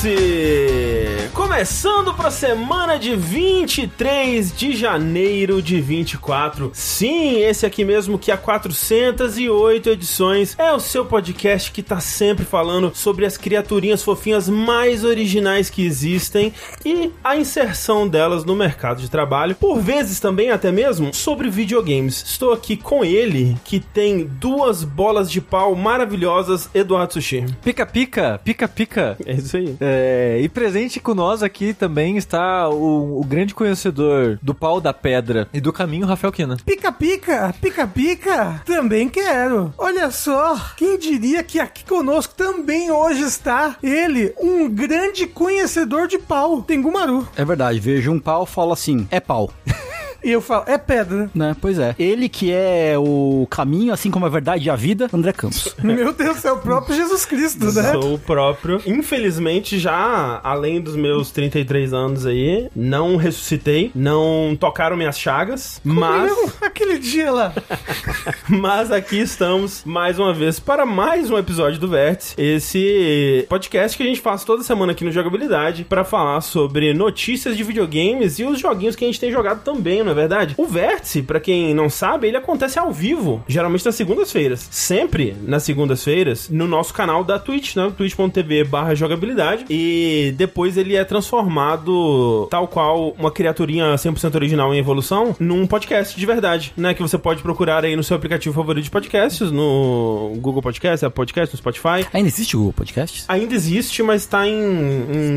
Vértice! Começando pra semana de 23 de janeiro de 24. Sim, esse aqui mesmo que há 408 edições é o seu podcast que tá sempre falando sobre as criaturinhas fofinhas mais originais que existem e a inserção delas no mercado de trabalho, por vezes também até mesmo sobre videogames. Estou aqui com ele, que tem duas bolas de pau maravilhosas, Eduardo Sushi. Pica, pica, pica, pica. É isso aí. É, e presente com nós aqui também está o, o grande conhecedor do pau da pedra e do caminho, Rafael Kina. Pica-pica, pica-pica, também quero. Olha só, quem diria que aqui conosco também hoje está ele, um grande conhecedor de pau, Tengumaru. É verdade, vejo um pau, falo assim, é pau, E eu falo, é pedra. né? Pois é. Ele que é o caminho, assim como a verdade e a vida, André Campos. Meu Deus, é o próprio Jesus Cristo, né? Sou o próprio. Infelizmente, já além dos meus 33 anos aí, não ressuscitei, não tocaram minhas chagas, mas, Meu, aquele dia lá. mas aqui estamos mais uma vez para mais um episódio do Vértice, esse podcast que a gente faz toda semana aqui no Jogabilidade para falar sobre notícias de videogames e os joguinhos que a gente tem jogado também, não é verdade? O Vértice, para quem não sabe, ele acontece ao vivo, geralmente nas segundas-feiras, sempre nas segundas-feiras, no nosso canal da Twitch, né? twitch.tv barra jogabilidade e depois ele é transformado tal qual uma criaturinha 100% original em evolução num podcast de verdade, né? Que você pode procurar aí no seu aplicativo favorito de podcasts, no Google Podcast, Apple Podcast, no Spotify. Ainda existe o podcast? Ainda existe, mas tá em,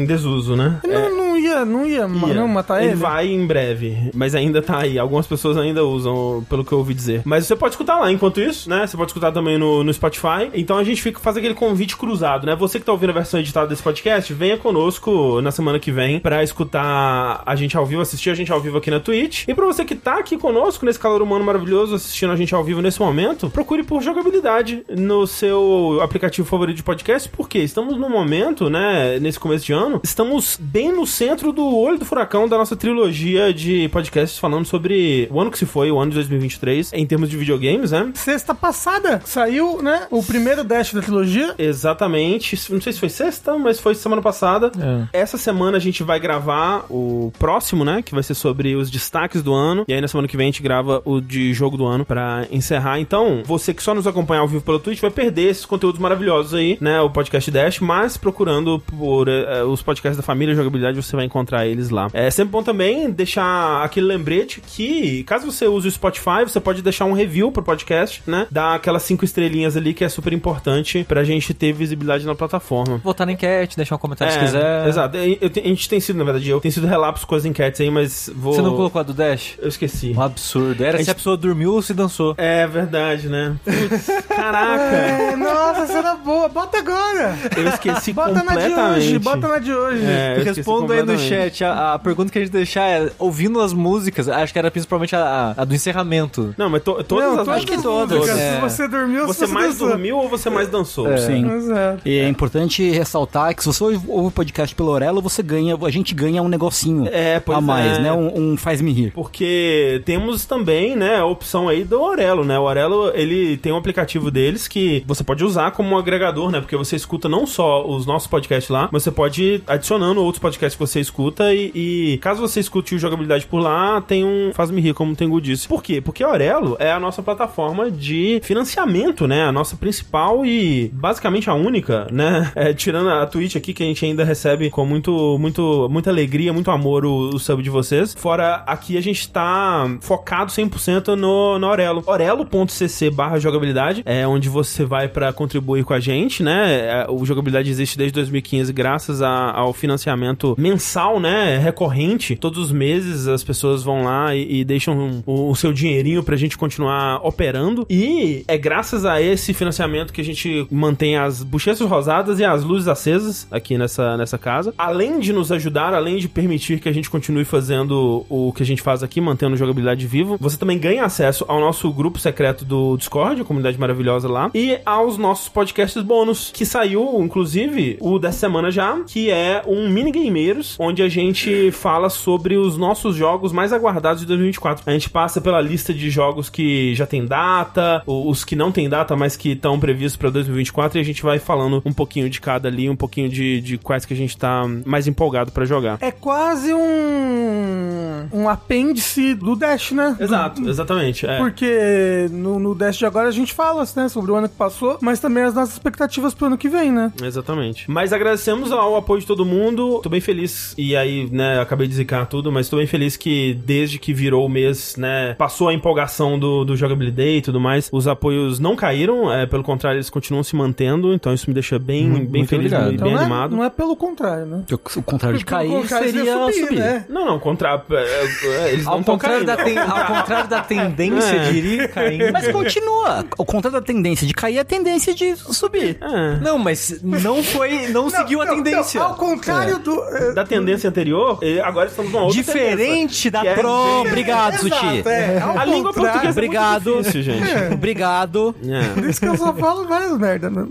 em desuso, né? Não, não ia, não ia, ma- Ia. não matar ele. vai em breve, mas ainda tá aí. Algumas pessoas ainda usam, pelo que eu ouvi dizer. Mas você pode escutar lá enquanto isso, né? Você pode escutar também no, no Spotify. Então a gente fica, faz aquele convite cruzado, né? Você que tá ouvindo a versão editada desse podcast, venha conosco na semana que vem pra escutar a gente ao vivo, assistir a gente ao vivo aqui na Twitch. E pra você que tá aqui conosco nesse calor humano maravilhoso, assistindo a gente ao vivo nesse momento, procure por jogabilidade no seu aplicativo favorito de podcast, porque estamos num momento, né, nesse começo de ano, estamos bem no centro do olho do furacão da nossa trilogia de podcasts falando sobre o ano que se foi, o ano de 2023, em termos de videogames, né? Sexta passada saiu, né? O primeiro dash da trilogia. Exatamente, não sei se foi sexta, mas foi semana passada. Essa semana a gente vai gravar o próximo, né? Que vai ser sobre os destaques do ano. E aí na semana que vem a gente grava o de jogo do ano pra encerrar. Então, você que só nos acompanha ao vivo pelo Twitch vai perder esses conteúdos maravilhosos aí, né? O podcast Dash, mas procurando por eh, os podcasts da família Jogabilidade, você vai encontrar eles lá. É sempre bom também deixar aquele lembrete que, caso você use o Spotify, você pode deixar um review pro podcast, né? Dar aquelas cinco estrelinhas ali que é super importante pra gente ter visibilidade na plataforma. Votar na enquete, deixar um comentário É, se quiser. Exato. Eu- eu te- a gente tem sido, na verdade, eu tenho sido relapso com as enquetes aí, mas vou. Você não colocou a do Dash? Eu esqueci. Um absurdo. É A Era se a gente- pessoa dormiu ou se dançou. É verdade, né? Putz, caraca! É, nossa, será boa. Bota agora. Eu esqueci Bota na de completamente. hoje, bota na de hoje. É, eu esqueci Responda aí no completamente. chat. A, a pergunta que a gente deixar é, ouvindo as músicas, acho que era principalmente a, a- a do encerramento. Não, mas to, todas não, as todas acho que as todas. músicas. É. Se você dormiu, Você se você mais dançou. dormiu ou você mais dançou? Sim. Exato. E é importante ressaltar que se você ouve ouve o podcast pelo Orelo, você ganha, a gente ganha um negocinho É, pois a mais, é. né? Um, um faz-me rir. Porque temos também, né, a opção aí do Orelo, né? O Orelo, ele tem um aplicativo deles que você pode usar como um agregador, né? Porque você escuta não só os nossos podcasts lá, mas você pode ir adicionando outros podcasts que você escuta e, e caso você escute o Jogabilidade por lá, tem um Faz-me Rir, como o Tengu disse. Por quê? Porque a Orelo é a nossa plataforma de financiamento, né? A nossa principal e basicamente a única, né? É, tirando a Twitch aqui, que a gente ainda recebe com muito, muito, muita alegria, muito amor o, o sub de vocês. Fora, aqui a gente tá focado 100% no, no Orelo. orelo.cc barra jogabilidade é onde você vai pra contribuir com a gente, né? É, O Jogabilidade existe desde 2015 graças a- ao financiamento mensal, né? Recorrente. Todos os meses as pessoas vão lá e, e deixam um, o, o seu dinheirinho pra gente continuar operando. E é graças a esse financiamento que a gente mantém as bochechas rosadas e as luzes acesas aqui nessa, nessa casa. Além de nos ajudar, além de permitir que a gente continue fazendo o que a gente faz aqui, mantendo a jogabilidade vivo, você também ganha acesso ao nosso grupo secreto do Discord, a comunidade maravilhosa lá, e aos nossos podcasts bônus, que saiu, inclusive, o dessa semana já, que é um minigameiros jogos, onde a gente fala sobre os nossos jogos mais aguardados de 2024. A gente passa pela lista de jogos que já tem data, o- os que não tem data, mas que estão previstos para 2024, e a gente vai falando um pouquinho de cada ali, um pouquinho de, de quais que a gente tá mais empolgado pra jogar. É quase um. um apêndice do Dash, né? Exato, exatamente. é. Porque no, no Dash de agora a gente fala né, sobre o ano que passou, mas também as nossas expectativas pro ano que vem, né? Exatamente. Mas agradecemos ao apoio de todo mundo. Tô bem feliz. E aí, né, acabei de zicar tudo, mas tô bem feliz que desde que virou o mês, né, passou a empolgação do, do Jogabilidade e tudo mais, os apoios não caíram, é, pelo contrário, eles continuam se mantendo, então isso me deixa bem, bem muito feliz obrigado. e Então bem não é- animado. não é pelo contrário, né? O contrário de Pelo cair contrário, seria ia subir. né? Não, não, contra... é, é, eles não Ao estão contrário, caindo. da ten- ao contrário da tendência, É. diria, caindo. Mas continua. O contrário da tendência de cair é a tendência de subir. É. Não, mas não foi. Não, seguiu a Não, não, tendência. ao contrário do. é, Da tendência anterior, eh, agora estamos numa outra Diferente da Que é- pro. Obrigado, exato, Sushi. é, ao A língua contrário- portuguesa é Obrigado. muito difícil, gente. Obrigado. É. Por isso que eu só falo várias merda, né?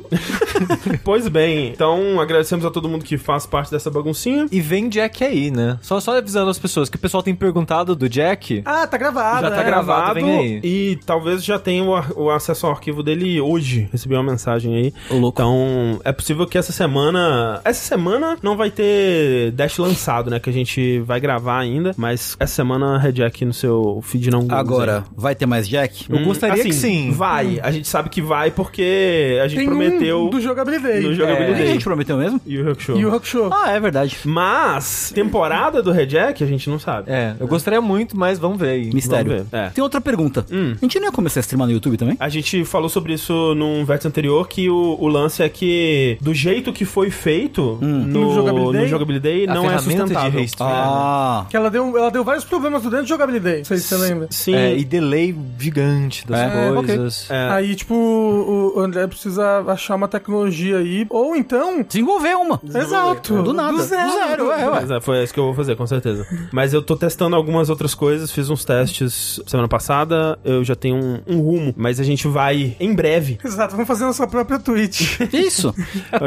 Pois bem, então agradecemos a todo mundo que faz parte dessa baguncinha. E vem Jack aí, né? Só, só avisando as pessoas que o pessoal tem perguntado do Jack. Ah, tá gravado. Já tá né? gravado. vem aí. e talvez já tenha o, ar- o acesso ao arquivo dele hoje. Recebi uma mensagem aí. Ô, louco. Então, é possível que essa semana. Essa semana não vai ter Dash lançado, né? Que a gente vai gravar ainda. Mas essa semana rejack no seu feed não Gomes Agora, aí. vai ter mais Jack? Eu gostaria Assim, que sim. Vai. A gente sabe que vai porque a gente Tem prometeu um do jogabilidade. no O que É, a jogabilidade. gente prometeu mesmo? E o Rock Show. E o Rock Show. Ah, é verdade. Mas, temporada do rejack a gente não sabe. É, eu gostaria muito, mas vamos ver aí. Mistério. Vamos ver, é. Tem outra pergunta. Hum. A gente não ia começar a streamar no YouTube também? A gente falou sobre isso num vértice anterior, que o, o lance é que do jeito que foi feito no, No Jogabilidade? no Jogabilidade A não é ferramenta de sustentável. restream. Ah. Que ela deu, ela deu vários problemas durante jogabilidade, não sei se você lembra. Sim. É, e delay gigante das É, ok. coisas. É. Aí, tipo, o o André precisa achar uma tecnologia aí, ou então... Desenvolver uma. Exato. Do nada. Do zero. Do zero, é, ué. Mas é, foi isso que eu vou fazer, com certeza. Mas eu tô testando algumas outras coisas, fiz uns testes semana passada, eu já tenho um, um rumo, mas a gente vai em breve. Exato, vamos fazer nossa própria Twitch. Isso.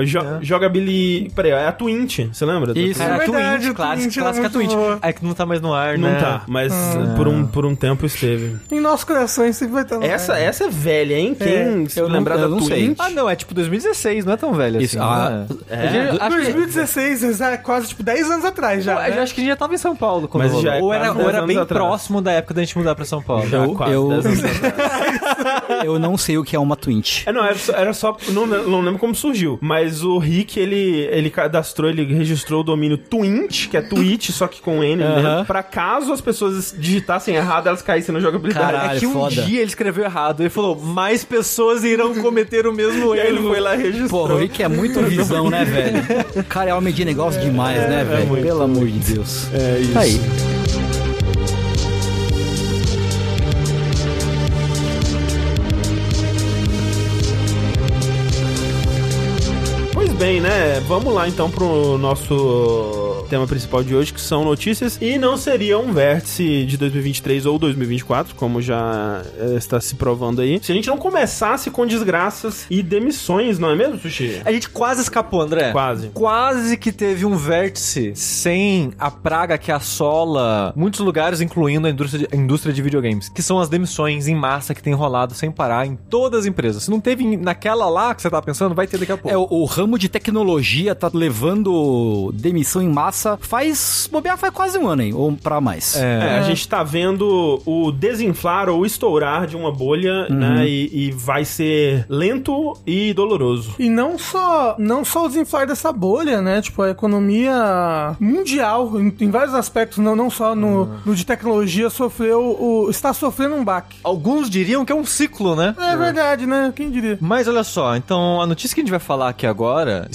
Jo Jogabili. Peraí, é a Twint, você lembra? da Isso. Twint? Cara, É verdade, Twitch, o clássica, Twitch era clássica muito Twitch. boa. É que não tá mais no ar, Não né? tá, mas por, um, por um tempo esteve. em nossos corações sempre vai estar... no Essa, ar. essa é velha, hein? Quem se eu não- lembrar eu da não Twint? sei. Ah, não, é tipo 2016, não é tão velho Isso. assim. Ah, né? é. Eu já- acho que- 2016, exa- quase, tipo, 10 anos atrás já, Eu tá, né? acho que a gente já tava em São Paulo quando Mas rolou. já é Ou era, quase ou 10 era anos bem atrás. próximo da época da gente mudar pra São Paulo. Já Eu- quase eu- 10 anos atrás. Eu não sei o que é uma Twitch. É, não, era só. era só- não, não lembro como surgiu. Mas o Rick, ele, ele cadastrou, ele registrou o domínio Twint, que é Twitch, só que com N, né? Aham. Pra caso as pessoas digitassem errado, elas caíssem na jogabilidade. Caralho, é que um foda. dia ele escreveu errado. Ele falou, mais pessoas irão cometer o mesmo E aí ele erro. foi lá e registrou. Porra, o Rick é muito visão, né, velho? O cara é homem de negócio demais, né, velho? Pelo amor de Deus. É isso. Aí. Pois bem, né? Vamos lá então pro nosso tema principal de hoje, que são notícias. E não seria um vértice de 2023 ou 2024, como já eh, está se provando aí. Se a gente não começasse com desgraças e demissões, não é mesmo, Sushi? A gente quase escapou, André. Quase. Quase que teve um vértice sem a praga que assola muitos lugares, incluindo a indústria de, a indústria de videogames, que são as demissões em massa que tem rolado sem parar em todas as empresas. Se não teve em- naquela lá que você tá pensando, vai ter daqui a pouco. É, o, o ramo de tecnologia tá levando demissão em massa faz. bobear faz quase um ano, hein? Ou pra mais. É, a gente tá vendo o desinflar ou estourar de uma bolha, né? E, e vai ser lento e doloroso. E não só, não só o desinflar dessa bolha, né? Tipo, a economia mundial, em, em vários aspectos, não, não só no, no de tecnologia, sofreu o, está sofrendo um baque. Alguns diriam que é um ciclo, né? É verdade, né? Quem diria? Mas olha só, então a notícia que a gente vai falar aqui agora,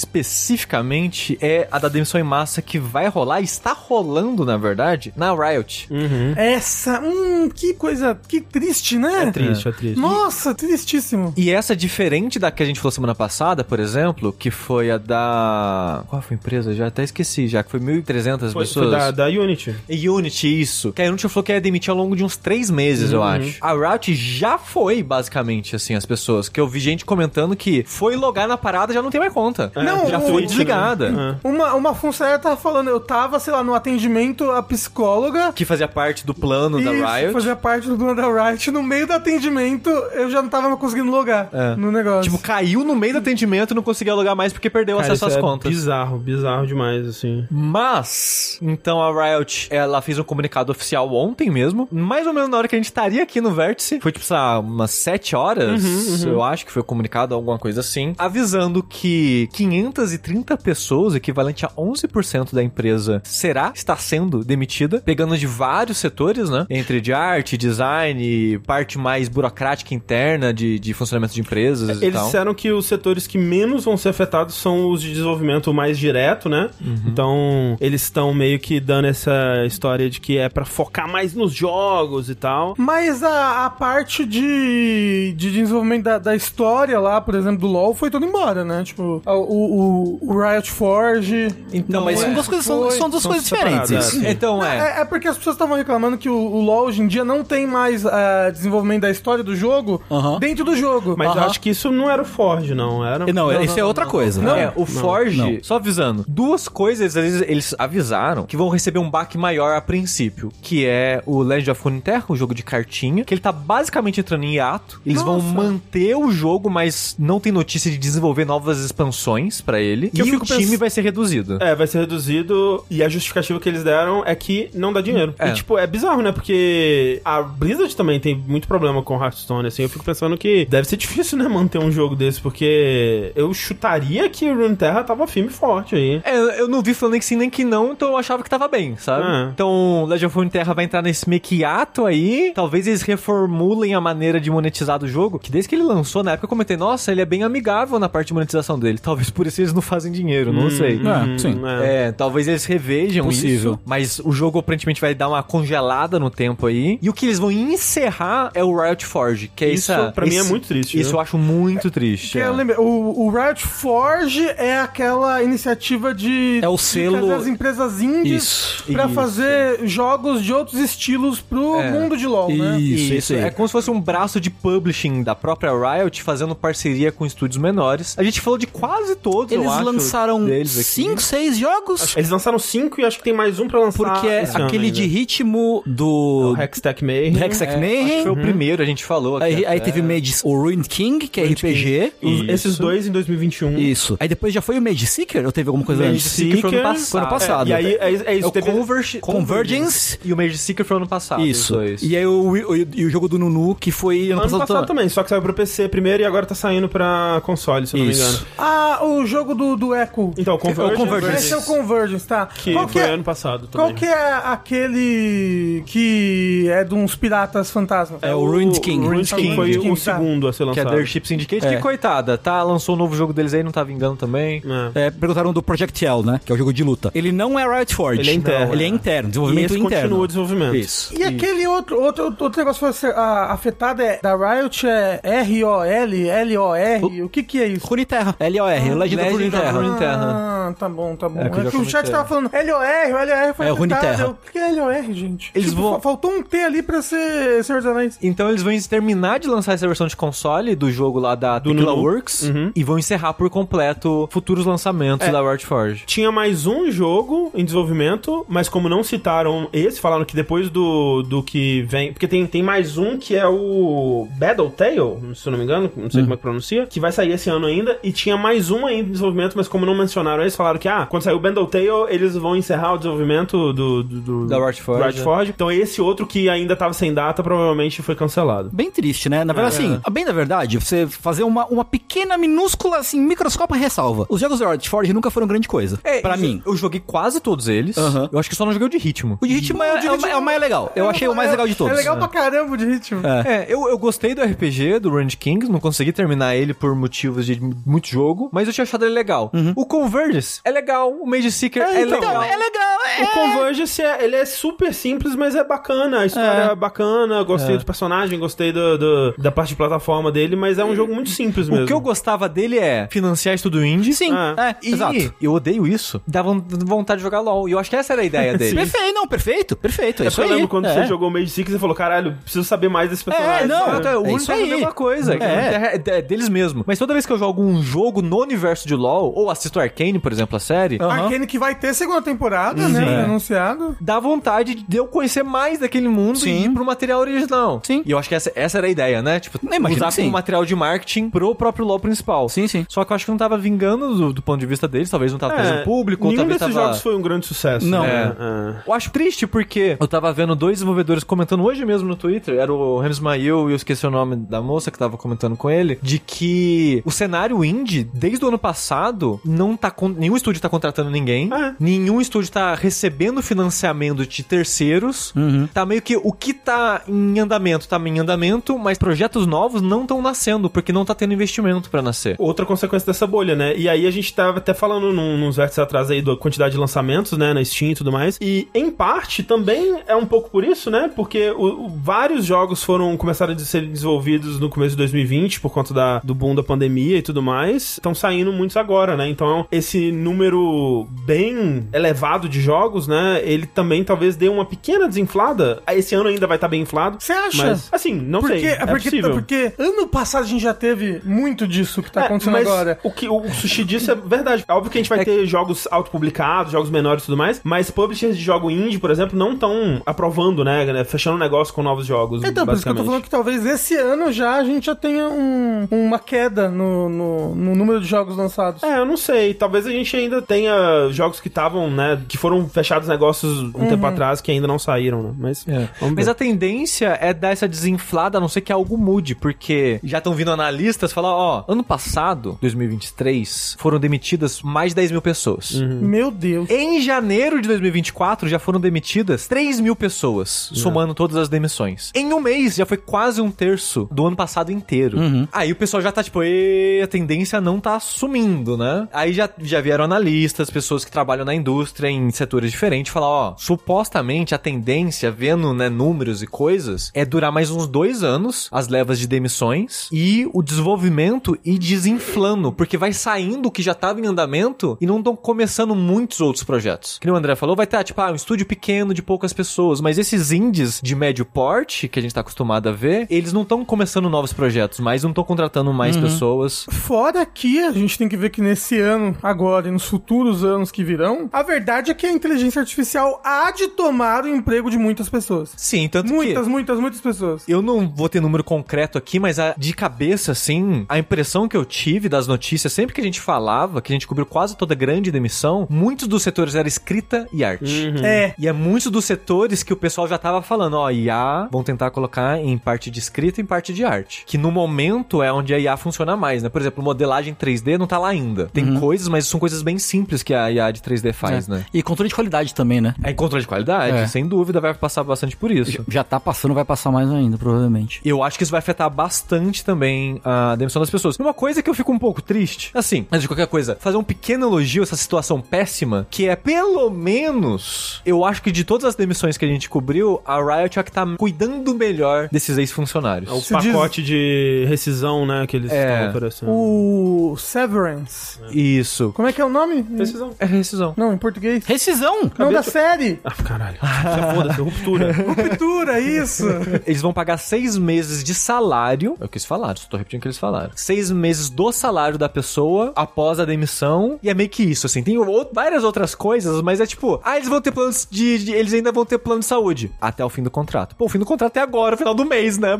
especificamente, é a da demissão em massa que vai rolar, está rolando, na verdade, na Riot. Uhum. Essa, hum, que coisa, que triste, né? É triste, é triste. Nossa, tristíssimo. E essa é diferente da que a gente falou semana passada, por exemplo, que foi a da. Qual foi a empresa? Já até esqueci, já que foi 1.300 Foi, pessoas. foi da, da Unity. E Unity, isso. Que a Unity falou que ia demitir ao longo de uns três meses, Uhum. eu acho. A Riot já foi, basicamente, assim, as pessoas. Que eu vi gente comentando que foi logar na parada e já não tem mais conta. É, Uhum. Não, já o- foi desligada. né? É. Uma, uma funcionária tava falando falando, eu tava, sei lá, no atendimento à psicóloga. Que fazia parte do plano da Isso, Riot. fazia parte do plano da Riot. No meio do atendimento, eu já não tava mais conseguindo logar É. no negócio. Tipo, caiu no meio do atendimento e não conseguia logar mais porque perdeu Cara, acesso isso às é contas. Bizarro, bizarro demais, assim. Mas, então a Riot, ela fez um comunicado oficial ontem mesmo, mais ou menos na hora que a gente estaria aqui no Vértice. Foi tipo, sei lá, umas 7 horas, eu acho que foi o comunicado, alguma coisa assim, avisando que 530 pessoas, equivalente a 11% da empresa, será, está sendo demitida, pegando de vários setores, né? Entre de arte, design, parte mais burocrática interna de, de funcionamento de empresas e Eles tal. disseram que os setores que menos vão ser afetados são os de desenvolvimento mais direto, né? Então, eles estão meio que dando essa história de que é pra focar mais nos jogos e tal. Mas a, a parte de, de desenvolvimento da, da história lá, por exemplo, do LoL, foi toda embora, né? Tipo, a- o, o, o Riot Forge. Então, mas são é. duas coisas, são, Foi, são duas são coisas diferentes. separadas, isso. é. Então, é. É, é porque as pessoas estavam reclamando que o, o LoL hoje em dia não tem mais ah, desenvolvimento da história do jogo Aham. dentro do jogo. Mas eu Aham. acho que isso não era o Forge, não. Era... Não, isso é outra coisa. Não, né? é, o Forge, não. só avisando, duas coisas eles, eles avisaram que vão receber um baque maior a princípio, que é o Legend of Runeterra, um jogo de cartinha, que ele tá basicamente entrando em hiato. Eles vão Nossa. manter o jogo, mas não tem notícia de desenvolver novas expansões pra ele. eu e o fico time pens- vai ser reduzido. É, vai ser reduzido e a justificativa que eles deram é que não dá dinheiro. É. E, tipo, é bizarro, né? Porque a Blizzard também tem muito problema com Hearthstone, assim. Eu fico pensando que deve ser difícil, né, manter um jogo desse, porque eu chutaria que o Runeterra tava firme e forte aí. É, eu não vi falando que sim nem que não, então eu achava que tava bem, sabe? Ah. Então, Legend of Runeterra vai entrar nesse mequiato aí. Talvez eles reformulem a maneira de monetizar do jogo, que desde que ele lançou, na época eu comentei, nossa, ele é bem amigável na parte de monetização dele. Talvez por isso eles não fazem dinheiro, não sei. É, sim. Hum, É. É, talvez eles revejam Possível. isso, mas o jogo aparentemente vai dar uma congelada no tempo aí. E o que eles vão encerrar é o Riot Forge, que é Isso, essa- pra mim, é esse- muito triste, Isso né? eu acho muito triste. Que eu é. lembrei, o, o Riot Forge é aquela iniciativa de É o de selo- trazer as empresas indies Isso, pra isso. fazer jogos de outros estilos pro É. mundo de LoL, né? Isso, isso aí. É como se fosse um braço de publishing da própria Riot fazendo parceria com estúdios menores. A gente falou de quase todos, eu Eles acho, lançaram deles aqui. 5, 6 jogos? Eles lançaram cinco e acho que tem mais um pra lançar. Porque é esse ano aquele ainda. de ritmo do O Hextech Mayhem. Hextech É, Acho que Mayhem. foi o primeiro, a gente falou aqui. Uhum. é Aí, aí até. teve o, Mage, o Ruined King, que é RPG. Os- Esses Isso. dois em 2021. Isso. Aí depois já foi o Mage Seeker? Ou teve alguma coisa Mage antes? um. Seeker foi ano Foi ano É, passado. e aí, é, é É isso. o teve- Converge- Convergence. E o Mage Seeker foi ano passado. Isso. os dois. E aí o, o- e o jogo do Nunu, que foi ano, Ano passado, passado também. também, só que saiu pro PC primeiro e agora tá saindo pra console, se eu não Isso. me engano. Ah, o jogo do, do Echo. Então, o Convergence, Convergence. Esse é o Convergence, tá? que qual que foi é, ano passado também. qual que é aquele que é de uns piratas fantasmas? É o Ruined King. O Ruined Ruined King foi King, o tá. segundo a ser Que é lançado. Dirt Ship Syndicate, É. que coitada, tá? Lançou um novo jogo deles aí, não tá vingando também. É. É, perguntaram do Project L, né? Que é o jogo de luta. Ele não é Riot Forge. Ele é interno. Não, ele é interno. E Desenvolvimento esse interno. continua o desenvolvimento. Isso. E aquele outro, outro, outro negócio que foi ser, ah, afetado é da Riot é R-O-L, L-O-R, o que que é isso? Runeterra. L-O-R. Legend of Legend of Runeterra. Runeterra. Ah, tá bom, tá bom. É, É que eu já que o chat comentei. tava falando LOR, o LOR foi É, o Rune afetado. Terra. Eu, O que é LOR, gente? Eles vão- fa- Faltou um T ali pra ser Senhor dos Anéis. Então eles vão terminar de lançar essa versão de console do jogo lá da Do Tequila Nunu. Works Uhum. e vão encerrar por completo futuros lançamentos É. da Riot Forge. Tinha mais um jogo em desenvolvimento, mas como não citaram esse, falaram que depois do, do que vem. Porque tem, tem mais um que é o Battle Tale, se eu não me engano, não sei como é que pronuncia, que vai sair esse ano ainda. E tinha mais um ainda em desenvolvimento, mas como não mencionaram esse, falaram que, ah, quando sair o Battle Tale, eles vão encerrar o desenvolvimento do. do, do- Da Riot Forge, Riot é. Forge. Então esse outro que ainda tava sem data provavelmente foi cancelado. Bem triste, né? Na verdade, assim, bem na verdade, você fazer uma, uma pequena, minúscula, assim, microscópica ressalva. Os jogos da Riot Forge nunca foram grande coisa. pra É, isso- mim. Eu joguei quase todos eles. Aham. Eu acho que só não joguei o de ritmo. O de ritmo é, de é o- ritmo- é o mais legal. Eu achei o mais legal de todos. É legal pra caramba de ritmo. É, eu, eu gostei do RPG do Rand Kings, não consegui terminar ele por motivos de muito jogo, mas eu tinha achado ele legal. O Convergence é legal, o Mage Seeker é, então, legal. Uhum. É legal, é. O Convergence, é- ele é super simples, mas é bacana. A história é, bacana, gostei do personagem, gostei do, do- da parte de plataforma dele, mas é um jogo muito simples mesmo. O que eu gostava dele é financiar estudo indie. Sim, Ah, é, exato. eu odeio isso. Dá von- vontade de jogar LOL. E eu acho que essa era a ideia dele. Perfeito, não, perfeito, perfeito. É, É isso porque eu aí. lembro quando é. você jogou o Mage Six, você falou, caralho, preciso saber mais desse personagem. É, não, sabe? Exato, é, o é único isso é a aí. mesma coisa. que É. é- é deles mesmo. Mas toda vez que eu jogo um jogo no universo de LoL, ou assisto Arcane, por exemplo, a série, Arcane que vai vai ter segunda temporada, né? Foi anunciado. Dá vontade de eu conhecer mais daquele mundo Sim. e ir pro material original. Sim. E eu acho que essa, essa era a ideia, né? Tipo, Eu imagino usar que sim. como material de marketing pro próprio LoL principal. Sim, sim. É, Só que eu acho que não tava vingando do, do ponto de vista deles, talvez não tava trazendo público, ou É. nenhum talvez desses tava... jogos foi um grande sucesso. Não. É, É. né? Eu acho triste porque eu tava vendo dois desenvolvedores comentando hoje mesmo no Twitter, era o Rams Mail e eu esqueci o nome da moça que tava comentando com ele, de que o cenário indie, desde o ano passado, não tá con- nenhum estúdio tá contratando ninguém, É. nenhum estúdio tá recebendo financiamento de terceiros, tá meio que o que tá em andamento, tá em andamento, mas projetos novos não estão nascendo, porque não tá tendo investimento pra nascer. outra consequência dessa bolha, né? E aí a gente tava até falando num, nos vértices atrás aí da quantidade de lançamentos, né? Na Steam e tudo mais. E em parte também é um pouco por isso, né? Porque o- o- vários jogos foram começaram a de- ser desenvolvidos no começo de 2020 por conta da, do boom da pandemia e tudo mais. Estão saindo muitos agora, né? Então esse número bem elevado de jogos, né? Ele também talvez dê uma pequena desinflada. Esse ano ainda vai estar bem inflado. Você acha? Mas, assim, não porque, sei. É porque, tá, possível. porque ano passado a gente já teve muito disso que tá É, acontecendo mas agora. É O que o Sushi disse é verdade. Óbvio que a gente vai ter jogos autopublicados, jogos menores e tudo mais, mas publishers de jogo indie, por exemplo, não estão aprovando, né? né, Fechando negócio com novos jogos. Então, por isso que eu tô basicamente. falando que talvez esse ano já a gente já tenha um- uma queda no, no- no número de jogos lançados. É, eu não sei. Talvez a gente ainda tenha jogos que estavam, né? Que foram fechados negócios um tempo Uhum. atrás que ainda não saíram, né? Mas. É. Vamos É. Mas ver. a tendência é dar essa desinflada, a não ser que algo mude, porque já estão vindo analistas falar, ó, ano passado, 2023, foram demitidas mais de 10 mil pessoas. Uhum. Meu Deus. Em janeiro de 2024 já foram demitidas 3 mil pessoas, somando todas as demissões. Em um mês já foi quase um terço do ano passado inteiro. Aí o pessoal já tá tipo, "Ê, a tendência não tá sumindo, né? Aí já, já vieram analistas, pessoas que trabalham na indústria, em setores diferentes, falar, ó, supostamente a tendência, vendo né, números e coisas, é durar mais uns dois anos as levas de demissões e o desenvolvimento e desinflando, porque vai saindo o que já tava em andamento e não estão começando muitos outros projetos. Que nem o André falou, vai estar, tipo, ah, um estúdio pequeno de poucas pessoas, mas esses indies de médio porte, que a gente tá acostumado a ver, eles não estão começando novos projetos, mas não estão contratando mais pessoas. Fora que a gente tem que ver que nesse ano, agora e nos futuros anos que virão, a verdade é que a inteligência artificial há de tomar o emprego de muitas pessoas. Sim, tanto Muitas, muitas, muitas pessoas. Eu não vou ter número concreto aqui, mas a- de cabeça, assim, a impressão que eu tive das notícias, sempre que a gente falava, que a gente cobriu quase toda grande demissão, muitos dos setores era escrita e arte. É. E é muitos dos setores que o pessoal já tava falando, ó, IA, vão tentar colocar em parte de escrita e em parte de arte. Que no momento é onde a IA funciona mais, né? Por exemplo, modelagem 3D não tá lá ainda. Tem Uhum. coisas, mas são coisas bem simples que a IA de 3D faz, né? E controle de qualidade também, né? É em controle de qualidade, É. sem dúvida vai passar bastante por isso. Já tá passando, vai passar mais ainda, provavelmente. Eu acho que isso vai afetar bastante também a demissão das pessoas. Uma coisa que eu fico um pouco triste, assim, antes de qualquer coisa, fazer um pequeno elogio a essa situação péssima, que é pelo menos, eu acho que de todas as demissões que a gente cobriu, a Riot é a que tá cuidando melhor desses ex-funcionários. É o Se pacote de rescisão, né? Que eles É, estão oferecendo. O Severance. Isso. Como é que é o nome? Rescisão. É rescisão. Não, em português. Rescisão! Não, da série. Ah, caralho. Já foda-se, ruptura. Ruptura, é isso. Eles vão pagar seis meses de salário. É o que eles falaram, só tô repetindo o que eles falaram. Seis meses do salário da pessoa após a demissão. E é meio que isso, assim. Tem ou- várias outras coisas, mas é tipo, ah, eles vão ter planos de, de- Eles ainda vão ter plano de saúde. Até o fim do contrato. Pô, o fim do contrato é agora, o final do mês, né?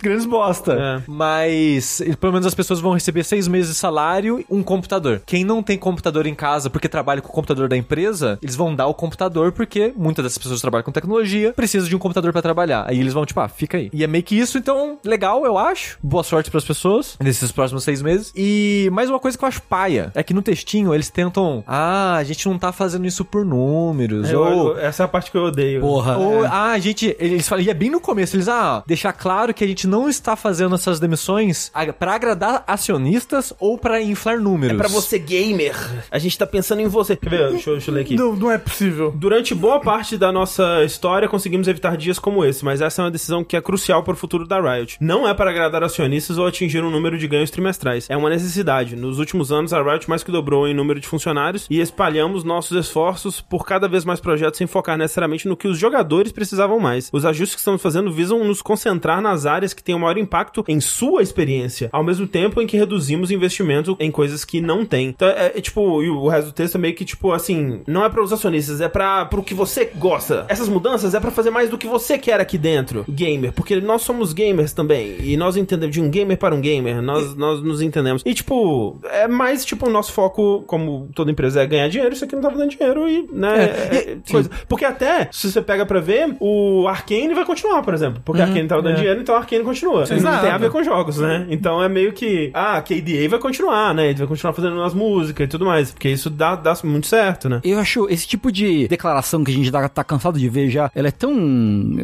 Grandes É. bosta. Mas e, pelo menos as pessoas vão receber seis meses de salário e um computador. Quem não tem computador em casa porque trabalha com o computador da empresa, eles vão dar o computador porque muitas dessas pessoas trabalham com tecnologia, precisam de um computador pra trabalhar. Aí eles vão, tipo, ah, fica aí. E é meio que isso, então, legal, eu acho. Boa sorte pras pessoas nesses próximos seis meses. E mais uma coisa que eu acho paia é que no textinho eles tentam, ah, a gente não tá fazendo isso por números. Eu- ou... eu- essa é a parte que eu odeio. Porra. é. Ou, ah, a gente. Eles falam, e é bem no começo, eles, ah, deixar claro que a gente não está fazendo essas demissões a- pra agradar acionistas ou pra inflar números. É Pra você, gamer, a gente tá pensando em você. Quer ver? Deixa, eu- deixa eu ler aqui. não, não é possível. Durante boa parte da nossa história, conseguimos evitar dias como esse, mas essa é uma decisão que é crucial para o futuro da Riot. Não é para agradar acionistas ou atingir um número de ganhos trimestrais. É uma necessidade. Nos últimos anos, a Riot mais que dobrou em número de funcionários e espalhamos nossos esforços por cada vez mais projetos sem focar necessariamente no que os jogadores precisavam mais. Os ajustes que estamos fazendo visam nos concentrar nas áreas que têm o maior impacto em sua experiência, ao mesmo tempo em que reduzimos investimentos em coisas que não têm. Então, é, é, tipo, e o resto do texto é meio que tipo, assim, não é para os acionistas, é para pro que você gosta. Essas mudanças é para fazer mais do que você quer aqui dentro, gamer, porque nós somos gamers também, e nós entendemos de um gamer para um gamer, nós, nós nos entendemos. E, tipo, é mais, tipo, o nosso foco, como toda empresa, é ganhar dinheiro, isso aqui não tava dando dinheiro e, né, é, coisa. Porque até, se você pega pra ver, o Arkane vai continuar, por exemplo, porque Arkane tava dando dinheiro, então Arkane continua. Isso não Exato. tem a ver com jogos, né? Uhum. Então é meio que, ah, KDA vai continuar, né, ele vai continuar fazendo as músicas e tudo mais, porque isso dá, dá muito certo, né? Eu acho esse tipo de declaração que a gente tá, tá cansado de ver já, ela é tão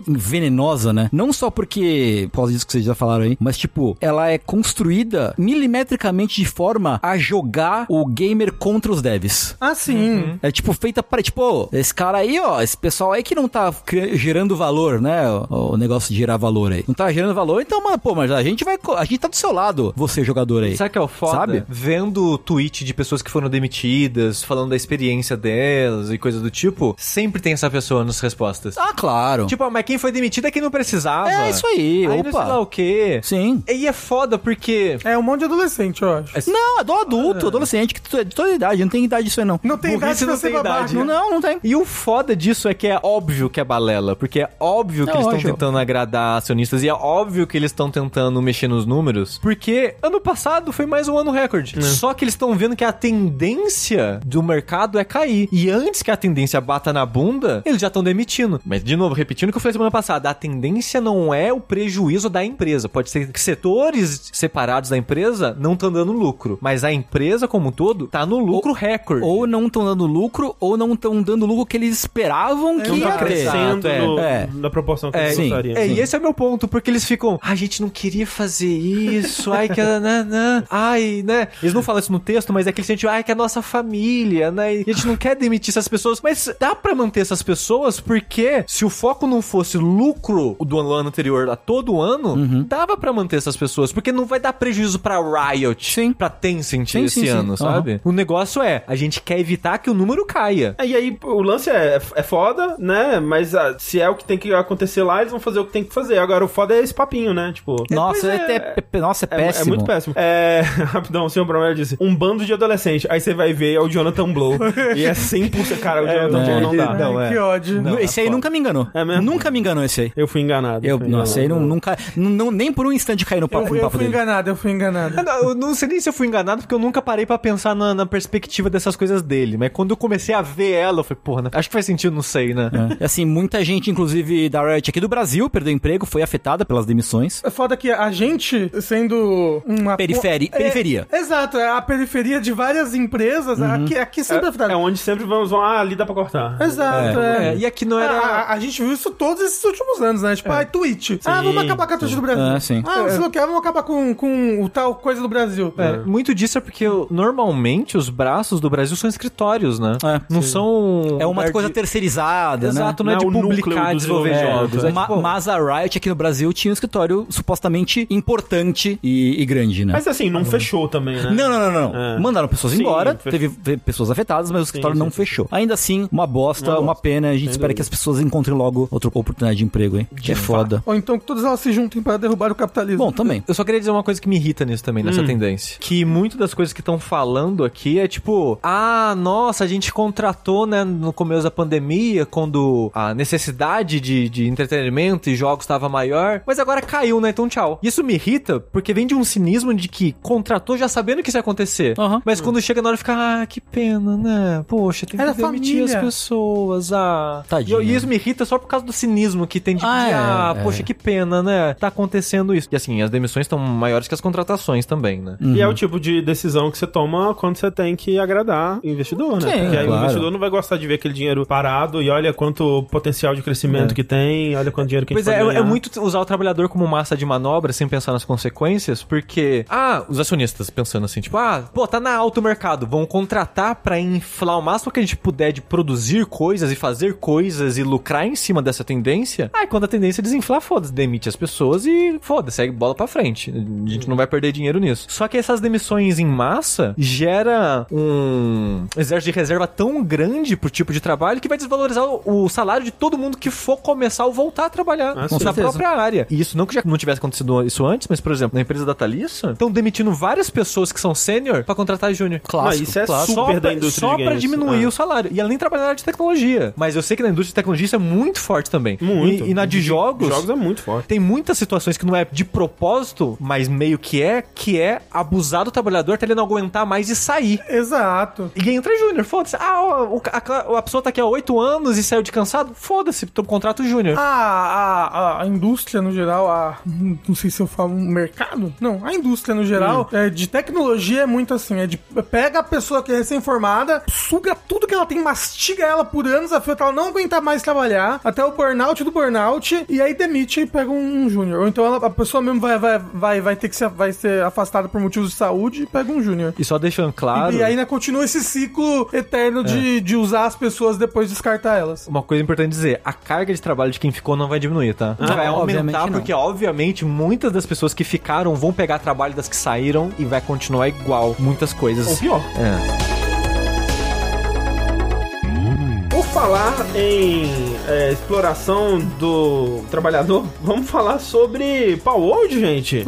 venenosa, né? Não só porque, por causa disso que vocês já falaram aí, mas tipo, ela é construída milimetricamente de forma a jogar o gamer contra os devs. Ah, sim. Uhum. É tipo feita pra, tipo, ô, esse cara aí, ó, esse pessoal aí que não tá cri- gerando valor, né? O, o negócio de gerar valor aí. Não tá gerando valor, então, mano, pô, mas a gente vai. co- A gente tá do seu lado, você jogador aí. Sabe o que é o foda? Sabe? Vendo o tweet de pessoas que foram demitidas, falando da experiência delas e coisa do tipo, sempre tem essa pessoa nas respostas. Ah, claro. Tipo, ah, mas quem foi demitido é quem não precisava. É, isso aí, Aí não opa. sei lá o quê. Sim. E é foda porque... É um monte de adolescente, eu acho. Não, é do adulto, adolescente, que tu é de toda idade, não tem idade isso aí não. Não tem Burrice idade pra não ser tem babaca. idade. Não, não, não tem. né? E o foda disso é que é óbvio que é balela, porque é óbvio que É eles estão lógico. tentando agradar acionistas e é óbvio que eles estão tentando mexer nos números, porque ano passado foi mais um ano recorde. Só que eles estão vendo que a tendência do mercado é cair. E antes que a tendência bata na bunda, eles já estão demitindo. Mas, de novo, repetindo o que eu falei semana passada, a tendência não é o prejuízo da empresa. Pode ser que setores separados da empresa não estão dando lucro, mas a empresa como um todo tá no lucro recorde. Ou não estão dando lucro, ou não estão dando lucro que eles esperavam que não ia tá ter. crescendo é, no- é. na proporção que assim. É, eles sim. gostariam. É, e esse é o meu ponto, porque eles ficam, a gente não queria fazer isso, ai que a, né, né, ai, né. Eles não falam isso no texto, mas é aquele sentimento, ai que a nossa família, né, e a gente não quer demitir essas pessoas, mas dá pra manter essas pessoas porque se o foco não fosse lucro do ano anterior a todo ano, Uhum. dava pra manter essas pessoas, porque não vai dar prejuízo pra Riot, Sim. pra Tencent Sim, esse sim, sim. ano, Aham. sabe? O negócio é, a gente quer evitar que o número caia. É, E aí, o lance é, é foda, né? Mas ah, se é o que tem que acontecer lá, eles vão fazer o que tem que fazer. Agora, o foda é esse papinho, né? Tipo. Nossa, é, pois até, pe- nossa, é é- é péssimo. muito péssimo. É, rapidão, o senhor Bromel disse: um bando de adolescente. Aí você vai ver, é o Jonathan Blow. e é 100%. Cara, o Jonathan Blow Ah, é, não dá. Ai, Não, é. Que ódio. Nu- esse aí nunca me enganou. É mesmo? Nunca me enganou esse aí. Eu fui enganado. Eu, fui nossa, aí enganado. não, nunca, não- não- nem por um instante caí no papo, Eu, no eu papo fui dele. enganado, eu fui enganado. Eu Tá, não- Eu não sei nem se eu fui enganado, porque eu nunca parei pra pensar na, na perspectiva dessas coisas dele. Mas quando eu comecei a ver ela, eu falei, porra, né? acho que faz sentido, não sei, né? É. Assim, muita gente, inclusive da Riot aqui do Brasil, perdeu emprego, foi afetada pelas demissões. É foda que a gente, sendo uma... Periferi- É, periferia. exato, é a periferia de várias empresas. Aqui, aqui sempre é, É, afetado. onde sempre vamos. Ah, ali dá pra cortar. Exato, é. É, e aqui não A, era. a- a gente viu isso todos esses últimos anos, né? Tipo, ah, Twitch. Ah, vamos acabar com a Twitch do Brasil. É, sim. Ah, você não quer, vamos acabar com, com o tal coisa do Brasil. É, Muito disso é porque eu- normalmente os braços do Brasil são escritórios, né? É. não são. É uma lugar coisa de- terceirizada, Exato, não, Não é é o de núcleo publicar e do desenvolver desenvolvimento, jogos. né? É, Ma- tipo, mas a Riot aqui no Brasil tinha um escritório supostamente importante e, e grande, né? Mas assim, não fechou também, né? Não, não, não, não. É. Mandaram pessoas Sim, embora, fechou. teve teve pessoas afetadas, mas o escritório sim, não sim, fechou. Ainda assim, uma bosta, uma, pena. A gente espera que as pessoas encontrem logo outra oportunidade de emprego, hein? Que é foda. Ou então que todas elas se juntem para derrubar o capitalismo. Bom, também. Hum. Eu só queria dizer uma coisa que me irrita nisso também, nessa tendência. Que muito das coisas que estão falando aqui é tipo, ah, nossa, a gente contratou, né, no começo da pandemia, quando a necessidade de, de entretenimento e jogos estava maior, mas agora caiu, né, então tchau. Isso me irrita porque vem de um cinismo de que contratou já sabendo que isso ia acontecer, Aham. mas quando chega na hora fica, ah, que pena, né, poxa, tem que Era demitir família. as pessoas, ah. Tadinho. E, eu- e isso me irrita só por causa do cinismo que tem de, Ah, ah, é, ah é. poxa, que pena, né? Tá acontecendo isso. E assim, as demissões estão maiores que as contratações também, né? E é o tipo de decisão que você toma quando você tem que agradar investidor, né? Sim, Porque aí o claro. investidor não vai gostar de ver aquele dinheiro parado e olha quanto potencial de crescimento que tem, olha quanto dinheiro que É. Pois a gente é, pode é ganhar. muito usar o trabalhador como massa de manobra sem pensar nas consequências, porque, ah, os acionistas pensando assim, tipo, ah, pô, tá na alta o mercado, vão contratar pra inflar o máximo que a gente puder de produzir coisas e fazer coisas e lucrar em cima dessa tendência. Aí quando a tendência desinflar, foda-se, demite as pessoas e foda-se, segue bola pra frente. A gente não vai perder dinheiro nisso. Só que essas demissões em massa gera um exército de reserva tão grande pro tipo de trabalho que vai desvalorizar o, o salário de todo mundo que for começar ou voltar a trabalhar é Ah, na sim. certeza. própria área. E isso não que já não tivesse acontecido isso antes, mas, por exemplo, na empresa da Thalissa, estão demitindo várias pessoas que são sênior pra contratar júnior. Não, isso é super Só, da indústria pra, indústria só de pra games. diminuir Ah. o salário. E ela nem trabalha na área de tecnologia. Mas eu sei que na indústria de tecnologia isso é muito forte também. Muito. E, e na de jogos. Jogos é muito forte. Tem muitas situações que não é de propósito, mas meio que é, que é abusar do trabalhador até ele não aguentar mais e sair. Exato. E entra júnior, foda-se. Ah, o- o- a, a pessoa tá aqui há oito anos e saiu de cansado? Foda-se, tô contrato júnior. A, a, a- a indústria no geral, a, não sei se eu falo um mercado, não, a indústria no geral é, de tecnologia é muito assim, é de pega a pessoa que é recém-formada, suga tudo que ela tem, mastiga ela por anos a fio até ela não aguentar mais trabalhar, até o burnout do burnout, e aí demite e pega um, júnior. Ou então ela- a pessoa mesmo vai, vai, vai, vai ter que ser, vai ser afastada por motivos de saúde e pega um júnior. E só deixando claro. E, aí né, continua esse ciclo eterno de, de usar as pessoas depois descartar elas. Uma coisa importante dizer, a carga de trabalho de quem ficou não vai diminuir, tá? vai obviamente aumentar, não. porque obviamente muitas das pessoas que ficaram vão pegar trabalho das que saíram e vai continuar igual muitas coisas. Ou pior. É. Por falar em é, exploração do trabalhador, vamos falar sobre Palworld, gente.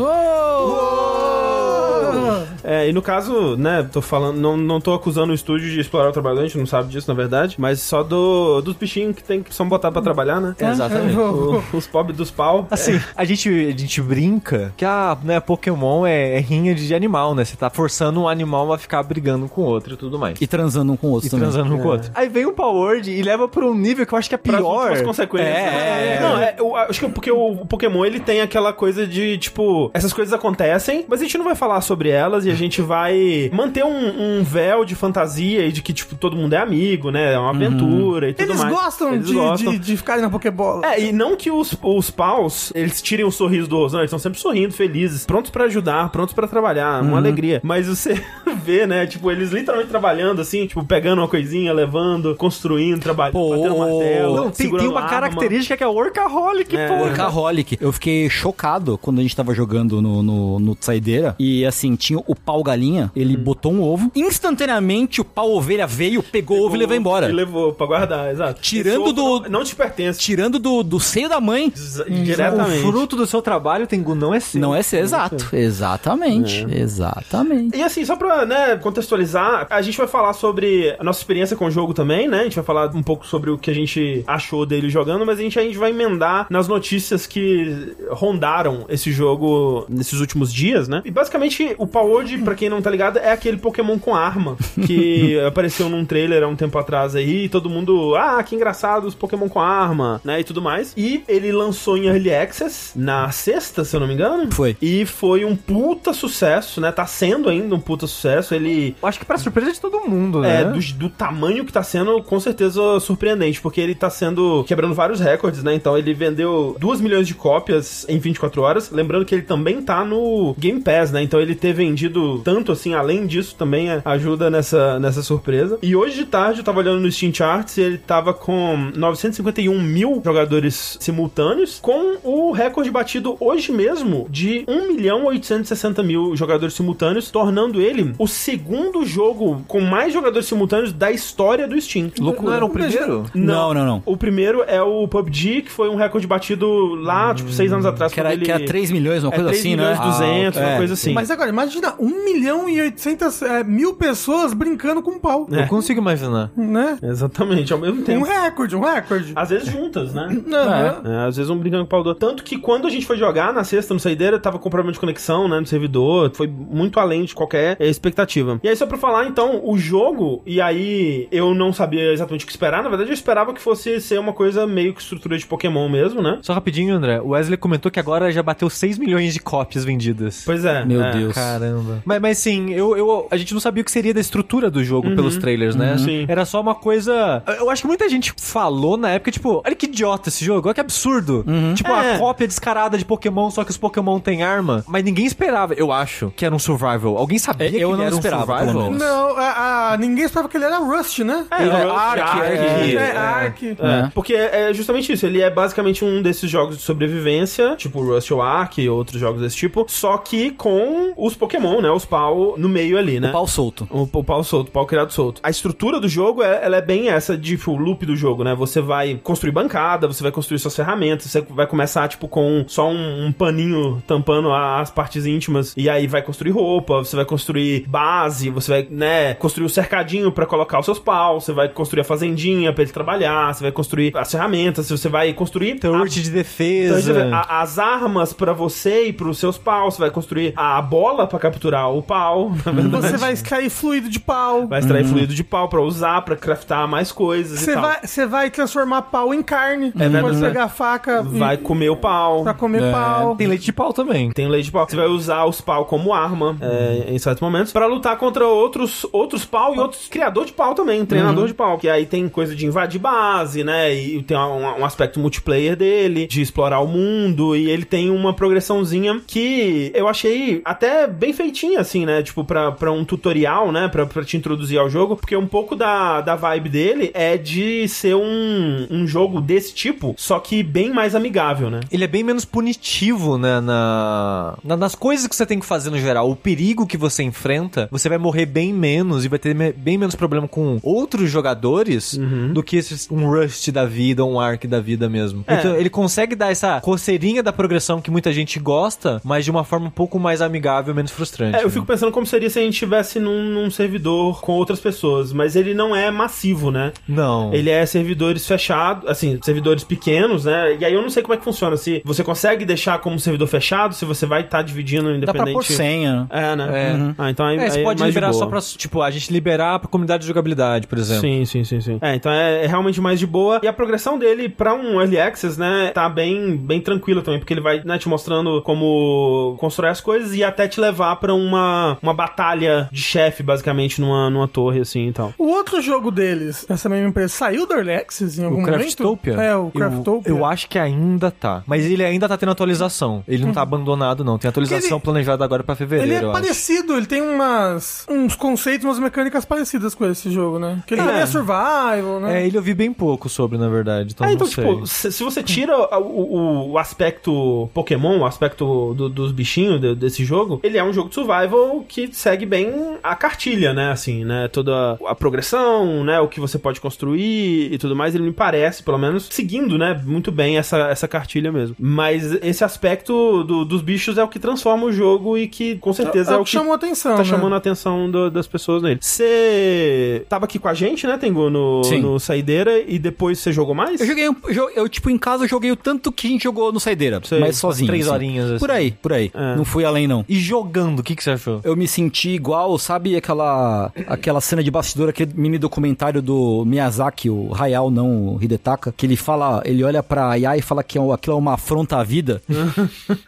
É, e no caso, né, tô falando, não, não tô acusando o estúdio de explorar o trabalhador, a gente não sabe disso, na verdade, mas só do, dos bichinhos que, tem, que são botados pra trabalhar, né? Exatamente. O- os pobres dos pau. Assim, a gente, a gente brinca que a né, Pokémon é, é rinha de animal, né? Você tá forçando um animal a ficar brigando com o outro e tudo mais. E transando um com o outro E também. transando um com o outro. Aí vem o Powerword e leva pra um nível que eu acho que é Pras pior. últimas consequências. É, né? é. Não, é, eu acho que porque o Pokémon ele tem aquela coisa de, tipo, essas coisas acontecem, mas a gente não vai falar sobre elas e a gente vai manter um, um véu de fantasia e de que, tipo, todo mundo é amigo, né? É uma Uhum. aventura e tudo Eles mais. gostam, de, De, de ficarem na Pokébola. É, e não que os, os paus, eles tirem o sorriso do Rosan, eles estão sempre sorrindo, felizes, prontos pra ajudar, prontos pra trabalhar, Uhum. uma alegria. Mas você vê, né, tipo, eles literalmente trabalhando assim, tipo, pegando uma coisinha, levando, construindo, trabalhando, Pô, batendo martelo, Não, tem, tem segurando uma arma. característica que é workaholic, É. porra. Workaholic. Eu fiquei chocado quando a gente tava jogando no, no, no Saideira. E assim, tinha o pau galinha, ele Hum. botou um ovo. Instantaneamente o pau ovelha veio, pegou o ovo e levou embora. E levou pra guardar, exato. Tirando Esse ovo do- Não, não te pertence. Tirando do, do seio da mãe. Diz- O Diretamente. fruto do seu trabalho, Tengu, não é seu. Não é ser exato. Exatamente. É. Exatamente. E assim, só pra né, contextualizar, a gente vai falar sobre a nossa experiência com o jogo também, né? A gente vai falar um pouco sobre o que a gente achou dele jogando, mas a gente, a gente vai emendar nas notícias que rondaram esse jogo nesses últimos dias, né? E basicamente, o Powerd, pra quem não tá ligado, é aquele Pokémon com arma que apareceu num trailer há um tempo atrás aí, e todo mundo, ah, que engraçado, os Pokémon com arma, né? E tudo mais. E ele lançou em Early Access na sexta, se eu não me engano. Foi. E foi um puta sucesso, né? Tá sendo ainda um puta sucesso. Ele. Eu acho que pra surpresa de todo mundo, né? É, do, do tamanho que tá sendo, com certeza surpreendente, porque ele tá sendo quebrando vários recordes, né? Então ele vendeu 2 milhões de cópias em 24 horas. Lembrando que ele também tá no Game Pass, né? Então ele ter vendido tanto assim, além disso, também é- ajuda nessa, nessa surpresa. E hoje tá de tarde Ah, eu tava olhando no Steam Charts e ele tava com 951 mil jogadores simultâneos, com o recorde batido hoje mesmo de 1 milhão 860 mil jogadores simultâneos, tornando ele o segundo jogo com mais jogadores simultâneos da história do Steam. Loucura. Não era um o primeiro? Não, não, não. O primeiro é o PUBG, que foi um recorde batido lá, tipo, seis anos atrás. Hum, Que era, quando ele- que era 3 milhões, uma é, coisa 3 assim, né? milhões 200, Ah, uma é. coisa assim. Mas agora, imagina 1 milhão e 800 eh, mil pessoas brincando com um pau, É. Eu consigo imaginar. né? Exatamente, ao mesmo Um tempo. recorde, um recorde. Às vezes juntas, né? Aham. Ah, É, às vezes um brincando com o pau do outro. Tanto que quando a gente foi jogar na sexta, no saideira, tava com problema de conexão, né? No servidor, foi muito além de qualquer eh, expectativa. E aí, só pra falar, então, o jogo, e aí eu não sabia exatamente o que esperar. Na verdade, eu esperava que fosse ser uma coisa meio que estrutura de Pokémon mesmo, né? Só rapidinho, André. O Wesley comentou que agora já bateu 6 milhões de cópias vendidas. Pois é. Meu é. Deus. Caramba. Mas, mas sim, eu, eu, a gente não sabia o que seria da estrutura do jogo pelos trailers, né? Sim. Era só uma coisa. Eu acho que muita gente falou na época, tipo, olha que idiota esse jogo, olha que absurdo. Tipo, É. a cópia descarada de Pokémon, só que os Pokémon têm arma. Mas ninguém esperava, eu acho, que era um survival. Alguém sabia É, que eu ele não era esperava, um survival? pelo menos. Não, é, a, a- ninguém esperava que ele era Rust, né? É, É, o Ark, Ark, Ark. é. É, é. Ark. É. Porque é justamente isso, ele é basicamente um desses jogos de sobrevivência, tipo Rust ou Ark e outros jogos desse tipo, só que com os Pokémon, né, os pau no meio ali, né? O pau solto. O, o pau solto, o pau criado solto. A estrutura do jogo, é, ela é bem essa de, tipo, loop do jogo, né? Você vai construir bancada, você vai construir suas ferramentas, você vai começar, tipo, com só um, um paninho tampando a- as partes íntimas, e aí vai construir roupa, você vai construir base, você vai, né, construir o cercadinho pra colocar os seus paus, você vai construir a fazendinha pra ele trabalhar, você vai construir as ferramentas, você vai construir Então, a ult então, de a gente defesa. vai- a- as armas pra você e pros seus paus, você vai construir a bola pra capturar o pau, né? na verdade. Você vai extrair fluido de pau. Vai extrair fluido de pau pra usar, pra craftar mais coisas e Uhum. Você tal. vai, você vai transformar pau em carne. verdade, Pode né? pegar a faca e- Vai comer o pau. pra comer É, pau. Tem leite de pau também. Tem leite de pau. Você vai usar os pau como arma é, em certos momentos pra lutar contra outros outros pau e outros criador de pau também, treinador de pau. Que aí tem coisa de invadir base, né? E tem um, um aspecto multiplayer dele, de explorar o mundo. E ele tem uma progressãozinha que eu achei até bem feitinha, assim, né? Tipo, pra, pra um tutorial, né? Pra, pra te introduzir ao jogo. Porque um pouco da, da vibe dele é de ser um, um jogo desse tipo, só que bem mais amigável, né? Ele é bem menos punitivo, né? Na, na- nas coisas que você tem que fazer no geral. O perigo que você enfrenta, você vai morrer bem menos e vai ter me- bem menos problema com outros jogadores Uhum. do que esses, um Rust da vida, um Ark da vida mesmo. É. Então, ele consegue dar essa coceirinha da progressão que muita gente gosta, mas de uma forma um pouco mais amigável, menos frustrante. É, eu né? fico pensando como seria se a gente estivesse num, num servidor com outras pessoas, mas ele não é massivo, né? Não. Ele é servidores fechados, assim, servidores pequenos, né? E aí eu não sei como é que funciona. Se você consegue deixar como servidor fechado, se você vai estar dividindo Dá pra independente. pôr senha. É, né? É. Ah, então aí, É, você aí pode mais de liberar boa. só pra, tipo, a gente liberar pra comunidade de jogabilidade, por exemplo. Sim, sim, sim, sim. É, então é, é realmente mais de boa. E a progressão dele pra um early access, né, tá bem, bem tranquila também, porque ele vai né, te mostrando como construir as coisas e até te levar pra uma, uma batalha de chefe, basicamente, numa, numa torre, assim e tal. O outro jogo deles, essa mesma empresa, saiu do Orlexis em algum O momento? Craftopia? É, o Eu- Craftopia. Eu, acho que ainda tá. Mas ele ainda tá tendo atualização. Ele não tá abandonado, não. Tem atualização Uhum. Ele- planejada agora pra fevereiro, Ele é eu acho. parecido, ele tem umas, uns conceitos, umas mecânicas parecidas com esse jogo, né? Que ele É. é, survival, né? Ah, É, ele eu vi bem pouco sobre, na verdade. Então, É, então, não sei. tipo, se, se você tira o, o- o aspecto Pokémon, o aspecto do- dos bichinhos de- desse jogo, ele é um jogo de survival que segue bem a cartilha, né? Assim, né? Toda a progressão, né? O que você pode construir e tudo mais. Ele me parece, pelo menos, seguindo, né? Muito bem essa, essa cartilha mesmo. Mas esse aspecto do- dos bichos é o que transforma o jogo e que, com certeza, é, o que chamou atenção. tá né? chamando a atenção do- das pessoas nele. Você tava aqui com a gente, né, Tengu, no, Sim. no Saideira, e depois você jogou mais? Eu joguei, um- jo- eu, tipo, em casa eu joguei o tanto que a gente jogou no Saideira, Sei, mas sozinho. Três assim. horinhas, assim. Por aí, por aí. É. Não fui além, não. E jogando, o que, que você achou? Eu me senti igual, sabe aquela aquela cena de bastidor, aquele mini documentário do Miyazaki, o Hayao, não o Hidetaka, que ele fala, ele olha pra Yaya e fala que é um- aquilo é uma afronta à vida.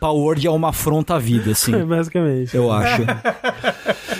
Power Word é uma afronta à vida, assim. Basicamente. Eu acho.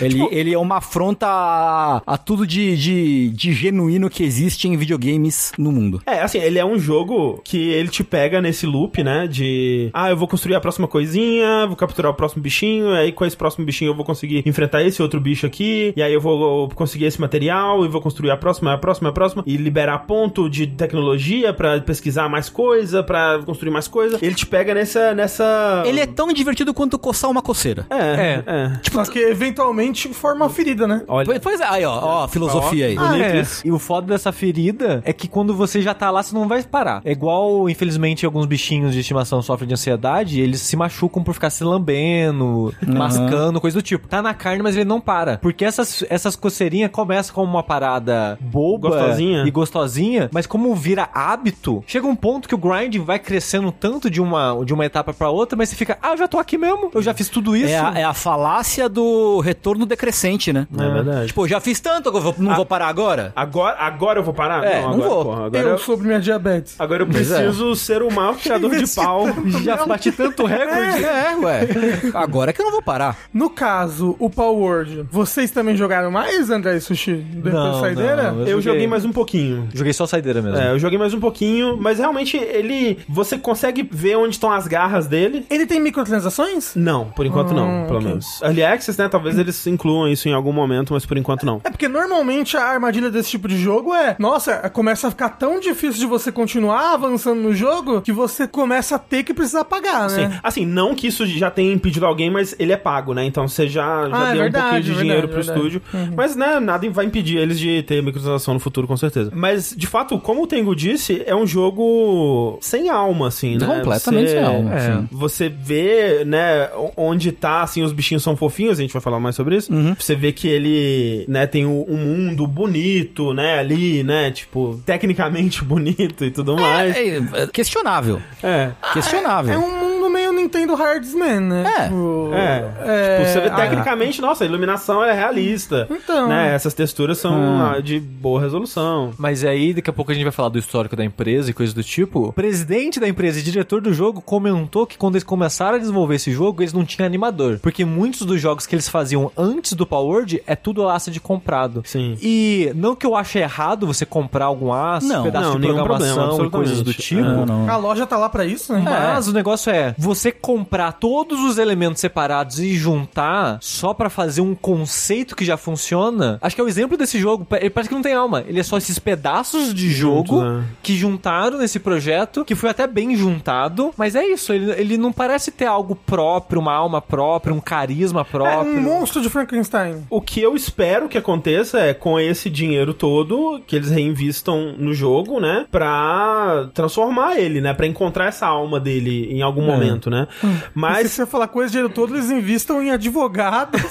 Ele, Tipo ele é uma afronta a, a tudo de, de, de genuíno que existe em videogames no mundo. É, assim, ele é um jogo que ele te pega nesse loop, né? De, ah, eu vou construir a próxima coisinha, vou capturar o próximo bichinho, aí com esse próximo bichinho eu vou conseguir enfrentar esse outro bicho aqui, e aí eu vou conseguir esse material, e vou construir a próxima, a próxima, a próxima, e liberar ponto de tecnologia pra pesquisar mais coisa, pra construir mais coisa. Ele te pega nessa. nessa... Ele é tão divertido quanto coçar uma coceira. É, É. é. Tipo, Só que eventualmente forma uma ferida, né? Pois- Pois é, aí ó, ó, a filosofia aí. Ah, é. isso. E o foda dessa ferida é que quando você já tá lá, você não vai parar. É igual, infelizmente, alguns bichinhos de estimação sofrem de ansiedade, eles se machucam por ficar se lambendo, mascando, coisa do tipo. Tá na carne, mas ele não para. Porque essas, essas coceirinhas começam com uma parada boba Gostosinha. e gostosinha, mas como vira hábito, chega um ponto que o grind vai crescendo tanto de uma, de uma etapa pra outra, mas você fica, ah, eu já tô aqui mesmo, eu já fiz tudo isso. É a, é a falácia do retorno decrescente, né? É verdade. Tipo, eu já fiz tanto, eu vou- não vou parar agora? Agora, agora eu vou parar? É, não agora, vou. porra, agora Eu eu- sobre minha diabetes. Agora eu Pois é. preciso ser o maior criador de pau. Já bati tanto recorde. É, ué. Agora que eu não vou parar. No caso, o Power Word, vocês também jogaram mais, André e Sushi? Depois Não, da saideira? não, Eu joguei mais um pouquinho. Joguei só saideira mesmo. É, eu joguei mais um pouquinho, mas realmente ele. Você consegue ver onde estão as garras dele? Ele tem microtransações? Não, por enquanto não, pelo menos. Early Access, né? Talvez eles incluam isso em algum momento, mas por enquanto não. É porque normalmente a armadilha desse tipo de jogo é, nossa, começa a ficar tão difícil de você continuar avançando no jogo que você começa a ter que precisar pagar, Assim, né? assim, não que isso já tenha impedido alguém, mas ele é pago, né? Então você já, já Ah, é deu verdade, um pouquinho de verdade, dinheiro pro verdade. Uhum. estúdio. Mas, né, nada vai impedir eles de ter microtransação no futuro, com certeza. Mas, de fato, como o Tengu disse, é um jogo sem alma, assim, né? Completamente Você- sem alma, É. sim. Você vê, né, o- onde tá, assim, os bichinhos são fofinhos, a gente vai falar mais sobre isso. Uhum. Você vê que ele, né, tem um um mundo bonito, né, ali, né, tipo, tecnicamente bonito e tudo mais. É, é questionável. É. Questionável. É um mundo meio Nintendo Hardsman, né? É. Tipo, É. é, Tipo, você vê a- tecnicamente, nossa, a iluminação é realista. Então. Né? Essas texturas são ah, de boa resolução. Mas aí, daqui a pouco a gente vai falar do histórico da empresa e coisas do tipo. O presidente da empresa e diretor do jogo comentou que quando eles começaram a desenvolver esse jogo, eles não tinham animador. Porque muitos dos jogos que eles faziam antes do Powered é tudo asset comprado. Sim. E não que eu ache errado você comprar algum asset, Não. pedaço Não, de nenhum programação problema, e coisas do absolutamente. É. tipo. Não, não. A loja tá lá pra isso, né? Mas o negócio é, você comprar todos os elementos separados e juntar só pra fazer um conceito que já funciona. Acho que é o exemplo desse jogo. pa- Ele parece que não tem alma. Ele é só esses pedaços de jogo né? que juntaram nesse projeto, que foi até bem juntado. Mas é isso, ele, ele não parece ter algo próprio, uma alma própria, um carisma É próprio. um monstro de Frankenstein. O que eu espero que aconteça é, com esse dinheiro todo, que eles reinvistam no jogo, né? Pra transformar ele, né? Pra encontrar essa alma dele em É. algum momento, né? Mas... Mas, Se você falar coisa o dinheiro todo, eles investam em advogados.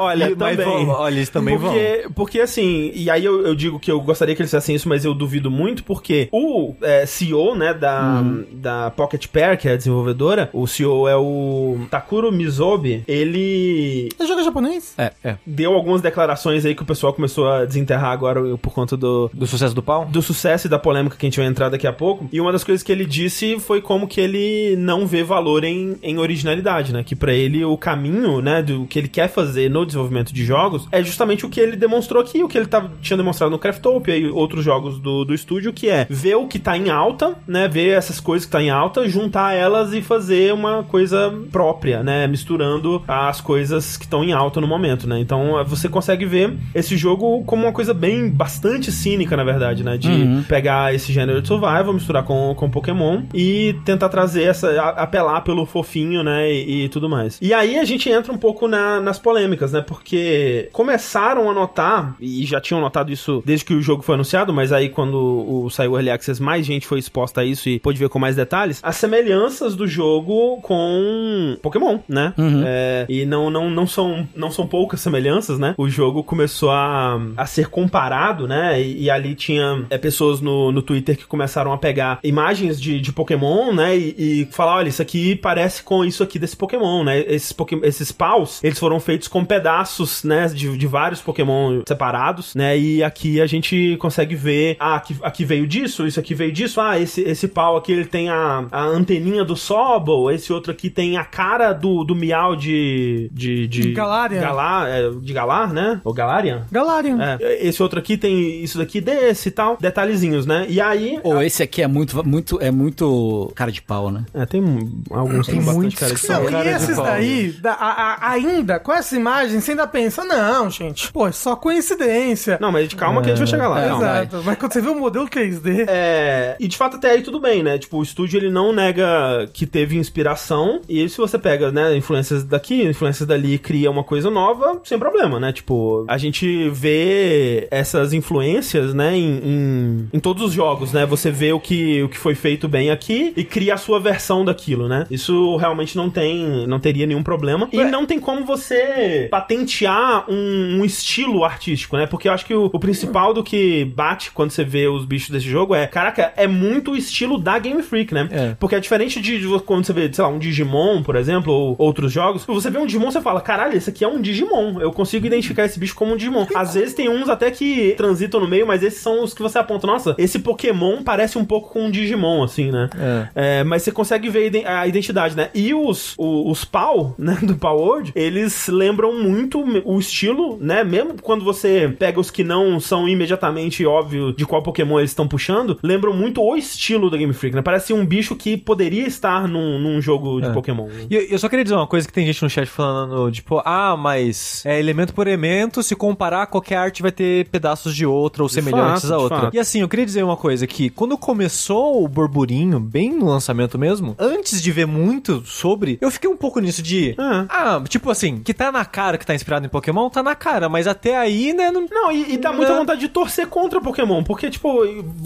olha, Mas também... vão- olha, eles também vão. porque, Porque, assim, e aí eu, eu digo que eu gostaria que eles fizessem isso, mas eu duvido muito, porque o é, CEO, né, da, Uhum. da Pocket Pair, que é a desenvolvedora, o CEO é o Takuro Mizobi, ele Você joga japonês? É, é. deu algumas declarações aí que o pessoal começou a desenterrar agora por conta do, Do sucesso do pau? do sucesso e da polêmica que a gente vai entrar daqui a pouco. E uma das coisas que ele disse foi como que ele não vê valor em, em originalidade, né? Que pra ele o caminho, né, do que ele quer fazer no desenvolvimento de jogos é justamente o que ele demonstrou aqui, o que ele tava, tinha demonstrado no Craftopia e outros jogos do, do estúdio, que é ver o que tá em alta, né? Ver essas coisas que tá em alta, juntar elas e fazer uma coisa própria, né? Misturando as coisas que estão em alta no momento, né? Então eh, você consegue ver esse jogo como uma coisa bem bastante cínica, na verdade, né? De pegar esse gênero de survival, misturar com, com Pokémon e tentar trazer essa. a- apelar pelo fofinho, né? E, e tudo mais. E aí a gente entra um pouco na- nas polêmicas, né? Porque começaram a notar, e já tinham notado isso desde que o jogo foi anunciado, mas aí quando o, saiu o Early Access, mais gente foi exposta a isso e pôde ver com mais detalhes, as semelhanças do jogo com Pokémon, né? É, e não, não, não, são, não são poucas semelhanças, né? O jogo começou a, a ser comparado, né? E, e ali tinha é, pessoas no, no Twitter que começaram a pegar imagens de, de Pokémon, né? E, e falar, olha, isso aqui parece com isso aqui desse Pokémon, né? Esses, Poké- esses paus, eles foram feitos com pedaços, né? De, de vários Pokémon separados, né? E aqui a gente consegue ver, ah, aqui, aqui veio disso, isso aqui veio disso, ah, esse, esse pau aqui ele tem a, a anteninha do Sobble, esse outro aqui tem a cara do, do Miau de... De, de Galarian. Galar, é, de Galar, né? Ou Galarian? Galarian. É, esse outro aqui tem isso daqui desse e tal, detalhezinhos, né? E aí. Ou esse aqui é muito, muito, é muito cara de pau, né? É, tem um- alguns que Tem tem bastante muitos cara que de são pau. Não, um cara e de esses pau, daí, da- a- a- ainda, com essa imagem, você ainda pensa, não, gente, pô, é só coincidência. Não, mas calma que a gente vai chegar lá. É, calma. Exato. Mas quando você vê o modelo 3D, É, e de fato até aí tudo bem, né? Tipo, o estúdio ele não nega que teve inspiração e se você pega, né, influências daqui, influências dali e cria uma coisa nova, sem problema, né? Tipo, a gente vê essas influências, né, em, em, em todos os jogos, né? Você vê o que, o que foi feito bem aqui e cria a sua versão daquilo, né? Isso realmente não tem, não teria nenhum problema. E não tem como você patentear um, um estilo artístico, né? Porque eu acho que o, o principal do que bate quando você vê os bichos desse jogo é, caraca, é muito o estilo da Game Freak, né? É. Porque é diferente de de quando você vê, sei lá, um Digimon, por exemplo, ou outros jogos. Você vê um Digimon, você fala, caralho, esse aqui é um Digimon. Eu consigo identificar esse bicho como um Digimon. Às vezes tem uns até que transitam no meio, mas esses são os que você aponta. Nossa, esse Pokémon parece um pouco com um Digimon, assim, né? É. É, mas você consegue ver a iden- a identidade, né? E os, o- os, pau, né, do Power World, eles lembram muito o estilo, né? Mesmo quando você pega os que não são imediatamente óbvio de qual Pokémon eles estão puxando, lembram muito o estilo do Game Freak, né? Parece um bicho que poderia estar num, num jogo de É. Pokémon. E eu- eu só queria dizer uma coisa que tem gente no chat falando, tipo, ah, mas é elemento por elemento, se comparar, qualquer arte vai ter pedaços de outra ou semelhantes fato, à de outra. fato. E assim, eu queria dizer uma coisa, que quando começou o burburinho, bem no lançamento mesmo, antes de ver muito sobre, eu fiquei um pouco nisso de, Ah. ah, tipo assim, que tá na cara que tá inspirado em Pokémon, tá na cara, mas até aí, né, não... Não, e, e dá muita Não. vontade de torcer contra Pokémon, porque, tipo,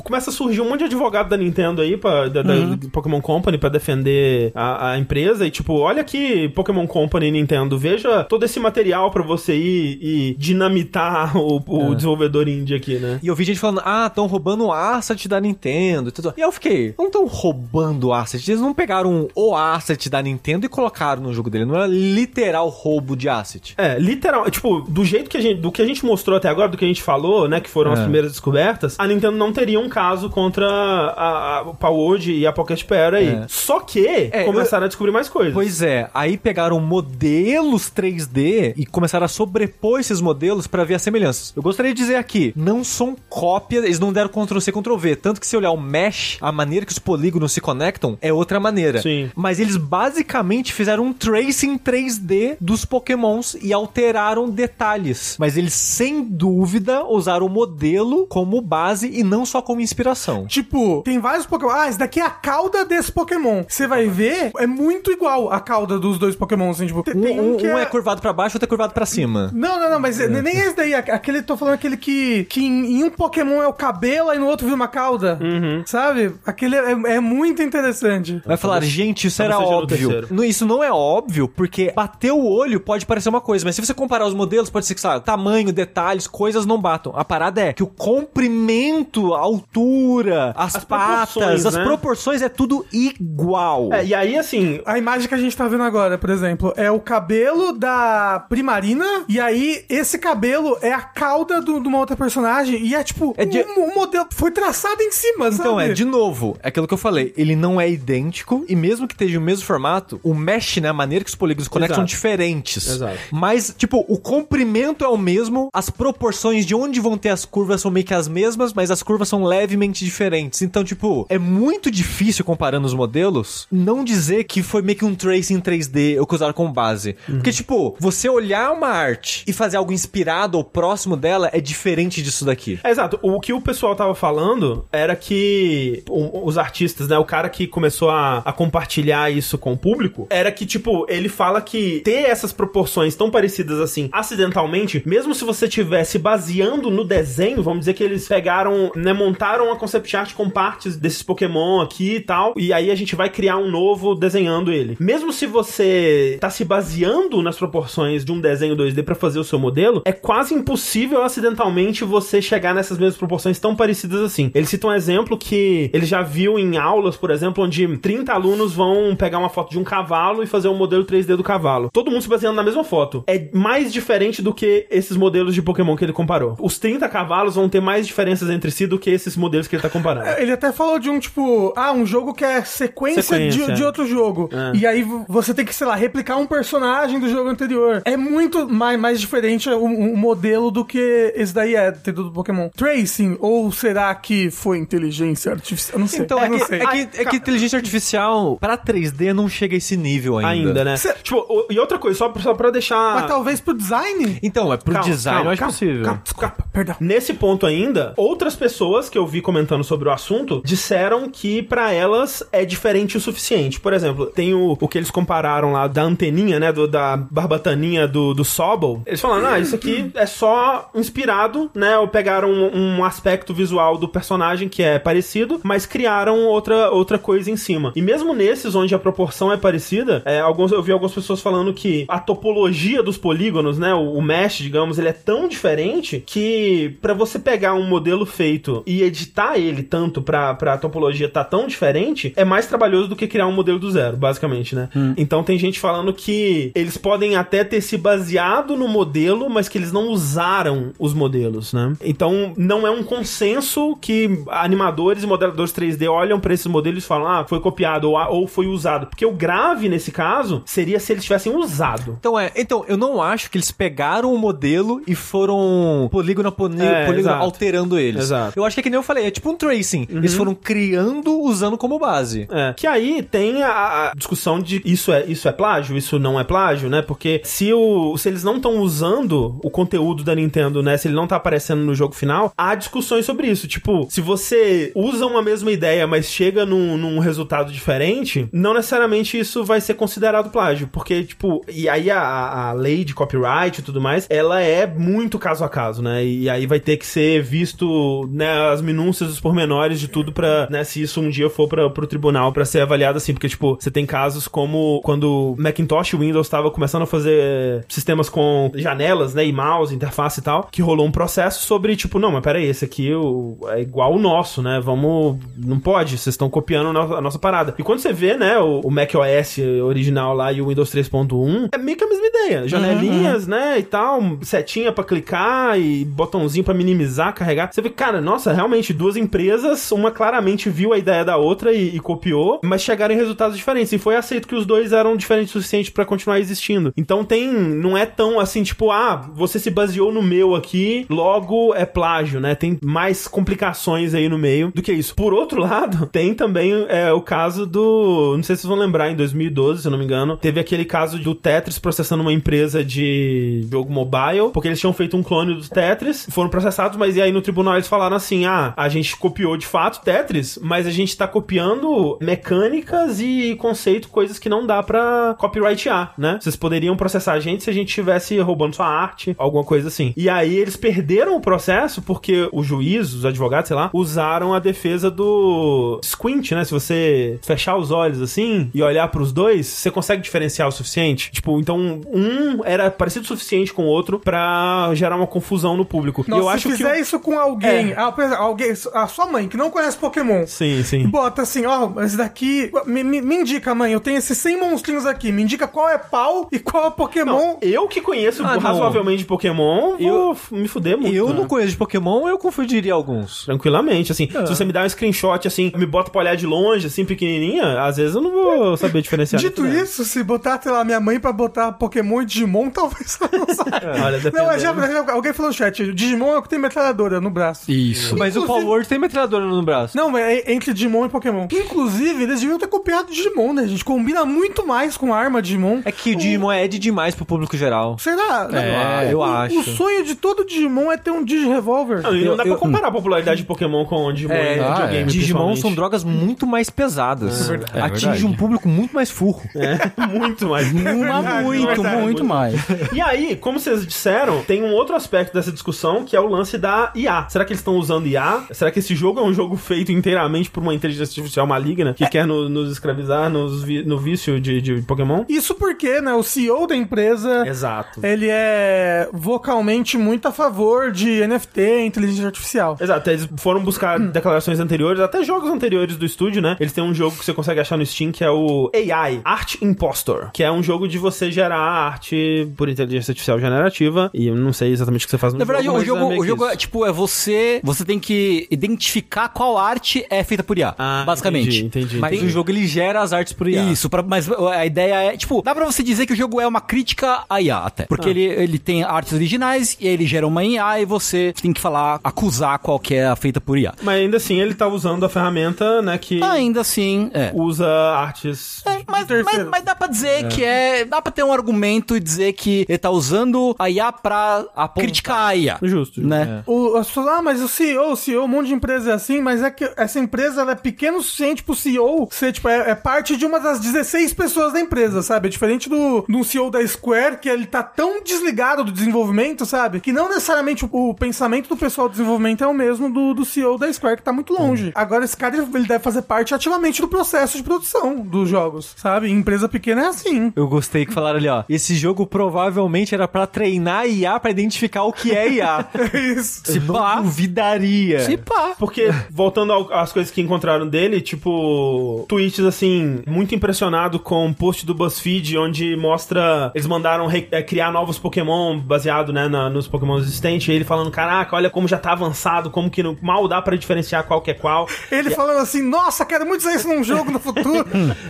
começa a surgir um monte de advogado da Nintendo aí, pra, da, da Uhum. Pokémon Company, pra defender a, a empresa, e, tipo, olha aqui, Pokémon Company e Nintendo, veja todo esse material pra você ir e dinamitar o, É. o desenvolvedor indie aqui, né? E eu vi gente falando, ah, estão roubando o asset da Nintendo e tudo. E eu fiquei, não estão roubando o asset. Eles não pegaram o asset da Nintendo e colocaram no jogo dele. Não era literal roubo de asset. É, literal, tipo, do jeito que a gente, do que a gente mostrou até agora, do que a gente falou, né, que foram as É. primeiras descobertas, a Nintendo não teria um caso contra a, a Palworld e a Pocket Pair aí. É. Só que É, começaram a descobrir mais coisas. Pois é, aí pegaram modelos 3D e começaram a sobrepor esses modelos pra ver as semelhanças. Eu gostaria de dizer aqui, não são cópias, eles não deram Ctrl C Ctrl V, tanto que se olhar o mesh, a maneira que os polígonos se conectam é outra maneira. Sim. Mas eles basicamente fizeram um tracing 3D dos pokémons e alteraram detalhes. Mas eles, sem dúvida, usaram o modelo como base e não só como inspiração. Tipo, tem vários Pokémon. Ah, esse daqui é a cauda desse Pokémon. Você vai ver, é muito igual a cauda dos dois Pokémon. Assim, tipo, tem- Um, tem um, um- que um é... é curvado pra baixo, outro é curvado pra cima. Não, não, não, mas é- nem esse daí. aque- Aquele, tô falando aquele que, que em, em um Pokémon é o cabelo, aí no outro vira uma cauda. Sabe? Aquele é, é muito interessante. Vai falar, gente, isso talvez era seja no óbvio. terceiro. Não, isso não é óbvio, porque bater o olho pode parecer uma coisa, mas se você comparar os modelos, pode ser que, sabe, tamanho, detalhes, coisas não batam. A parada é que o comprimento, a altura, as, As patas, proporções, as né? proporções é tudo igual. É, e aí, assim, A imagem que a gente tá vendo agora, por exemplo, é o cabelo da Primarina, e aí esse cabelo é a cauda do- de uma outra personagem, e é tipo, É de- um, um modelo foi traçado em cima, sabe? Então, é, de novo, é aquilo que eu falei, ele não é idêntico, e mesmo que esteja o mesmo formato, o mesh, né, a maneira que os polígonos conectam são Exato. diferentes. Exato. Mas, tipo, o comprimento é o mesmo, as proporções de onde vão ter as curvas são meio que as mesmas, mas as curvas são levemente diferentes. Então, tipo, é muito difícil, comparando os modelos, não dizer que foi meio que um tracing 3D, ou que usaram como base. Uhum. Porque, tipo, você olhar uma arte e fazer algo inspirado ou próximo dela é diferente disso daqui. É, exato. O que o pessoal tava falando era que o- os artistas, né? O cara que começou a, a compartilhar isso com o público, era que, tipo, ele fala que ter essas proporções tão parecidas assim, acidentalmente, mesmo se você tivesse baseando no desenho, vamos dizer que eles pegaram, né? Montaram a concept art com partes desses Pokémon aqui e tal, e aí a gente vai criar um novo desenhando ele. Mesmo se você tá se baseando nas proporções de um desenho 2D pra fazer o seu modelo, é quase impossível acidentalmente você chegar nessas mesmas proporções tão parecidas assim. Ele cita um exemplo que ele já viu em aulas, por exemplo, onde 30 alunos vão pegar uma foto de um cavalo e fazer um modelo 3D do cavalo. Todo mundo se baseando na mesma foto. É mais diferente do que esses modelos de Pokémon que ele comparou. Os 30 cavalos vão ter mais diferenças entre si do que esses modelos que ele tá comparando. Ele até falou de um tipo, ah, um jogo que é sequência, Sequência, de, de é. outro jogo. É. E aí vo- você tem que, sei lá, replicar um personagem do jogo anterior. É muito mais, mais diferente o, o modelo do que esse daí é, ter do Pokémon. Tracing, ou será que foi inteligência artificial? Eu não sei. Então, Eu é não que, sei. é que- é que inteligência artificial pra 3D não chega a esse nível ainda. ainda, né? Cê- Tipo, o- e outra coisa, só, pra- só pra deixar. Mas talvez pro design? Então, é pro Calma, design calma, eu acho calma, possível. calma, desculpa. Perdão. Nesse ponto ainda, outras pessoas que eu vi comentando sobre o assunto disseram que pra elas é diferente o suficiente. Por exemplo, tem o, o que eles compararam lá da anteninha, né, do- da barbataninha do, do Sobol. Eles falaram, ah, isso aqui é só inspirado, né, ou pegaram um, um aspecto visual do personagem que é parecido, mas criaram outra, outra coisa em cima. E mesmo nesses onde a proporção é parecida, é, alguns, eu vi algumas pessoas falando que a topologia dos polígonos, né, o, o mesh, digamos, ele é tão diferente que pra você pegar um modelo feito e editar ele tanto pra, pra topologia tá tão diferente, é mais trabalhoso do que criar um modelo do zero, basicamente, né? Então tem gente falando que eles podem até ter se baseado no modelo, mas que eles não usaram os modelos, né? Então não é um consenso que animadores e modeladores 3D olham pra esses modelos e falam, ah, foi copiado ou, ah, ou foi usado. Porque o grave nesse caso seria se eles tivessem usado. Então é. Então, eu não acho que eles pegaram o modelo e foram polígono a poni- É, polígono exato. alterando eles. Exato. Eu acho que é que nem eu falei, é tipo um tracing. Eles foram criando usando como base. É. Que aí tem a, a discussão de isso é, isso é plágio, isso não é plágio, né? Porque se, o, se eles não estão usando o conteúdo da Nintendo, né? Se ele não tá aparecendo no jogo final, há discussões sobre isso. Tipo, se você usa uma mesma ideia, mas chega num, num resultado diferente, não necessariamente isso vai ser considerado plágio. Porque, tipo, e aí a, a lei de copyright e tudo mais, ela é muito caso a caso, né? E aí vai ter que ser visto né, as minúcias, os pormenores de tudo pra, né, se isso um dia for pra, pro tribunal pra ser avaliado assim, porque, tipo, você tem casos como quando Macintosh e Windows tava começando a fazer eh, sistemas com janelas, né, e mouse, interface e tal, que rolou um processo sobre, tipo, não, mas peraí, esse aqui o- é igual o nosso, né, vamos, não pode, vocês estão copiando a nossa, a nossa parada. E quando você vê, né, o, o Mac OS original lá e o Windows 3.1, é meio que a mesma ideia, janelinhas, né, e tal, setinha pra clicar e botãozinho pra minimizar, carregar. Você vê, cara, nossa, realmente, duas empresas, uma claramente viu a ideia da outra e, e copiou, mas chegaram em resultados diferentes. E foi aceito que os dois eram diferentes o suficiente pra continuar existindo. Então tem. Não é tão assim, tipo, ah, você se baseou no meu aqui, logo é plágio, né? Tem mais complicações aí no meio do que isso. Por outro lado, tem também é, o caso do. Não sei se vocês vão lembrar, em 2012, se eu não me engano, teve aquele caso do Tetris processando uma empresa de jogo mobile, porque eles tinham feito um clone do Tetris, foram processados, mas e aí no tribunal eles falaram assim: ah, a gente copiou de fato Tetris, mas a gente tá copiando mecânicas e conceito, coisas que não dá pra copyrightar, né? Vocês poderiam processar a gente se a gente estivesse roubando sua arte, alguma coisa assim. E aí eles perderam o processo porque o juiz, os advogados, sei lá, usaram a defesa do squint, né? Se você fechar os olhos assim e olhar pros dois, você consegue diferenciar o suficiente. Tipo, então um era parecido o suficiente com o outro pra gerar uma confusão no público. Nossa, e eu acho se que fizer o- É. isso com alguém, ah, por exemplo, alguém, a sua mãe que não conhece Pokémon, Sim, e sim. bota assim, ó, esse daqui. Me, me- me indica, mãe, eu tenho esses 100 monstrinhos aqui. Me indica qual é pau e qual é Pokémon. Não, eu que conheço Ah, não. razoavelmente de Pokémon, vou Eu- f- me fuder muito. Eu né? não conheço de Pokémon, eu confundiria alguns. Tranquilamente, assim. É. Se você me dá um screenshot, assim, me bota pra olhar de longe, assim, pequenininha, às vezes eu não É. vou saber diferenciar. Dito muito, né? isso, se botar, sei lá, minha mãe pra botar Pokémon e Digimon, talvez ela não saiba. É. Olha, Não, dependendo. mas já, já- alguém falou no chat, o Digimon é o que tem metralhadora no braço. Isso. Mas o Inclusive- Power Word tem metralhadora no braço. Não, mas é entre Digimon e Pokémon. Inclusive, eles deviam ter copiado o Digimon, né, gente? Combina muito mais com a arma Digimon. É que o Digimon é de demais pro público geral. Será? É, eu o, O acho. sonho de todo Digimon é ter um Digi-Revolver. Não, e não dá pra Eu- eu- comparar a popularidade de Pokémon com o Digimon É, em ah, videogame, é. Digimon são principalmente. drogas muito mais pesadas. verdade. É Atinge verdade. um público muito mais furro. É, muito mais. Uma, muito, verdade, muito mais. E aí, como vocês disseram, tem um outro aspecto dessa discussão que é o lance da IA. Será que eles estão usando IA? Será que esse jogo é um jogo feito inteiramente por uma inteligência artificial maligna que quer no- nos escravizar nos vi- no vício de, de Pokémon? Isso porque, né, o CEO da empresa Exato. ele é vocalmente muito a favor de NFT e inteligência artificial. Exato, eles foram buscar declarações anteriores, até jogos anteriores do estúdio, né? Eles têm um jogo que você consegue achar no Steam que é o AI, Art Impostor, que é um jogo de você gerar arte por inteligência artificial generativa, e eu não sei exatamente o que você faz no Na verdade, jogo, o mas é jogo, meio o que jogo isso. é, tipo, é você. Você tem que identificar qual arte é feita por IA. Ah, basicamente. entendi, entendi, Mas Mas o jogo ele gera as artes por IA. Isso, pra- mas a ideia é, tipo, Ah. dá pra você dizer que o jogo é uma crítica à IA até. Porque ele, ele tem artes originais e aí ele gera uma IA e você tem que falar, acusar qual que é a feita por IA. Mas ainda assim, ele tá usando a ferramenta, né, que Ainda assim, é. usa artes... É, mas, terceiro. mas, mas dá pra dizer que é. Dá pra ter um argumento e dizer que ele tá usando a IA pra criticar a IA. Justo. Né? O, as pessoas, ah, mas o CEO, o CEO, um monte de empresa é assim, mas é que essa empresa ela é pequena o suficiente pro CEO ser, tipo, é, é parte de uma das 16 pessoas da empresa, sabe? É diferente do, do CEO da Square, que ele tá tão desligado do desenvolvimento, sabe? Que não necessariamente o, o pensamento do pessoal do desenvolvimento é o mesmo do, do CEO da Square, que tá muito longe. Agora, esse cara, ele deve fazer parte ativamente do processo de produção dos jogos, sabe? Em empresa pequena é assim. Eu gostei que falaram ali, ó. Esse jogo provavelmente era pra treinar IA pra identificar o que é IA. É isso. Se pá. Duvidaria. Se pá. Porque, voltando ao- às coisas que encontraram dele, tipo, tweets assim, muito impressionado com um post do BuzzFeed, onde mostra. Eles mandaram re- eh, criar novos Pokémon, baseado, né, na- nos Pokémon existentes, e ele falando: caraca, olha como já tá avançado, como que não- mal dá pra diferenciar qual que é qual. Ele falando assim, nossa, quero muito usar isso num jogo no futuro.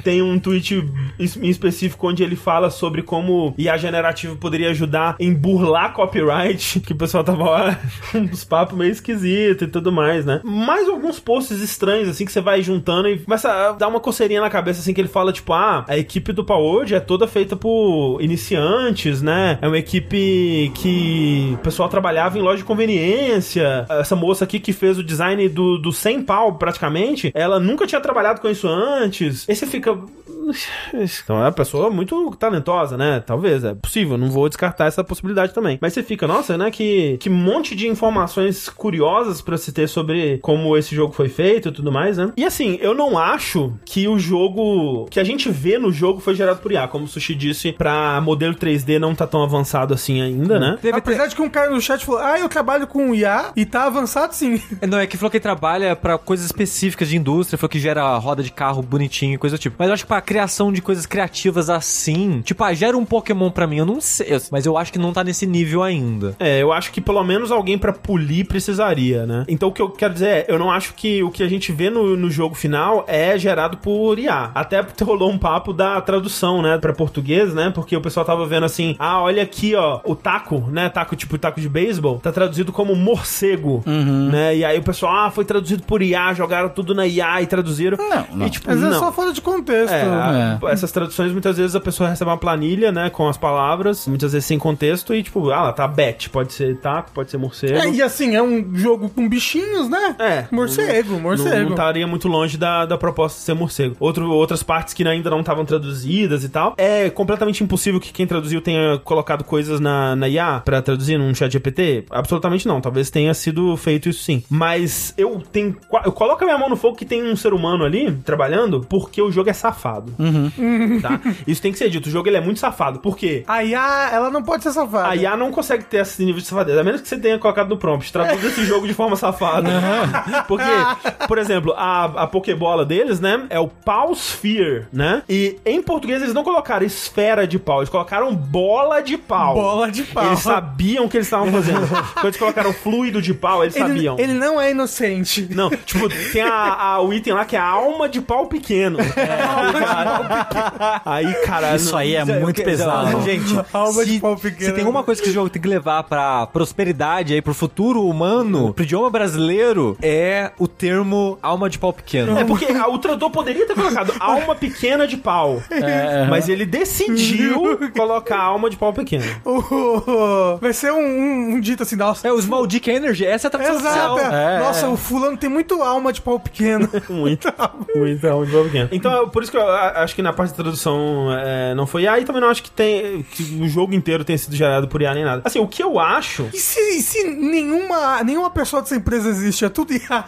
Tem um tweet es- em específico onde ele fala sobre como como IA generativo poderia ajudar em burlar copyright, que o pessoal tava lá, uns papos meio esquisito e tudo mais, né? Mais alguns posts estranhos, assim, que você vai juntando e começa a dar uma coceirinha na cabeça, assim, que ele fala, tipo, ah, a equipe do Power é toda feita por iniciantes, né? É uma equipe que o pessoal trabalhava em loja de conveniência. Essa moça aqui que fez o design do, do 100 pau, praticamente, ela nunca tinha trabalhado com isso antes. Aí você fica, então é uma pessoa muito talentosa, né? Talvez, é possível, não vou descartar essa possibilidade também. Mas você fica, nossa, né? Que, que monte de informações curiosas pra se ter sobre como esse jogo foi feito e tudo mais, né? E assim, eu não acho que o jogo. que a gente vê no jogo foi gerado por IA. Como o Sushi disse, pra modelo 3D não tá tão avançado assim ainda, né? Teve Apesar de que um cara no chat falou, ah, eu trabalho com IA e tá avançado sim. É, Não, é que falou que ele trabalha pra coisas específicas de indústria, falou que gera roda de carro bonitinho e coisa do tipo. Mas eu acho que pra criação de coisas criativas assim, tipo, ah, gera um Pokémon pra mim, eu não sei. eu- Mas eu acho que não tá nesse nível ainda. É, eu acho que pelo menos alguém pra polir precisaria, né? Então o que eu quero dizer é, eu não acho que o que a gente vê no, no jogo final é gerado por IA. Até porque rolou um papo da tradução, né, Pra português, né? Porque o pessoal tava vendo assim, ah, olha aqui, ó, o taco, né, taco tipo taco de beisebol, tá traduzido como morcego, Uhum. né? E aí o pessoal, ah, foi traduzido por IA, jogaram tudo na IA e traduziram. Não, não. E, tipo, Às vezes é não. só fora de contexto. É, né? a- essas traduções muitas vezes a pessoa recebe uma planilha, né, com as palavras, muitas vezes sem contexto e tipo, ah, lá tá bet, pode ser taco, pode ser morcego. É, e assim, é um jogo com bichinhos, né? É. Morcego, morcego. Não, tá- não estaria muito longe da, da proposta de ser morcego. Outro, outras partes que ainda não estavam traduzidas e tal. É completamente impossível que quem traduziu tenha colocado coisas na, na IA pra traduzir num chat GPT? Absolutamente não. Talvez tenha sido feito isso sim. Mas eu tenho. qua- Eu coloco a minha mão no fogo que tem um ser humano ali trabalhando porque o jogo é safado. Tá? Isso tem que ser dito. O jogo ele é muito safado. Por quê? A IA, ela não pode ser safada. A IA não consegue ter esse nível de safadeza, a menos que você tenha colocado no prompt. Traduz esse jogo de forma safada. Porque, por exemplo, a, a Pokébola deles, né? É o Pau Sphere, né? E em português eles não colocaram esfera de pau, eles colocaram bola de pau. Bola de pau. Eles sabiam o que eles estavam fazendo. Quando eles colocaram fluido de pau, eles ele, sabiam. ele não é inocente. Não, tipo, tem a, a- o item lá que é a alma de pau pequeno. É. aí, cara. Isso aí é Eu muito que- pesado. Gente, Alma de se, pau né? pequeno. se tem uma coisa que esse jogo tem que levar pra prosperidade aí, pro futuro humano, pro idioma brasileiro, é o termo alma de pau pequeno. É porque a- o tradutor poderia ter colocado alma pequena de pau. Mas ele decidiu colocar alma de pau pequeno. Vai ser um, um- um dito assim, nossa. É o Small Dick Energy, essa é a tradução Exato. oficial. é. É, Nossa, é. o fulano tem muito alma de pau pequeno. Muito. Muito alma de pau pequeno. Então, é por isso que eu a- acho que na parte da tradução é, não foi IA e também não acho que, tem, que o jogo inteiro tenha sido gerado por IA nem nada. Assim, o que eu acho. E se, e se nenhuma, nenhuma pessoa dessa empresa existe? É tudo IA.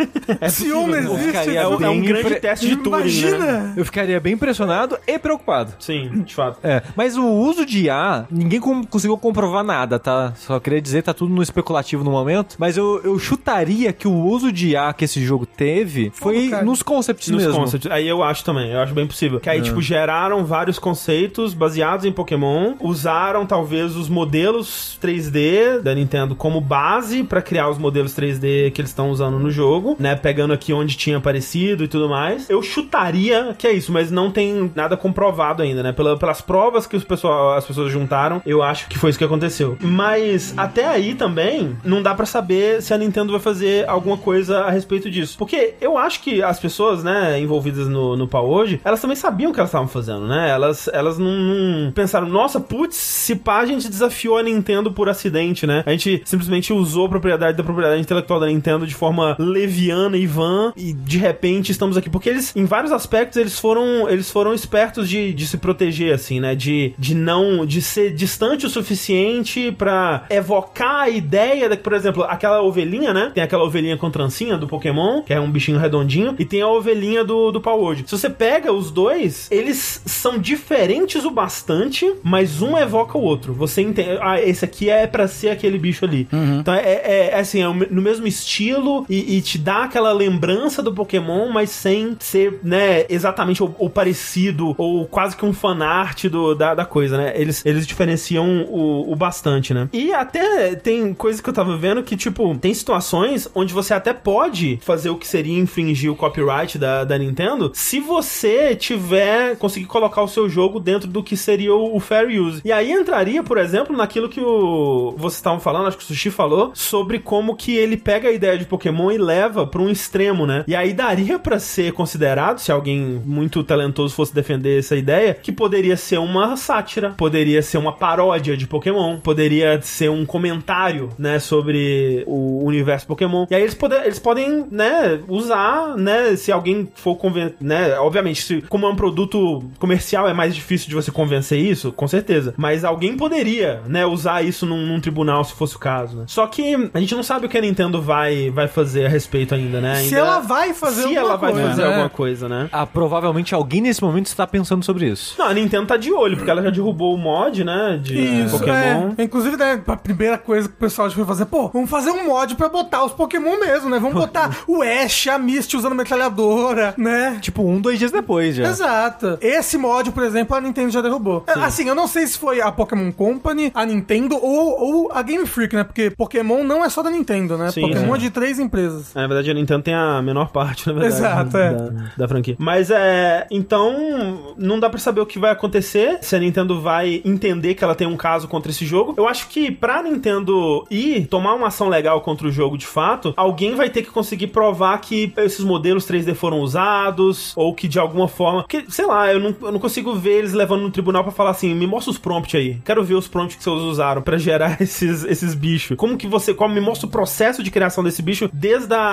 se possível, um não né? existe, Cara, e É tudo- um, é um Tem grande impre- teste de Turing, né? Imagina! Eu ficaria bem impressionado e preocupado. Sim, de fato. É, mas o uso de IA, ninguém com- conseguiu comprovar nada, tá? Só queria dizer, tá tudo no especulativo no momento. Mas eu, eu chutaria que o uso de IA que esse jogo teve foi cara. nos concepts Nos mesmo. concepts. Aí eu acho também, eu acho bem possível. Que aí, tipo, geraram vários conceitos baseados em Pokémon, usaram talvez os modelos 3D da Nintendo como base pra criar os modelos 3D que eles estão usando no jogo, né? Pegando aqui onde tinha aparecido e tudo mais. Eu chutaria que é isso, mas não tem nada comprovado ainda, né? Pela- pelas provas que os pessoal, as pessoas juntaram, eu acho que foi isso que aconteceu. Mas até aí também, não dá pra saber se a Nintendo vai fazer alguma coisa a respeito disso. Porque eu acho que as pessoas, né, envolvidas no, no pau hoje, elas também sabiam o que elas estavam fazendo, né? Elas, elas não, não pensaram, nossa, putz, se pá, a gente desafiou a Nintendo por acidente, né? A gente simplesmente usou a propriedade da propriedade intelectual da Nintendo de forma leviana e vã, e de repente estamos aqui. Porque eles, em vários aspectos, eles foram, eles foram espertos de, de se proteger, assim, né? De, de não. de ser distante o suficiente pra evocar a ideia da, por exemplo, aquela ovelhinha, né? Tem aquela ovelhinha com trancinha do Pokémon, que é um bichinho redondinho, e tem a ovelhinha do, do Palworld. Se você pega os dois, eles são diferentes o bastante, mas um evoca o outro. Você entende. Ah, esse aqui é pra ser aquele bicho ali. Então é, é- é assim, é o me- no mesmo estilo e, e te dá aquela lembrança do Pokémon, mas sem ser, né, exatamente o, o parecido, ou quase que um fanart do, da, da coisa, né? Eles, eles diferenciam o, o bastante, né? E até tem coisa que eu tava vendo que, tipo, tem situações onde você até pode fazer o que seria infringir o copyright da, da Nintendo se você tiver tiver, conseguir colocar o seu jogo dentro do que seria o, o fair use. E aí entraria, por exemplo, naquilo que o vocês estavam falando, acho que o Sushi falou, sobre como que ele pega a ideia de Pokémon e leva pra um extremo, né? E aí daria pra ser considerado, se alguém muito talentoso fosse defender essa ideia, que poderia ser uma sátira, poderia ser uma paródia de Pokémon, poderia ser um comentário, né, sobre o universo Pokémon. E aí eles, poder, eles podem, né, usar, né, se alguém for conven... né, obviamente, se, como é um produto comercial é mais difícil de você convencer isso, com certeza. Mas alguém poderia, né, usar isso num, num tribunal se fosse o caso, né? Só que a gente não sabe o que a Nintendo vai, vai fazer a respeito ainda, né? Se Ainda- ela vai fazer se alguma ela vai coisa, fazer né? alguma coisa, né? Ah, provavelmente alguém nesse momento está pensando sobre isso. Não, a Nintendo tá de olho, porque ela já derrubou o mod, né? De Isso, Pokémon. é. Inclusive, né, a primeira coisa que o pessoal foi fazer, pô, vamos fazer um mod pra botar os Pokémon mesmo, né? Vamos botar o Ash, a Misty usando metralhadora, né? Tipo, um, dois dias depois É. já. Exato. Esse mod, por exemplo, a Nintendo já derrubou. É, Assim, eu não sei se foi a Pokémon Company, a Nintendo ou, ou a Game Freak, né? Porque Pokémon não é só da Nintendo, né? Sim, Pokémon é. é de três empresas. É, na verdade, a Nintendo tem a menor parte, na verdade. Exato, é. da, da franquia. Mas é. Então, não dá pra saber o que vai acontecer, se a Nintendo vai entender que ela tem um caso contra esse jogo. Eu acho que pra Nintendo ir tomar uma ação legal contra o jogo de fato, alguém vai ter que conseguir provar que esses modelos 3D foram usados, ou que de alguma forma. Porque, sei lá, eu não, eu não consigo ver eles levando no tribunal pra falar assim: me mostra os prompts aí. Quero ver os prompts que vocês usaram pra gerar esses, esses bichos. Como que você. Como me mostra o processo de criação desse bicho, desde a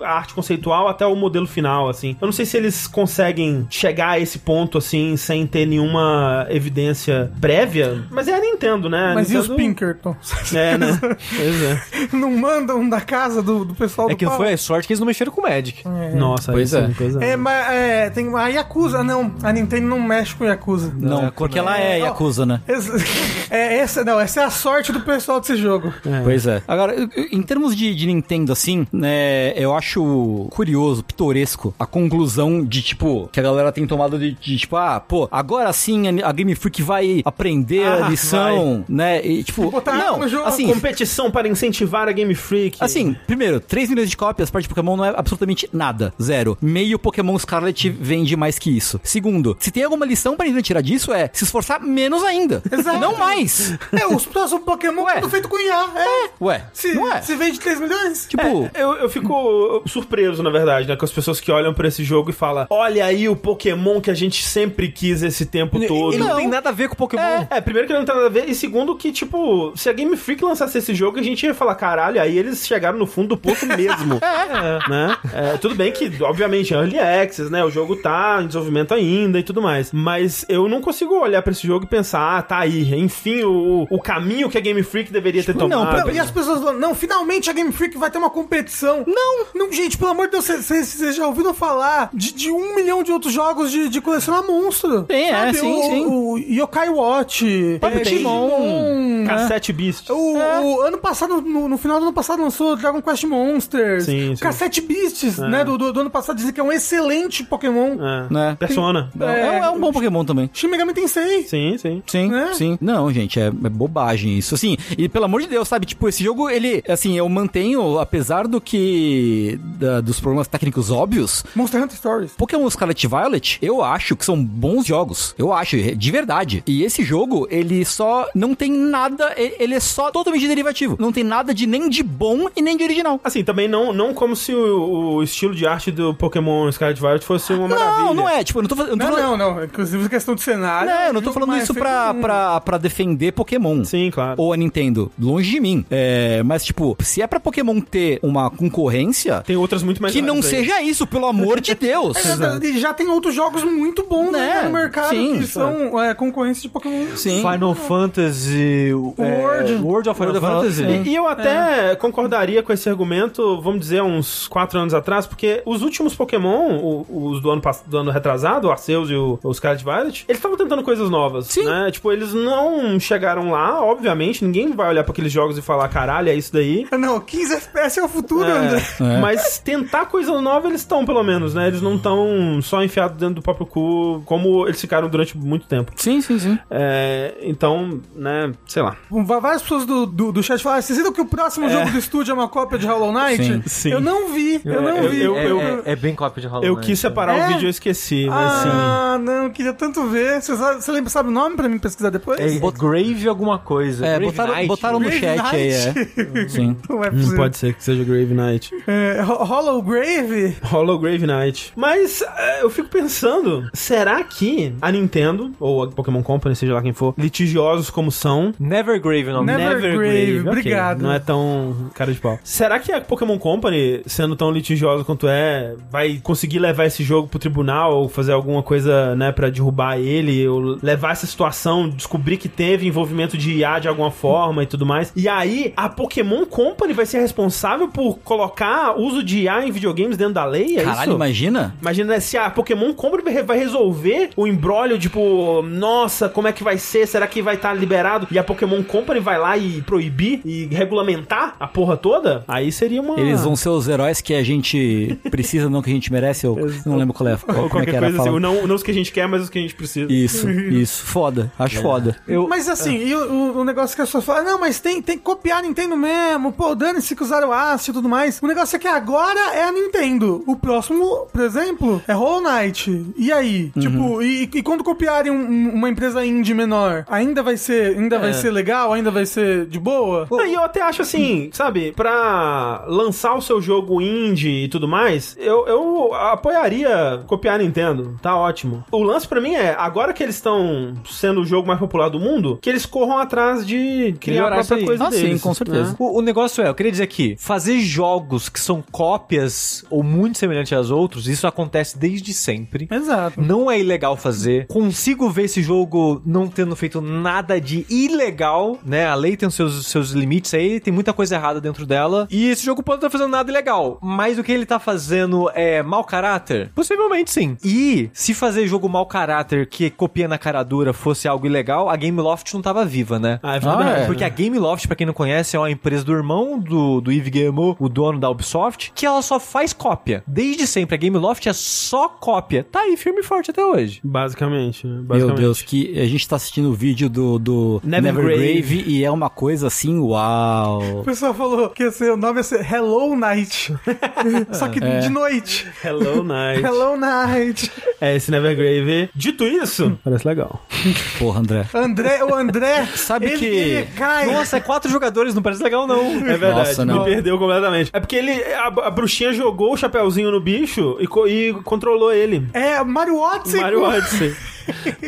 a arte conceitual até o modelo final, assim. Eu não sei se eles conseguem chegar a esse ponto, assim, sem ter nenhuma evidência prévia, mas é a Nintendo, né? A Mas e Nintendo... os Pinkerton? É, né? Pois é. não mandam da casa do, do pessoal É do que pau? foi a sorte que eles não mexeram com o Magic. Nossa, Pois isso é. uma coisa- É, mas é, tem a Yakuza, não. A Nintendo não mexe com Yakuza. Não, Yakuza. porque ela é Não. Yakuza, né? Esse- é, essa, não, essa é a sorte do pessoal desse jogo. Pois é. Agora, eu- eu- em termos de, de Nintendo, assim, né, eu acho curioso, pitoresco, a conclusão de, tipo, que a galera tem tomado de, de, tipo, ah, pô, agora sim a, a Game Freak vai aprender a Ah, lição, né, e, tipo, botar não, no jogo, assim... Competição para incentivar a Game Freak. Assim, primeiro, 3 milhões de cópias para de Pokémon não é absolutamente nada. Zero. Meio Pokémon Scarlet vende mais que isso. Segundo, se tem alguma lição pra Nintendo tirar disso é se esforçar menos ainda. Exato. Não mais. É, os próximos Pokémon Ué. tudo feito com IA. É. Ué, Se, não é? se vende 3 milhões. Tipo, É, eu, eu fico surpreso, na verdade, né? Com as pessoas que olham pra esse jogo e falam: Olha aí o Pokémon que a gente sempre quis esse tempo todo. E não, tem nada a ver com Pokémon. É, é, primeiro que não tem nada a ver, e segundo que, tipo, se a Game Freak lançasse esse jogo, a gente ia falar, caralho, aí eles chegaram no fundo do poço mesmo. é. Né? É, tudo bem que, obviamente, é Early Access, né? O jogo tá em desenvolvimento ainda e tudo mais. Mas eu não consigo olhar pra esse jogo e pensar, ah, tá aí, enfim, o, o caminho que a Game Freak deveria ter Não, tomado. pra- e as pessoas falando, não, finalmente a Game Freak vai ter uma competição. Não! Não, gente, pelo amor de Deus, vocês já ouviram falar de, de um milhão de outros jogos de, de colecionar monstro? Tem, é, sim, o, sim. O Yokai Watch, é, Tem. Digimon, né? Cassete Beast. O, É. o ano passado, no, no final do ano passado, lançou Dragon Quest Monsters. Sim, sim. Cassette Beasts, É. né? Do, do, do ano passado, dizem que é um excelente Pokémon. É. Né? Persona. Não, É, um- é um bom Pokémon também. Shin Megami Tensei. Sim, sim. Sim, Né? sim. Não, gente, é, é bobagem isso. Assim, e pelo amor de Deus, sabe? Tipo, esse jogo, ele, assim, eu mantenho, apesar do que. da- dos problemas técnicos óbvios, Monster Hunter Stories. Pokémon Scarlet e Violet, eu acho que são bons jogos. Eu acho, é, de verdade. E esse jogo, ele só não tem nada, e- ele é só totalmente derivativo. Não tem nada de nem de bom e nem de original. Assim, também não, não como se o, o estilo de arte do Pokémon Scarlet Violet fosse uma maravilha. Não, não é. Tipo, eu não tô, fal- eu não tô Não, falando. não, não. Inclusive questão de cenário. Não, eu não tô falando Mas isso feito pra, um- pra, pra defender Pokémon. Sim, claro. Ou a Nintendo. Longe de mim. É, mas, tipo, se é pra Pokémon ter uma concorrência, Tem outras muito mais que não legais aí. seja isso, pelo amor de Deus. É, e já tem outros jogos muito bons né, Né? no mercado Sim, que sabe. são é, concorrência de Pokémon. Sim. Final Fantasy. World. É, World of Final, World of Fantasy. Fantasy. E eu até concordaria com esse argumento, vamos dizer, uns 4 anos atrás, porque os últimos Pokémon, o- os do ano, pass- do ano retrasado, o Arceus e o, o Scarlet Violet, eles estavam tentando coisas novas, Sim. né? Tipo, eles não chegaram lá, obviamente, ninguém vai olhar pra aqueles jogos e falar, caralho, é isso daí. Não, 15 FPS é o futuro, André. É. Mas tentar coisa nova eles estão, pelo menos, né? Eles não estão só enfiados dentro do próprio cu, como eles ficaram durante muito tempo. Sim, sim, sim. É, então, né, sei lá. lá. Várias pessoas do, do, do chat falaram: vocês viram que o próximo jogo do estúdio é uma cópia de Hollow Knight? Sim, sim. Eu não vi, eu não eu- vi. eu- É, eu- é- é bem cópia de Hollow Eu Knight, quis separar É? o vídeo e eu assim, esqueci, mas sim. Ah, não, eu queria tanto ver. Você sabe, você lembra, sabe o nome pra mim pesquisar depois? É, é Grave alguma coisa. É, Grave botaram, Knight. botaram no Grave chat aí, é. Sim. Não é Não possível. pode ser que seja Grave Knight. É, Ho- Hollow Grave? Hollow Grave Knight. Mas eh, eu fico pensando, será que a Nintendo, ou a Pokémon Company, seja lá quem for, litigiosos como são, Nevergrave o nome. Né? Never- Nevergrave, ok, obrigado. Não é tão cara de pau. Será que a Pokémon Company, sendo tão litigiosa quanto é, vai conseguir levar esse jogo pro tribunal ou fazer alguma coisa, né, pra derrubar ele, ou levar essa situação, descobrir que teve envolvimento de IA de alguma forma e tudo mais? E aí, a Pokémon Company vai ser responsável por colocar uso de IA em videogames dentro da lei? É Caralho, isso? imagina. Imagina né, se a Pokémon Company vai- vai resolver o embrólio, tipo, nossa, como é que vai ser? Será que vai estar liberado? E a Pokémon Company vai lá e proibir e regulamentar a porra toda? Aí seria uma. Eles vão ser os heróis que a gente precisa, não que a gente merece. Eu não lembro qual é, qual, Ou como é que qualquer era a coisa assim, fala. ou não, não os que a gente quer, mas os que a gente precisa. Isso, isso. Foda. Acho É, foda. Eu- Mas assim, e o, o- o negócio que as pessoas falam, "Ah, não, mas tem, tem que copiar a Nintendo mesmo, pô, dane-se que usaram aço e tudo mais. O negócio é que agora é a Nintendo. O próximo, por exemplo, é Hollow Knight. E aí? Tipo, e, e quando copiarem um- um- uma empresa indie menor, ainda vai ser, ainda vai ser legal? Ainda vai ser de boa? Não, E eu até acho assim, sabe, pra lançar o seu jogo indie e tudo mais, eu, eu apoiaria copiar a Nintendo, tá ótimo. O lance pra mim é, agora que eles estão sendo o jogo mais popular do mundo, que eles corram atrás de criar Melhorar a isso própria aí. coisa Ah, sim, deles. com certeza. né? O, o negócio é, eu queria dizer aqui, fazer jogos que são cópias ou muito semelhantes aos outros, isso acontece desde sempre. Exato. Não é ilegal fazer. Consigo ver esse jogo não tendo feito nada de ilegal, né? A lei tem os seus, seus limites aí, tem muita coisa errada dentro dela. E esse jogo pode estar fazendo nada ilegal. Mas o que ele tá fazendo é mau caráter? Possivelmente sim. E se fazer jogo mau caráter que copia na cara dura fosse algo ilegal, a Game Loft não tava viva, né? Ah, é verdade. Ah, é. Porque a Game Loft, pra quem não conhece, é uma empresa do irmão do, do Yves Guillemot, o dono da Ubisoft, que ela só faz cópia. Desde sempre, a Game Loft é só cópia. Tá aí, firme e forte até hoje. Basicamente, né? Meu basicamente. Deus, que a gente tá assistindo o vídeo do, do Nevergrave. Nevergrave e é uma coisa assim, uau. O pessoal falou que ia ser- o nome ia ser Hello Knight. Só que É. de noite. Hello Night. Hello Knight. É esse Nevergrave. Dito isso, parece legal. Porra, André. André, o André. Sabe ele, que- ele cai. Nossa, é quatro jogadores, não parece legal, não. É verdade, Nossa, me não. perdeu completamente. É porque ele a, a bruxinha jogou o chapéuzinho no bicho e, co- e controlou ele. É, Mario Odyssey. Mario com- Odyssey.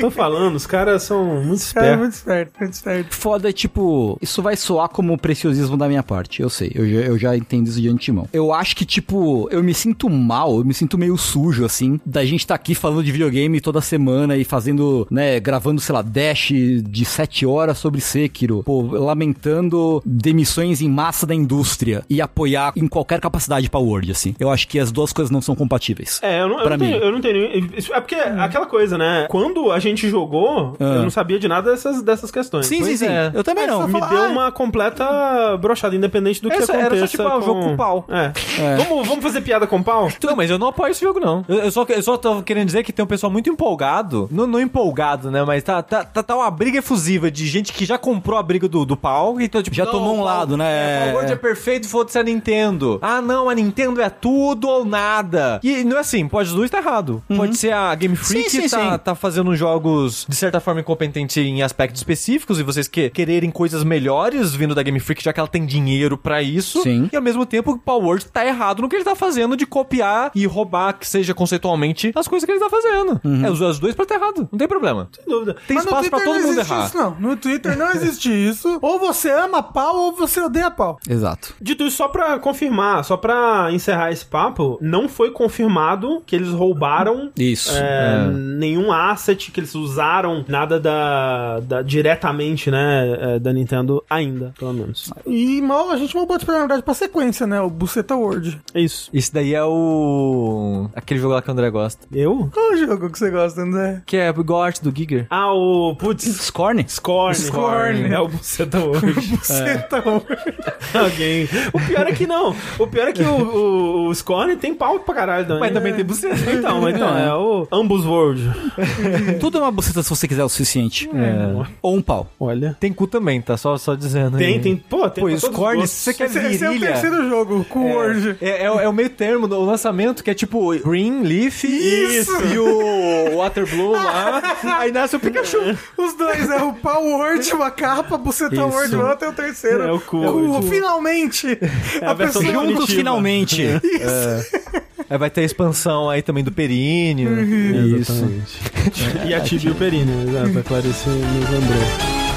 Tô falando, os caras são muito Cara, espertos. É. É, muito esperto, muito esperto. Foda é tipo, isso vai soar como preciosismo da minha parte, eu sei, eu já, eu já entendo isso de antemão. Eu acho que, tipo, eu me sinto mal, eu me sinto meio sujo, assim, da gente tá aqui falando de videogame toda semana e fazendo, né, gravando, sei lá, dash de 7 horas sobre Sekiro, pô, lamentando demissões em massa da indústria e apoiar em qualquer capacidade pra Word, assim. Eu acho que as duas coisas não são compatíveis. É, eu não, eu Pra não tenho, mim. eu não tenho. isso- É porque Hum. aquela coisa, né? Quando a gente jogou, eu não sabia de nada dessas, dessas questões. Sim, Pois sim, sim. é. Eu também não. Me falar, deu ah, uma completa brochada, independente do que Essa- aconteça. era só, tipo, ah, com... o jogo com pau. hum. É. Vamos, vamos fazer piada com pau? Não, Então, mas eu não apoio esse jogo, não. Eu, eu só, eu só tô querendo dizer que tem um pessoal muito empolgado. Não, não empolgado, né? Mas tá, tá, tá, tá uma briga efusiva de gente que já comprou a briga do, do pau. E tô, tipo, Já não, tomou um o pau- lado, né? É, o World é perfeito, foda-se a Nintendo. Ah, não, a Nintendo é tudo ou nada. E não é assim, pode os dois tá errado. Pode ser a Game Freak Uhum. Sim, sim, tá, sim. tá fazendo jogos, de certa forma, incompetente em aspectos específicos e vocês que- quererem coisas melhores vindo da Game Freak, já que ela tem dinheiro pra isso. Sim. E ao mesmo tempo, o Power Word tá errado no que ele tá fazendo de copiar e roubar, que seja conceitualmente, as coisas que ele tá fazendo. Uhum. É, os, os dois pra tá errado, não tem problema. Sem dúvida. Tem Mas no espaço pra Twitter todo não mundo existe errar. isso, não. No Twitter não existe isso. Ou você ama pau ou você odeia pau. Exato. Dito isso, só pra confirmar, só pra encerrar esse papo, não foi confirmado que eles roubaram Isso. é, nenhum asset, que eles usaram nada da, da- diretamente, né, é, da Nintendo ainda, pelo menos. E mal, a gente mal bota pra, na verdade, pra sequência, né? O Buceta World. É isso. Esse daí é o. aquele jogo lá que o André gosta. Eu? Qual jogo que você gosta, André? Que é igual a arte do Giger. Ah, o... Putz... É. Scorn? Scorn. Scorn. É o buceta hoje. É. Buceta World. Alguém. O pior é que não. O pior é que o, o, o Scorn tem pau pra caralho também. Mas também tem buceta. é Então, então, é o Ambus World. Tudo é uma buceta se você quiser o suficiente. Ou um pau. Olha. Tem cu também, tá? Só, só dizendo. Tem, aí. tem. Pô, tem. Pô, pra e os todos os cornes, gostos. você quer Esse, esse é o virilha? terceiro jogo com o Word. É, é o- é o meio termo do lançamento, que é tipo Green, Leaf Isso! e o Water Blue lá. Aí nasce o Pikachu. Os dois, é o pau Word, uma capa, buceta Isso. Word, o outro é o terceiro. É o cu. É finalmente! a versão pessoa- definitiva. Juntos, finalmente. Aí É, vai ter a expansão aí também do Períneo. Uhum. Isso. Exatamente. e a Tibi e o Perino, exato. Pra clarecer nos André.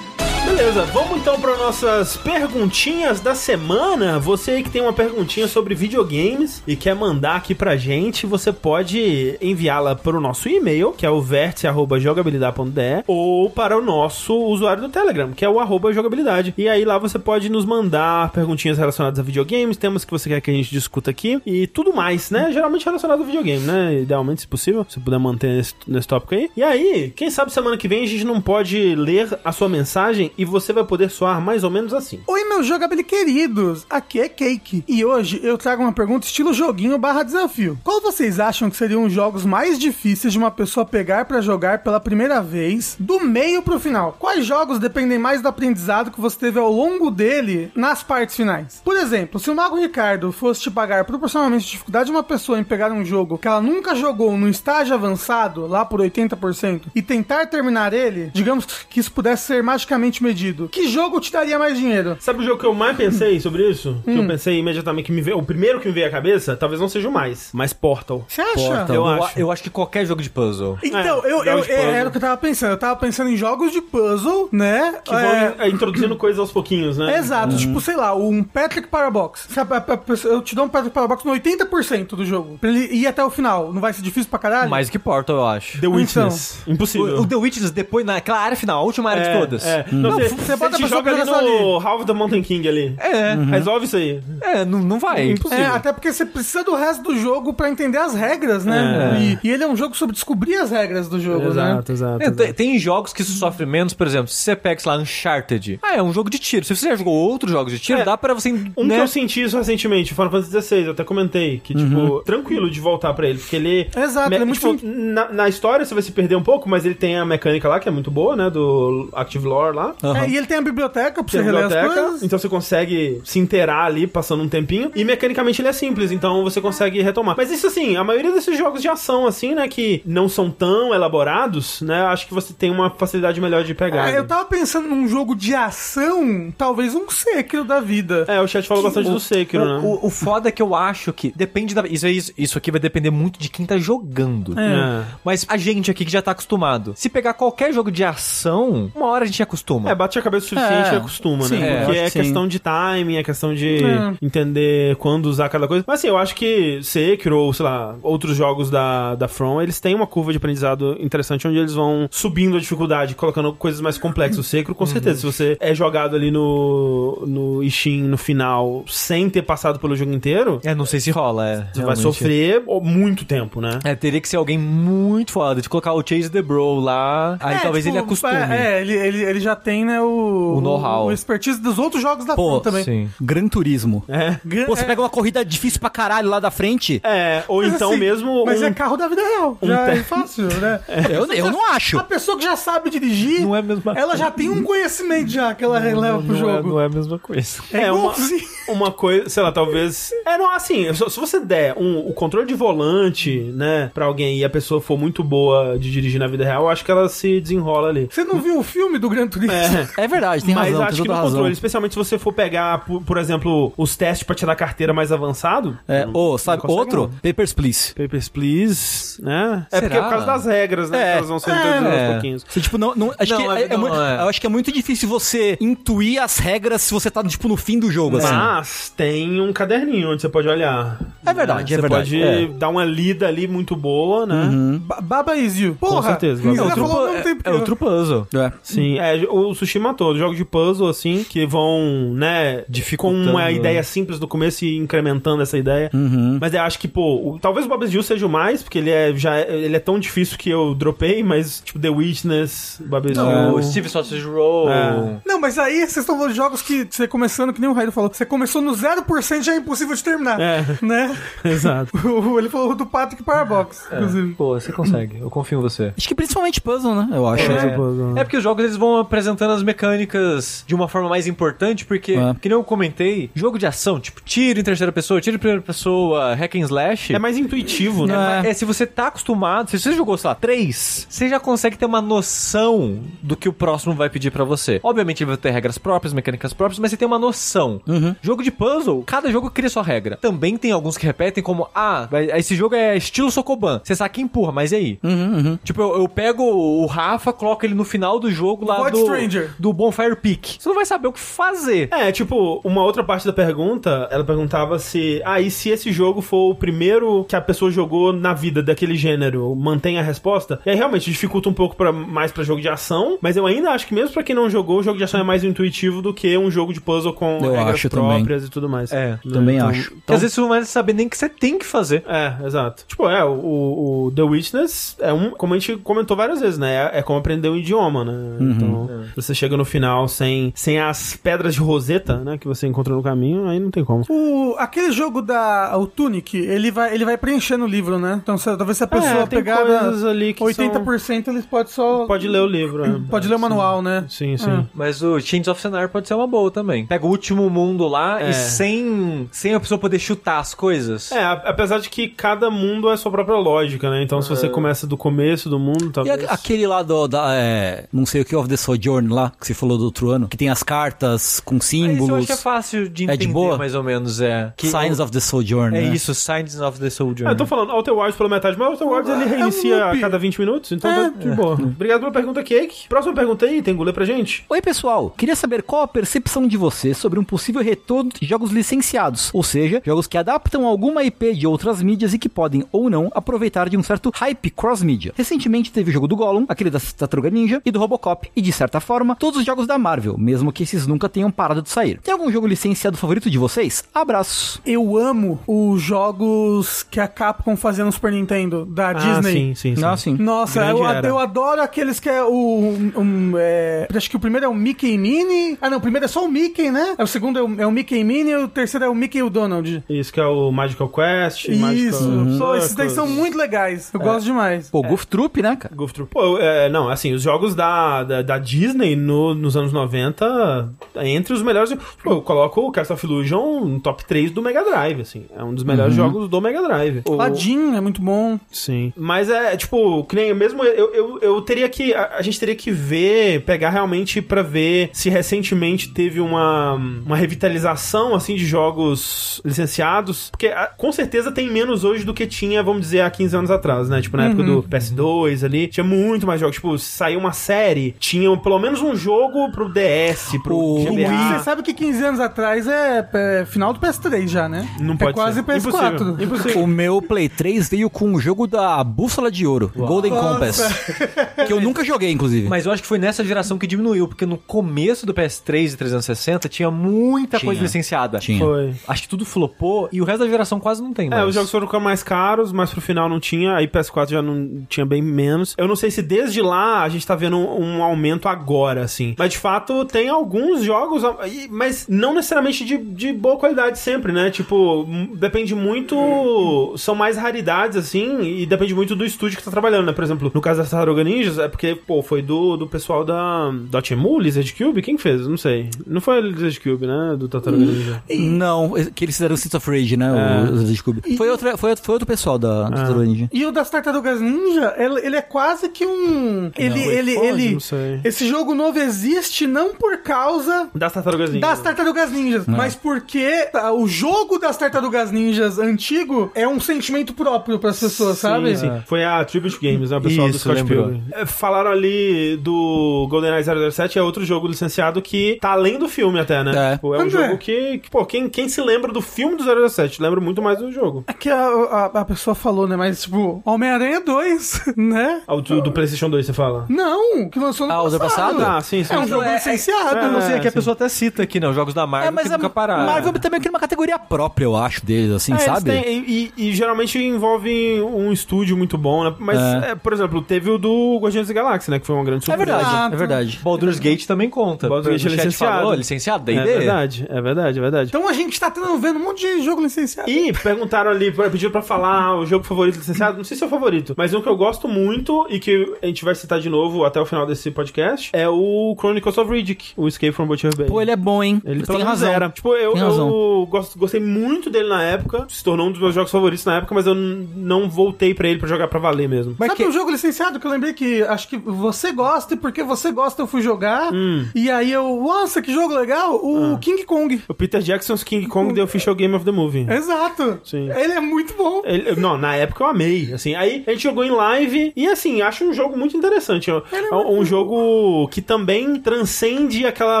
Beleza, vamos então para nossas perguntinhas da semana. Você aí que tem uma perguntinha sobre videogames e quer mandar aqui pra gente, você pode enviá-la para o nosso e-mail, que é o vértice@jogabilidade.de, ou para o nosso usuário do Telegram, que é o arroba jogabilidade. E aí lá você pode nos mandar perguntinhas relacionadas a videogames, temas que você quer que a gente discuta aqui e tudo mais, né? Geralmente relacionado ao videogame, né? Idealmente, se possível, se puder manter nesse, nesse tópico aí. E aí, quem sabe semana que vem a gente não pode ler a sua mensagem e você vai poder soar mais ou menos assim. Oi, meus jogabili queridos! Aqui é Cake. E hoje eu trago uma pergunta estilo joguinho barra desafio. Qual vocês acham que seriam os jogos mais difíceis de uma pessoa pegar pra jogar pela primeira vez, do meio pro final? Quais jogos dependem mais do aprendizado que você teve ao longo dele nas partes finais? Por exemplo, se o Mago Ricardo fosse te pagar proporcionalmente a dificuldade de uma pessoa em pegar um jogo que ela nunca jogou no estágio avançado, lá por 80%, e tentar terminar ele, digamos que isso pudesse ser magicamente medido, que jogo te daria mais dinheiro? Sabe o jogo que eu mais pensei sobre isso? Que Hum. eu pensei imediatamente que me veio. O primeiro que me veio à cabeça, talvez não seja o mais, mas Portal. Você acha? Eu acho. Então, eu acho que qualquer jogo de puzzle. Então, É, eu, jogos eu, de é, puzzle. era o que eu tava pensando. Eu tava pensando em jogos de puzzle, né? Ah, Que vão É, in- introduzindo coisas aos pouquinhos, né? Exato, tipo, sei lá, um Patrick Parabox. Se a- a- a- Eu te dou um Patrick Parabox no 80% do jogo. Pra ele ir até o final. Não vai ser difícil pra caralho? Mais que Portal, eu acho. The Witness. Impossível. então. O, o The Witches, depois, naquela área final, a última área de todas. É. Não, Não, você, você você, bota a te pessoa joga ali pra dançar no Half the Mountain King ali. Uhum. É, Resolve isso aí. é, não, não vai. Impossível. É, até porque você precisa do resto do jogo pra entender as regras, né? É. E, e ele é um jogo sobre descobrir as regras do jogo, né? exato. É, tem, tem jogos que sofrem menos, por exemplo, se você pega, sei lá, Uncharted. Ah, é um jogo de tiro. Se você já jogou outros jogos de tiro, É. dá pra você. Um né? que eu senti isso recentemente, Final Fantasy XVI, eu até comentei, que, tipo, tranquilo de voltar pra ele, porque ele... Exato, ele é muito tipo, na, na história você vai se perder um pouco, mas ele tem a mecânica lá, que é muito boa, né, do Active Lore lá. Aham. É, e ele tem a biblioteca pra Tem você a reler as biblioteca, coisas. então você consegue se inteirar ali, passando um tempinho. E mecanicamente ele é simples, então você consegue retomar. Mas isso assim, a maioria desses jogos de ação, assim, né, que não são tão elaborados, né, acho que você tem uma facilidade melhor de pegar. Ah, né? eu tava pensando num jogo de ação, talvez um século da vida. É, o chat falou bastante do Sekiro, o, né? o, o foda é que eu acho que depende da. Isso, é isso, isso aqui vai depender muito de quem tá jogando. É. Mas a gente aqui que já tá acostumado. Se pegar qualquer jogo de ação, uma hora a gente acostuma. É, bate a cabeça o suficiente É. e acostuma, Sim, eu né? Porque acho é que sim. questão de timing, é questão de entender quando usar cada coisa. Mas assim, eu acho que Sekiro ou, sei lá, outros jogos da, da From, eles têm uma curva de aprendizado interessante onde eles vão subindo a dificuldade, colocando coisas mais complexas. O Sekiro, com certeza, se você é jogado ali no, no Steam no final sem ter passado pelo jogo inteiro, É, não sei se rola, é. você vai realmente. sofrer muito tempo, né? É, teria que ser alguém muito foda, de colocar o Chase the Bro lá, aí É, talvez tipo, ele acostume. É, é, ele, ele, ele já tem, né, o... O know-how. O expertise dos outros jogos da Pô, From também. Sim. Gran Turismo. É. Gan- Pô, você é, pega uma corrida difícil pra caralho lá da frente. É, ou mas então assim, mesmo. Mas um- é carro da vida real. um já é te- fácil, né? Eu, eu não acho. A pessoa que já sabe dirigir, É. Não é a mesma ela já tem um conhecimento já que ela leva não pro É, jogo. não é a mesma coisa. É, uma, igualzinho. uma coisa, sei lá, talvez. É, não, assim, se se você der um, o controle de volante, né, pra alguém e a pessoa for muito boa de dirigir na vida real, eu acho que ela se desenrola ali. Você não viu o filme do Gran Turismo? É. É verdade, tem Mas razão, tem acho que no toda razão. controle, especialmente se você for pegar, por, por exemplo, os testes pra tirar carteira mais avançado. É, ou, sabe, consegue outro? não. Papers, please. Papers, please, né? É Será? porque é por causa das regras, né? É. que elas vão sendo introduzidas É. aos pouquinhos. Você, tipo, não, não, acho Não, que é- é, é não, muito, é. Eu acho que é muito difícil você intuir as regras se você tá, tipo, no fim do jogo, assim. Mas tem um caderninho onde você pode olhar. É verdade, Você é verdade. pode É. Uhum. dar uma lida ali muito boa, né? Ba- Baba Is You. Porra! certeza, é Baba Você já Is You. falou o nome é, é outro puzzle. É. Sim, é, o Sushi matou. jogos de puzzle, assim, que vão, né, com Dificultando, uma né? ideia simples do começo e incrementando essa ideia. Uhum. Mas eu acho que, pô, o- talvez o Bob's Jill seja o mais, porque ele é, já, é- ele é tão difícil que eu dropei, mas, tipo, The Witness, Bob's O Jill... Steve Sausage Roll. É. Não, mas aí vocês estão falando de jogos que você começando, que nem o Raido falou, você começou no 0% já é impossível de terminar. É. Né? Exato. O- Ele falou do Patrick Parabox, É. inclusive. Pô, você consegue. Eu confio em você. Acho que principalmente puzzle, né? Eu acho. É. É porque os jogos eles vão apresentando as mecânicas de uma forma mais importante, porque, É. que nem eu comentei, jogo de ação, tipo, tiro em terceira pessoa, tiro em primeira pessoa, hack and slash. É mais intuitivo, né? É, se você tá acostumado, se você jogou, sei lá, três, você já consegue ter uma noção do que o próximo vai pedir pra você. Obviamente ele vai ter regras próprias, mecânicas próprias, mas você tem uma noção. Jogo de puzzle, cada jogo cria sua regra. Também tem alguns que repetem, como, ah, vai- esse jogo é estilo Sokoban. Você saca e empurra, mas e aí? Uhum, Tipo, eu, eu pego o Rafa, coloco ele no final do jogo lá Void do, Stranger. do Bonfire Peak. Você não vai saber o que fazer. É, tipo, uma outra parte da pergunta, ela perguntava se. Ah, e se esse jogo for o primeiro que a pessoa jogou na vida daquele gênero, mantém a resposta? E aí realmente dificulta um pouco pra, mais pra jogo de ação, mas eu ainda acho que mesmo pra quem não jogou, o jogo de ação é mais intuitivo do que um jogo de puzzle com Eu regras acho também. próprias e tudo mais. É, Né? Também Então- acho. Porque às vezes você não vai saber nem o que você tem que fazer. É, exato. Tipo, é, o, o The Witness é um, como a gente comentou várias vezes, né? É, é como aprender um idioma, né? Uhum. Então, É. você chega no final sem, sem as pedras de roseta, né? Que você encontra no caminho, aí não tem como. O, aquele jogo da o Tunic, ele vai, ele vai preenchendo o livro, né? Então se- talvez se a pessoa É, tem pegar né, coisas ali que 80%, eles podem só. Pode ler o livro. é. pode ler o manual, né? Sim, sim. Mas o Chains of Senar pode ser uma boa também. Pega o último mundo lá É. e sem, sem a pessoa poder chutar as coisas. É, a- apesar de que cada mundo é a sua própria lógica, né? Então, se É. você começa do começo do mundo, E talvez... a- aquele lá do, da, é, não sei o que, of the Sojourn lá, que você falou do outro ano, que tem as cartas com Ah, Isso eu acho símbolos, que é fácil de É de entender, boa? mais ou menos. É, que Signs of the Sojourn, É né? isso, Signs of the Soldier. né? Ah, eu tô falando Outer Wilds pela metade, mas Outer Wilds ele É um reinicia loop. a cada 20 minutos, então É. tá de boa. Obrigado pela pergunta, Cake. Próxima pergunta aí, tem gulê pra gente? Oi, pessoal. Queria saber qual a percepção de vocês sobre um possível retorno de jogos licenciados, ou seja, jogos que adaptam alguma IP de outras mídias e que podem ou não aproveitar de um certo hype cross-mídia. Recentemente teve o jogo do Gollum, aquele da Tartaruga Ninja e do Robocop, e de certa forma, todos os jogos da Marvel, mesmo que esses nunca tenham parado de sair. Tem algum jogo licenciado favorito de vocês? Abraços. Eu amo os jogos que a Capcom fazia no Super Nintendo, da Disney. Ah, sim, sim, sim. Ah, sim. Nossa, Grande eu, a- era. eu adoro aqueles que é o. Um, um, é, acho que o primeiro é o Mickey e Minnie. Ah, não, o primeiro é só o Mickey, né? Aí O segundo é o, é o Mickey e Minnie e o terceiro é o Mickey e o Donald. Isso que é o Magical Quest, Magical... Isso. Pô, Uhum. esses daí são Circus. muito legais. É. Eu gosto demais. Pô, Goof Troop, né, cara? Goof Troop. Pô, é, não, assim, os jogos da, da, da Disney no- nos anos 90, é entre os melhores. Pô, eu coloco o Castle of Illusion no top 3 do Mega Drive, assim. É um dos melhores Uhum. jogos do Mega Drive. O- Aladdin é muito bom. Sim. Mas é, tipo, que nem mesmo eu, eu, eu teria que. A, a gente teria que ver, pegar realmente pra ver se recentemente teve uma, uma revitalização, assim, de jogos licenciados. Porque ah, com certeza tem menos hoje do que tinha, vamos dizer, há 15 anos atrás, né? Tipo, na época do PS2 ali, tinha muito mais jogos. Tipo, se saiu uma série, tinha pelo menos um jogo pro DS, pro O GBA. Você sabe que 15 anos atrás é, é final do PS3 já, né? Não é pode quase ser. PS4. Impossível. Impossível. O meu Play 3 veio com o jogo da Bússola de Ouro, Golden Nossa. Compass. Que eu nunca joguei, inclusive. Mas eu acho que foi nessa geração que diminuiu, porque no começo do PS3 e 360 tinha muita Tinha. coisa licenciada. Tinha. Foi. Acho que tudo flopou e o resto da geração quase não tem É, mais. os jogos foram ficando mais caros, mas pro final não tinha, aí PS4 já não tinha bem menos. Eu não sei se desde lá a gente tá vendo um, um aumento agora, assim. Mas de fato tem alguns jogos, e- mas não necessariamente de, de boa qualidade sempre, né? Tipo, m- depende muito. São mais raridades, assim, e depende muito do estúdio que tá trabalhando, né? Por exemplo, no caso da Tartaruga Ninjas, é porque, pô, foi do, do pessoal da. Da Temu, Lizard Cube? Quem que fez? Eu Não sei. Não foi a Lizard Cube, né? Do Tartaruga Ninja. Não, que eles fizeram o Streets of Rage, né? É. O, o Cube. Foi, outra, foi, outro- foi outro pessoal da da Tartaruga Ninja. E o das Tartarugas Ninja, ele, ele é quase que um. Ele, ele, Ford, ele. não sei. Esse jogo novo existe não por causa Das Tartarugas Ninjas. das Tartarugas Ninjas, mas porque tá, o jogo das Tartarugas Ninjas antigo é um sentimento próprio pras pessoas, sabe? Sim, sim. Foi a Tribute Games, né? O pessoal do Isso, Scott lembrou. Pilgrim. Ah. É, Falaram ali do GoldenEye 007, é outro jogo licenciado que tá além do filme até, né? É. Tipo, é um Pois jogo é. que, que, pô, quem, quem se lembra do filme do 007, lembra muito mais do jogo. É que a, a, a pessoa falou, né? Mas, tipo, Homem-Aranha 2, né? Ah, o do, do PlayStation 2, você fala? Não, que lançou no Ah, o do passado. passado? Ah, sim, sim. É um sim. jogo é- licenciado. Ah, não sei, É, é que a sim. pessoa até cita aqui, né? Os jogos da Marvel que nunca pararam. É, Marvel é também cria uma categoria própria, eu acho, deles, assim, É, eles sabe? têm- e, e- e geralmente envolve um estúdio muito bom, né? Mas, É. é, por exemplo, teve o do Guardiões da Galáxia, né? Que foi uma grande É surpresa. verdade, Ah, é tá. verdade. Baldur's Gate também conta. Baldur's Gate O é chat licenciado. Falou, licenciado, D&D? É verdade, é verdade, é verdade. Então a gente tá tendo, vendo um monte de jogo licenciado. E perguntaram ali, pediram pra falar o jogo favorito licenciado. Não sei se é o favorito, mas um que eu gosto muito e que a gente vai citar de novo até o final desse podcast é o Chronicles of Riddick, o Escape from Butcher Bay. Pô, ele é bom, hein? Ele pelo tem menos razão. Era. Tipo, eu, Tem razão. eu gosto, gostei muito dele na época, se tornou um dos meus jogos favoritos na época, mas eu n- não voltei pra ele pra jogar pra valer mesmo. Mas Sabe que- um jogo licenciado que eu lembrei que acho que você gosta e porque você gosta eu fui jogar. E aí eu, nossa, que jogo legal! O King Kong. O Peter Jackson's King Kong The Official Game of the Movie. Exato. Sim. Ele é muito bom. Ele- eu- não, na época eu amei, assim. Aí a gente jogou em live e, assim, acho um jogo muito interessante. ó. É um jogo que também transcende aquela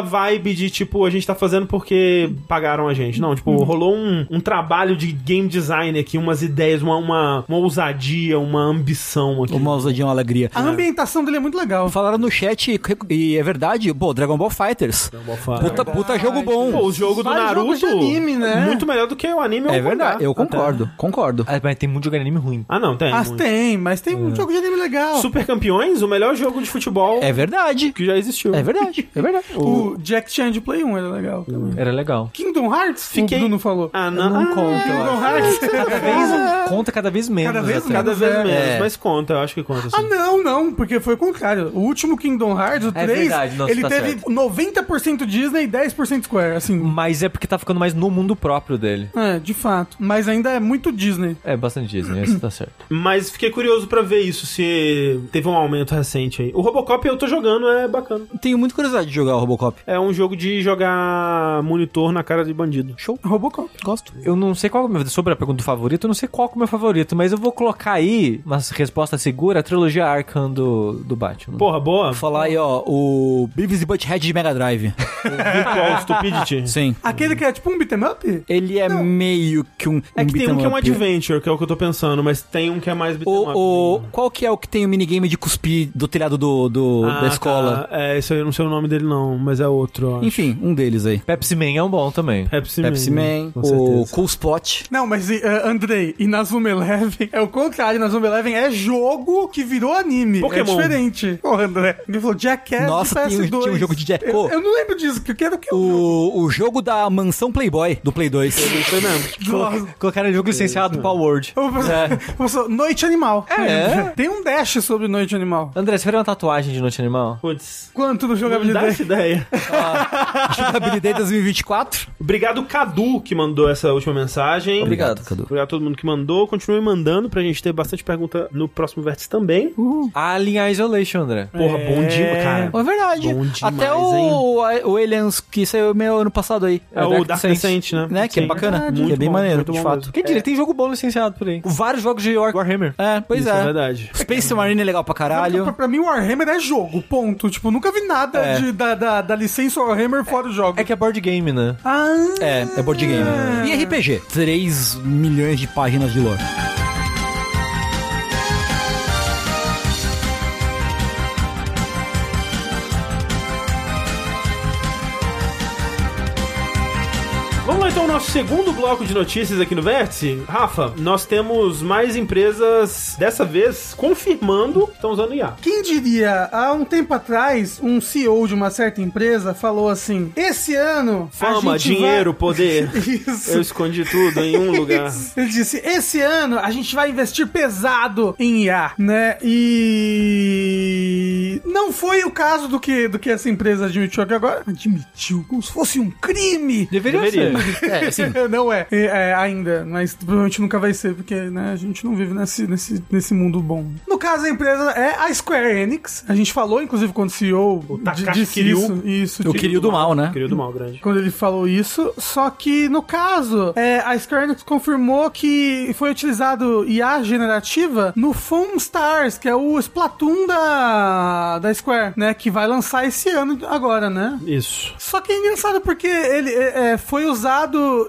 vibe de, tipo, a gente tá fazendo porque pagaram a gente. Não, tipo, rolou um, um trabalho de game design aqui, umas ideias, uma, uma, uma ousadia, uma ambição aqui. Uma ousadia, uma alegria. Então, A ambientação dele é muito legal. Falaram no chat, e- e é verdade, pô, Dragon Ball Fighters. Puta, puta jogo Pô, bom. o jogo do Vários Naruto, jogos de anime, né? muito melhor do que o anime. ou É o mangá. verdade, eu concordo, concordo. Ah, mas tem muito jogo de anime ruim. Ah, não, tem. Ah, muito. É. tem, mas tem um jogo de anime legal. Super Campeões, o melhor jogo de futebol É verdade, que já existiu. é verdade, é verdade. O Jack Chan de Play 1 era legal. também. Era legal. Kingdom Hearts? Hum. Fiquei- O Bruno falou. Ah, não, ah, conta, eu Kingdom Hearts? Cada Ah. vez, um- conta cada vez menos. Cada vez até. Cada Mas vez é- menos, é. mas conta, eu acho que conta. Ah, Assim. não, não, porque foi o contrário. O último Kingdom Hearts, o 3, É verdade, nossa, ele tá teve certo. 90% Disney e 10% Square, assim. Mas é porque tá ficando mais no mundo próprio dele. Hum. É, de fato. Mas ainda é muito Disney. É bastante Disney, isso tá certo. Mas fiquei curioso pra ver isso, se teve um aumento recente aí. O Robocop eu tô jogando, é bacana. Tenho muita curiosidade de jogar o Robocop. É um jogo de jogar monitor na cara de bandido. Show, Robocop. gosto. Eu não sei qual é o meu. Sobre a pergunta do favorito, eu não sei qual que é o meu favorito, mas eu vou colocar aí, uma resposta segura, a trilogia Arkham do, do Batman. Porra, boa. Vou falar aí, ó, o Beavis e Butthead de Mega Drive. Virtual Stupidity. Sim. Hum. Aquele que é tipo um beat'em up? Ele é meio que um. É que tem um que é um beat'em up. adventure, que é o que eu tô pensando, mas tem um que é mais beat'em up, O, né? o, qual que é o que tem o minigame de cuspir do telhado do, do- Ah, da escola? tá. É, esse aí eu não sei o nome dele não, mas é outro, eu acho. Enfim, um deles aí. Pepsi Man é um bom também. Pepsi, Pepsi Man, com o certeza. Cool Spot. Não, mas e, eh, Andrei, e Nazuma Eleven é o contrário. Nazuma Eleven é jogo que virou anime. Pokémon. É diferente. Ô, André. Ele falou Jackass Nossa, de tem um- PS2. tinha um jogo de Jacko. Eu, eu não lembro disso, que eu quero que eu... O, o jogo da mansão Playboy do Play 2. Foi mesmo. Nossa. Colocaram o jogo licenciado Power World. Eu vou- É. eu vou- Noite Animal. É? Tem um dash sobre Noite Animal. André, você faria uma tatuagem de Noite Animal? Putz. Quanto do jogo Não dá essa ideia. Jogabilidade 2024. Obrigado, Cadu, que mandou essa última mensagem. Obrigado, Cadu. Obrigado a todo mundo que mandou. Continue mandando pra gente ter bastante pergunta no próximo vértice também. Uh, Alien Isolation, André. Porra, bom dia, cara. É verdade. Bom demais, Até o, o Aliens que saiu meio ano passado aí. É o Dark Descent, Descent, né? Né? Que é Sim. bacana. Verdade. que é Muito bem bom, maneiro, muito de bom fato. mesmo. Quem diria, tem jogo bom licenciado por aí. Vários jogos de War- Warhammer. É, pois Isso é. é. verdade. Space Marine é legal pra Pra, caralho. pra mim, Warhammer é jogo, ponto. Tipo, nunca vi nada É. de- da, da, da licença Warhammer fora o jogo. É que é board game, né? Ah, É, é board game. E RPG. 3 milhões de páginas de lore. Vamos lá então ao nosso segundo bloco de notícias aqui no Vértice. Rafa, nós temos mais empresas, dessa vez, confirmando que estão usando IA. Quem diria, há um tempo atrás, um CEO de uma certa empresa falou assim: Esse ano. a Fama, gente dinheiro, poder. Vai... Isso. Eu escondi tudo em um lugar. Ele disse: Esse ano a gente vai investir pesado em IA, né? E. Não foi o caso do que, do que essa empresa admitiu aqui agora. Admitiu como se fosse um crime. Deveria, Deveria. ser. É, assim. Não é. É, é, ainda, mas provavelmente nunca vai ser, porque né, a gente não vive nesse, nesse, nesse mundo bom. No caso, a empresa é a Square Enix. A gente falou, inclusive, quando o CEO Takashi di- disse Kiryu. isso. isso Eu de- queria o do mal, né? Querido mal, grande. quando ele falou isso, só que no caso, é, a Square Enix confirmou que foi utilizado IA generativa no Foam Stars, que é o Splatoon da, da Square, né? Que vai lançar esse ano agora, né? Isso. Só que é engraçado porque ele é, é, foi usado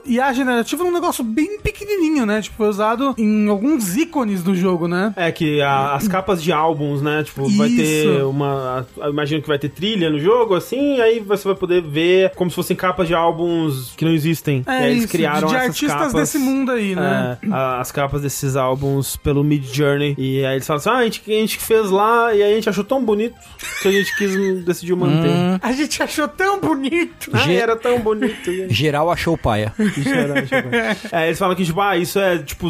IA generativa num negócio bem pequenininho, né? Tipo, foi usado em alguns ícones do jogo, né? É que a- as capas de álbuns, né? Tipo, vai Isso. ter uma. eu imagino que vai ter trilha no jogo, assim, aí você vai poder ver como se fossem capas de álbuns que não existem. e aí É, eles criaram É de essas artistas capas, desse mundo aí, né? é, a- as capas desses álbuns pelo Mid Journey. E aí eles falam assim: ah, a gente, a gente fez lá e aí a gente achou tão bonito que a gente quis decidiu manter. A gente achou tão bonito. Ah, Ge- era tão bonito. e aí- Geral achou o paia. é, eles falam que, tipo, ah, isso é tipo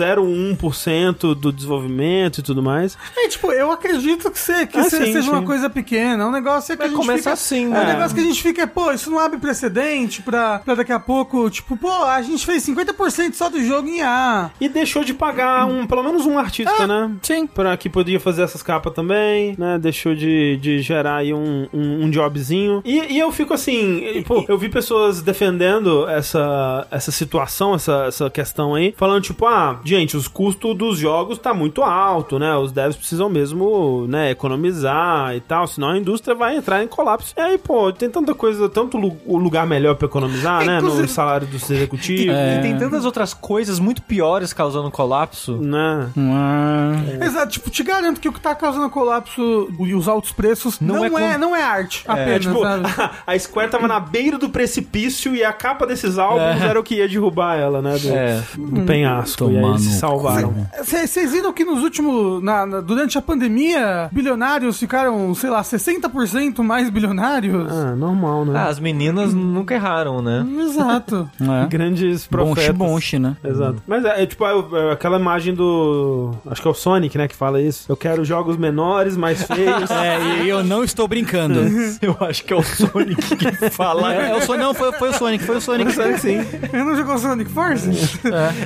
0,01% do desenvolvimento e tudo mais. É, tipo, eu acredito que, se, que Ah, se- sim, seja sim. uma coisa pequena. Um negócio é que a gente começa fica... assim, é né? Um negócio que a gente fica, pô, isso não abre precedente pra, pra daqui a pouco, tipo, pô, a gente fez 50% só do jogo em A. E deixou de pagar um, pelo menos um artista, né? Sim. Pra que podia fazer essas capas também, né? Deixou de, de gerar aí um, um, um jobzinho. E, e eu fico assim, e, pô, eu vi pessoas defendendo essa, essa situação, essa, essa questão aí, falando tipo, ah, gente, os custos dos jogos tá muito alto, né? Os devs precisam mesmo, né, economizar e tal, senão a indústria vai entrar em colapso. E aí, pô, tem tanta coisa, tanto lu- lugar melhor pra economizar, né? No Inclusive- salário dos executivos, E tem tantas outras coisas muito piores causando colapso. né? Hum, Exato, tipo, te garanto que o que tá causando colapso e os altos preços não, é é, com- não é arte apenas, É, tipo, sabe? a Square tava na beira do precipício e a capa desses álbuns era o que ia derrubar ela, né? Do, É. do penhasco. Tomar e aí eles no se salvaram. cu. Vocês viram que nos últimos. na- na- durante a pandemia, bilionários ficaram, sei lá, 60% mais bilionários? Ah, normal, né? Ah, as meninas Hum. nunca erraram, né? Exato. Ah. é. Grandes Bonche, profetas. bonche, né? Exato. Mas é, é tipo é, é aquela imagem do. Acho que é o Sonic, né? Que fala isso. Eu quero jogos menores, mais feios. É, e eu não estou brincando. Eu acho que é o Sonic que fala. É, é o Son- não, foi, foi o Sonic, foi o Sonic. Sim. Eu não jogou Sonic Force?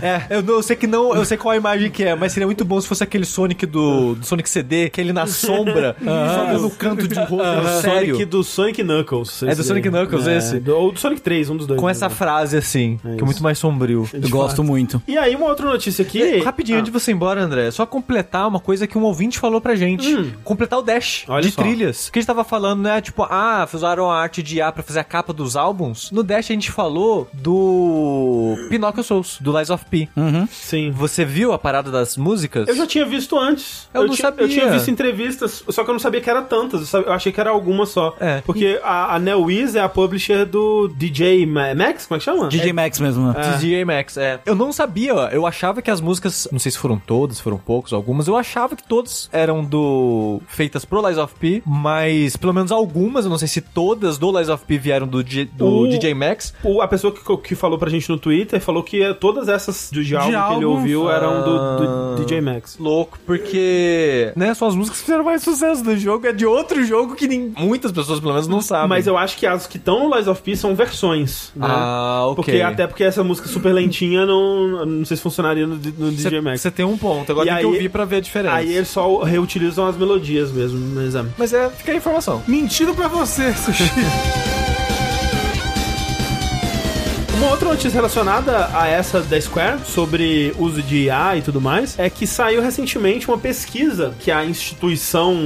É, eu, não- eu sei que não, eu sei qual a imagem que é, mas seria muito bom se fosse aquele Sonic do, do Sonic CD, que ele na sombra, joga no canto de rosto, É o sério. Sonic do Sonic Knuckles. É do Sonic Knuckles, esse? do- ou do Sonic 3, um dos dois. Com essa né? frase assim, que é muito mais sombrio. Eu gosto muito. E aí, Ah. uma outra notícia aqui. E, É, rapidinho, antes de você ir embora, André, só completar uma coisa que um ouvinte falou pra gente. Completar o Dash Hum. Olha de só. trilhas. Que a gente tava falando, né? Tipo, ah, usaram a arte de A pra fazer a capa dos álbuns. No Dash a gente falou do Pinocchio Souls, do Lies of P. Sim. Você viu a parada das músicas? Hum. Eu já tinha visto antes. Eu não tinha, sabia. Eu tinha visto entrevistas, só que eu não sabia que era tantas. Eu, sabia- eu achei que era alguma só. É. Porque a, a NeoWiz é a publisher do DJ Ma- Max, como é que chama? DJ Max mesmo. né? É. DJ Max, é. Eu não sabia, ó. eu achava que as músicas, não sei se foram todas, foram poucos, algumas, eu achava que todas eram do feitas pro Lies of P, mas pelo menos algumas, eu não sei se todas do Lies of P vieram do, G- do O- DJ Max. O- a pessoa que, que falou pra gente no Twitter falou que eh, todas essas de, de álbum que ele álbum? ouviu eram do, do Ah. DJ Max. Louco, porque, né, são as músicas que fizeram mais sucesso do jogo, é de outro jogo que nem, muitas pessoas pelo menos não sabem. Mas eu acho que as que estão no Lies of P são versões, né? Ah, ok. Porque, Até porque essa música super lentinha não, não sei se funcionaria no, no DJ Max. Você tem um ponto, agora E tem que aí- ouvir pra ver a diferença. Aí eles só reutilizam as melodias mesmo no exame. Mas é, fica a informação. Mentindo pra você, Sushi. Uma outra notícia relacionada a essa da Square, sobre uso de IA e tudo mais, é que saiu recentemente uma pesquisa que a instituição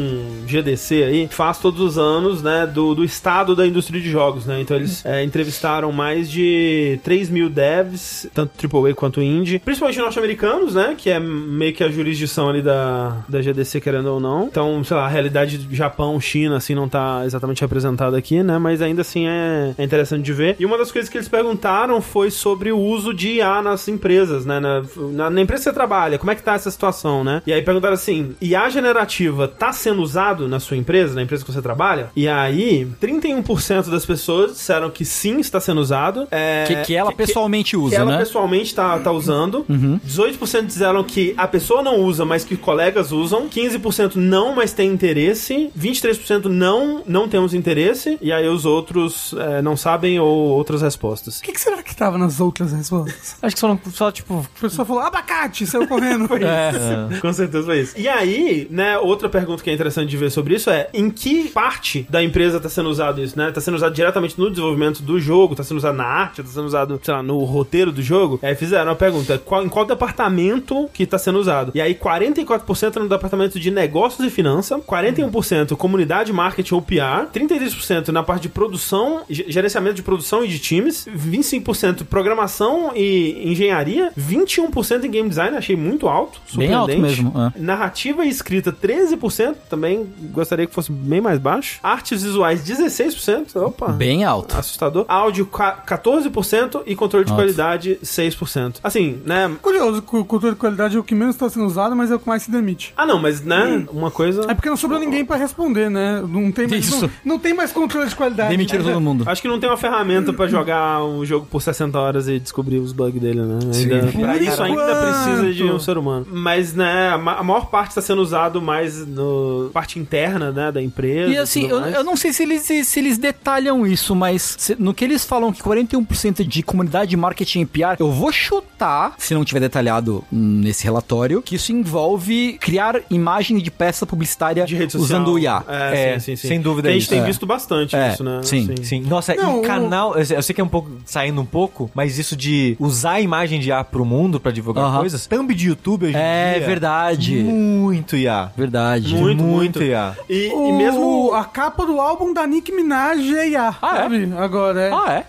GDC aí faz todos os anos, né, do, do estado da indústria de jogos, né? Então eles é, entrevistaram mais de 3 mil devs, tanto AAA quanto indie, principalmente norte-americanos, né, que é meio que a jurisdição ali da, da GDC, querendo ou não. Então, sei lá, a realidade do Japão, China, assim, não tá exatamente representada aqui, né, mas ainda assim é, é interessante de ver. E uma das coisas que eles perguntaram foi sobre o uso de IA nas empresas, né? Na, na- na empresa que você trabalha, como é que tá essa situação, né? E aí perguntaram assim: IA generativa tá sendo usado na sua empresa, na empresa que você trabalha? E aí, 31% das pessoas disseram que sim, está sendo usado. É, que, que ela pessoalmente que usa, ela né? Uhum. pessoalmente tá, tá usando. 18% disseram que a pessoa não usa, mas que colegas usam. 15% não, mas tem interesse. 23% não, não temos interesse. E aí os outros eh, não sabem ou outras respostas. O que, que será que tava nas outras respostas? Acho que só, não- só tipo... A pessoa falou abacate, saiu correndo. É. Com certeza foi isso. E aí, né, outra pergunta que é interessante de ver sobre isso é em que parte da empresa tá sendo usado isso, né? Tá sendo usado diretamente no desenvolvimento do jogo, tá sendo usado na arte, tá sendo usado, sei lá, no roteiro do jogo. Aí fizeram a pergunta, qual- em qual departamento que tá sendo usado? E aí 44% no departamento de negócios e finança, 41% comunidade, marketing ou PR, 33% na parte de produção, ge- gerenciamento de produção e de times, 25% 35% programação e engenharia, 21% em game design, achei muito alto, Bem alto surpreendente. mesmo, é. Narrativa e escrita 13%, também gostaria que fosse bem mais baixo. Artes visuais 16%, opa. Bem alto. Assustador. Áudio ca- 14% e controle de Alto. qualidade 6%. Assim, né? Curioso, cu- cultura de qualidade é o que menos tá sendo usado, mas é o que mais se demite. Ah, não, mas né, uma coisa É porque não sobrou ninguém pra responder, né? Não tem mais, Isso. não, não tem mais controle de qualidade. né? Demitiram todo mundo. Acho que não tem uma ferramenta pra jogar um jogo por 60 horas e descobrir os bugs dele, né? Ainda, Por pra isso ainda enquanto. precisa de um ser humano. Mas, né, a ma- a maior parte está sendo usado mais no parte interna, né, da empresa. E assim, tudo eu, mais. eu não sei se eles, se eles detalham isso, mas se- no que eles falam que 41% de comunidade de marketing e PR, eu vou chutar, se não tiver detalhado hum, nesse relatório, que isso envolve criar imagem de peça publicitária de rede social. usando o IA. É, É, sim, sim, sim. sem dúvida A é gente isso. tem É. visto bastante É, isso, né? sim. Sim, nossa, Não, e o- canal, eu sei- eu sei que é um pouco saindo um pouco, mas isso de usar a imagem de IA pro mundo pra divulgar Aham. coisas, thumb de YouTube hoje em É, dia. verdade. Muito IA. Verdade. Muito, muito. Muito IA. E, O- e mesmo A capa do álbum da Nick Minaj é IA. Ah, é? sabe? Agora é. Ah, é?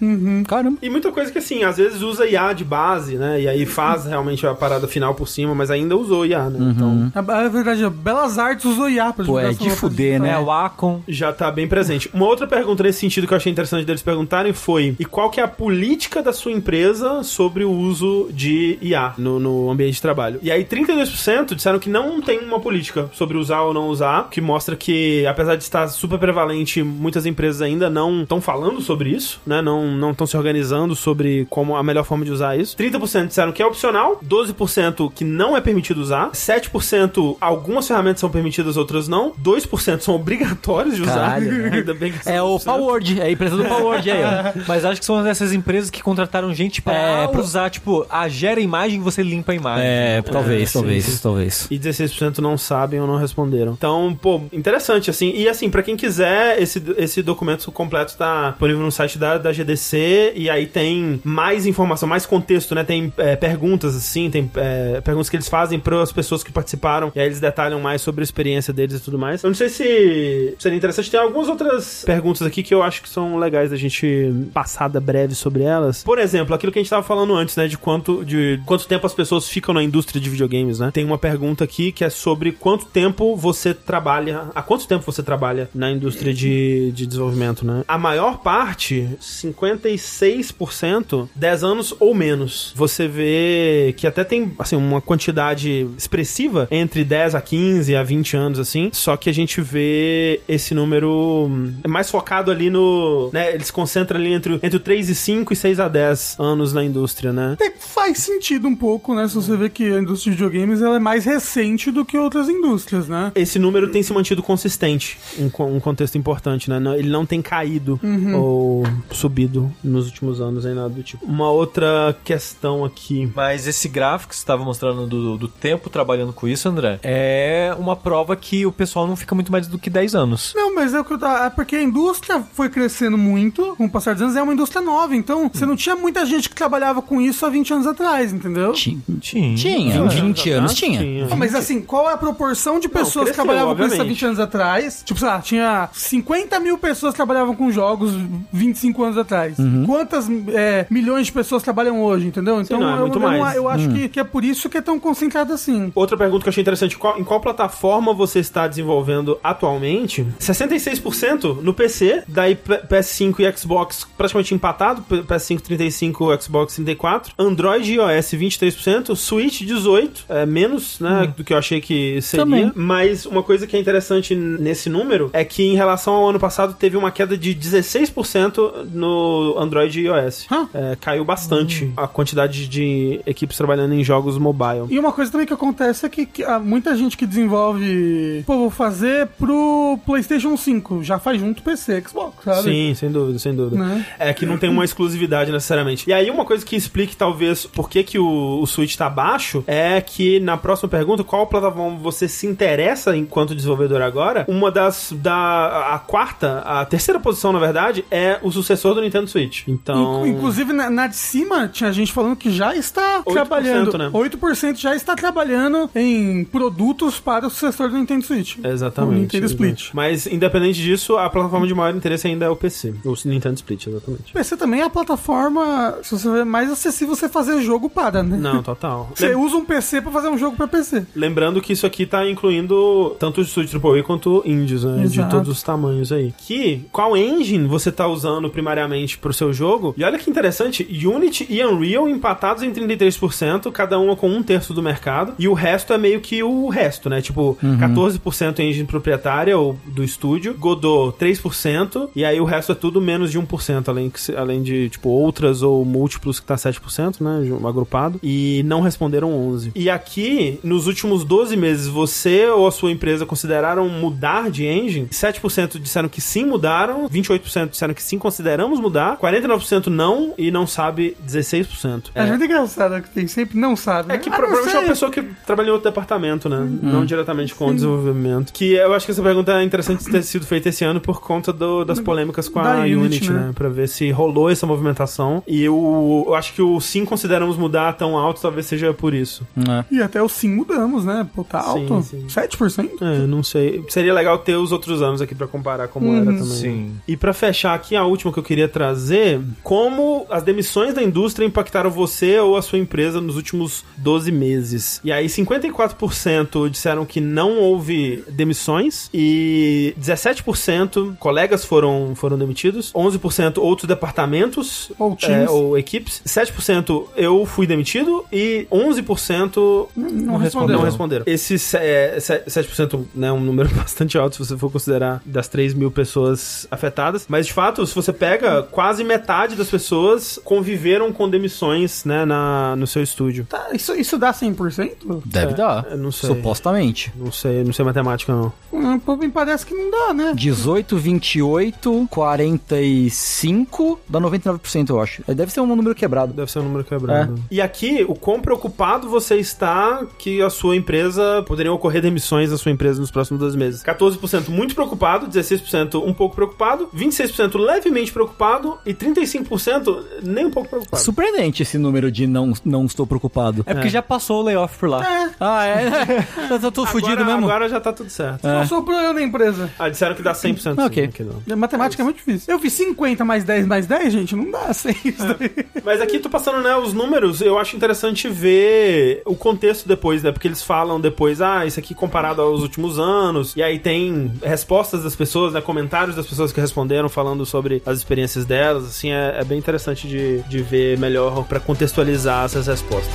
Caramba. E muita coisa que, assim, às vezes usa IA de base, né? E aí faz realmente a parada final por cima, mas ainda usou IA, né? Então, A, a É, verdade, a Belas Artes usou IA pra Pô, divulgar é essa de roupa fuder, digital. né? É, o Acon. já tá bem presente. Uma outra pergunta nesse sentido que eu achei interessante deles perguntarem foi: e qual que é a política da sua empresa sobre o uso de IA no, no ambiente de trabalho? E aí 32% disseram que não tem uma política sobre usar ou não usar, que mostra que apesar de estar super prevalente, muitas empresas ainda não estão falando sobre isso, né? Não não estão se organizando sobre como a melhor forma de usar isso. 30% disseram que é opcional, 12% que não é permitido usar, 7% algumas ferramentas são permitidas, outras não, 2% são obrigatórios de usar. Caralho. Ainda bem que É o Powerword, é a empresa do Powerword aí, ó. Mas acho que são essas empresas que contrataram gente pra É, pra- usar, tipo, a gera imagem você limpa a imagem. É, talvez, talvez, talvez. E 16% não sabem ou não responderam. Então, pô, interessante, assim. E assim, pra quem quiser, esse, esse documento completo tá disponível no site da, da GDC e aí tem mais informação, mais contexto, né? Tem é, perguntas, assim, tem é, perguntas que eles fazem para as pessoas que participaram e aí eles detalham mais sobre a experiência deles e tudo mais. Eu não sei se seria interessante. Tem algumas outras perguntas aqui que eu acho que são legais da gente passada breve sobre elas. Por exemplo, aquilo que a gente tava falando antes, né? De quanto, de quanto tempo as pessoas ficam na indústria de videogames, né? Tem uma pergunta aqui que é sobre quanto tempo você trabalha. Há quanto tempo você trabalha na indústria de, de desenvolvimento, né? A maior parte, 56%, 10 anos ou menos. Você vê que até tem assim, uma quantidade expressiva entre 10 a 15 a 20 anos, assim. Só que a gente vê esse número hum, é mais focado ali no. Né, eles concentram ali entre, entre 3 e 5 e 6 a 10 anos na indústria, né? Até que faz sentido um pouco, né? Se você vê que a indústria de videogames ela é mais recente do que outras indústrias, né? esse número tem se mantido consistente, um, co- um contexto importante, né? Não- Ele não tem caído ou subido nos últimos anos, nem nada do tipo. Uma outra questão aqui. Mas esse gráfico que você estava mostrando do, do tempo trabalhando com isso, André, é uma prova que o pessoal não fica muito mais do que 10 anos. Não, mas é o que eu tava. É porque a indústria foi crescendo muito com o passar dos anos, é uma indústria nova, então você não tinha muita gente que trabalhava com isso há 20 anos atrás, entendeu? Tinha. Tinha. Tinha, né? 20 anos tinha. Ah, mas assim, qual é a proporção de pessoas cresceu, que trabalhavam com isso há obviamente. 20 anos atrás? Tipo, sei lá, tinha 50 mil pessoas que trabalhavam com jogos 25 anos atrás. Uhum. Quantas é, milhões de pessoas trabalham hoje, entendeu? Então não, é eu, muito eu não- mais. Uhum. eu acho que, que é por isso que é tão concentrado assim. Outra pergunta que eu achei interessante: qual- em qual plataforma você está desenvolvendo atualmente? 66% no PC, daí P- PS5 e Xbox praticamente empatado, P- PS5 35, Xbox 34, Android e iOS 23%, Switch 18, é, menos né, do que eu achei que seria. Também. Mas uma coisa que é interessante nesse número é que em relação ao ano passado teve uma queda de 16% no Android e iOS. Hã? É, caiu bastante a quantidade de equipes trabalhando em jogos mobile. E uma coisa também que acontece é que, que há muita gente que desenvolve, pô, vou fazer pro PlayStation 5, já faz junto PC, Xbox, sabe? Sim, sem dúvida, sem dúvida. Né? É que não tem uma exclusividade necessariamente. E aí, uma coisa que explique, talvez, por que, que o, o Switch tá baixo é que na próxima pergunta, qual plataforma você se interessa enquanto desenvolvedor agora? Uma das. da A quarta, a terceira posição, na verdade, é o sucessor do Nintendo Switch. Então. Incu- Inclusive, na, na de cima, tinha gente falando que já está 8%, trabalhando. né? 8% já está trabalhando em produtos para o sucessor do Nintendo Switch. Exatamente. O Nintendo exatamente. Split. Mas, independente disso, a plataforma de maior interesse ainda é o PC. O Nintendo Split, exatamente. O PC também é a forma, se você vê, mais acessível você fazer jogo para, né? Não, total. Você Lem- usa um PC pra fazer um jogo pra PC. Lembrando que isso aqui tá incluindo tanto o estúdio AAA quanto indies, né? De Exato. todos os tamanhos aí. Que, qual engine você tá usando primariamente pro seu jogo? E olha que interessante, Unity e Unreal empatados em 33%, cada uma com um terço do mercado, e o resto é meio que o resto, né? Tipo, 14% engine proprietária ou do estúdio, Godot 3%, e aí o resto é tudo menos de 1%, além, que, se- além de, tipo, outras ou múltiplos que tá 7%, né? ju- Agrupado, e não responderam 11%. E aqui, nos últimos 12 meses, você ou a sua empresa consideraram mudar de engine? 7% disseram que sim mudaram, 28% disseram que sim consideramos mudar, 49% não e não sabe 16%. É. Acho muito engraçado que tem sempre não sabe. É que Ah, não Uhum. provavelmente é sei. uma pessoa que trabalha em outro departamento, né? Não diretamente com o desenvolvimento. Que eu acho que essa pergunta é interessante ter sido feita esse ano por conta do- das polêmicas com a Uhum. Da Unity, Unity, né? né? Pra ver se rolou essa movimentação. E eu, eu acho que o sim consideramos mudar tão alto talvez seja por isso. É. E até o sim mudamos, né? Pô, tá Sim, alto. sim. 7%? É, eu não sei. Seria legal ter os outros anos aqui pra comparar como Uhum. era também. né? Sim. E pra fechar aqui, a última que eu queria trazer, como as demissões da indústria impactaram você ou a sua empresa nos últimos 12 meses. E aí 54% disseram que não houve demissões e 17% colegas foram, foram demitidos, 11% outros departamentos Ou é, times. ou equipes, 7% eu fui demitido e 11% Não não respondeu. responderam. Esse é, se- 7% é um número bastante alto se você for considerar das 3 mil pessoas afetadas. Mas, de fato, se você pega, quase metade das pessoas conviveram com demissões né, na, no seu estúdio. É, Tá, isso, isso dá 100%? Deve dar. eu não sei. Supostamente. Não sei, não sei matemática, não. Hum, pô, me parece que não dá, né? 18, 28, 45, dá 99%, eu acho. É, Deve ser um número quebrado. Deve ser um número quebrado. E aqui, o quão preocupado você está que a sua empresa poderiam ocorrer demissões da sua empresa nos próximos dois meses? 14% muito preocupado, 16% um pouco preocupado, 26% levemente preocupado e 35% nem um pouco preocupado. É Surpreendente esse número de não, não estou preocupado. É porque já passou o layoff por lá. É. Ah, é? eu tô, tô fudido agora, mesmo. Agora já tá tudo certo. Não sou o problema da empresa. Ah, disseram que dá 100%. sim, Ok. que não. Matemática é muito difícil. Eu fiz 50 mais 10 mais 10, gente, não dá 100 isso daí. Mas aqui tô passando, né, os números, eu acho interessante ver o contexto depois, né? Porque eles falam depois, ah, isso aqui comparado aos últimos anos, e aí tem respostas das pessoas, né? Comentários das pessoas que responderam falando sobre as experiências delas, assim, é, é bem interessante de, de ver melhor pra contextualizar essas respostas.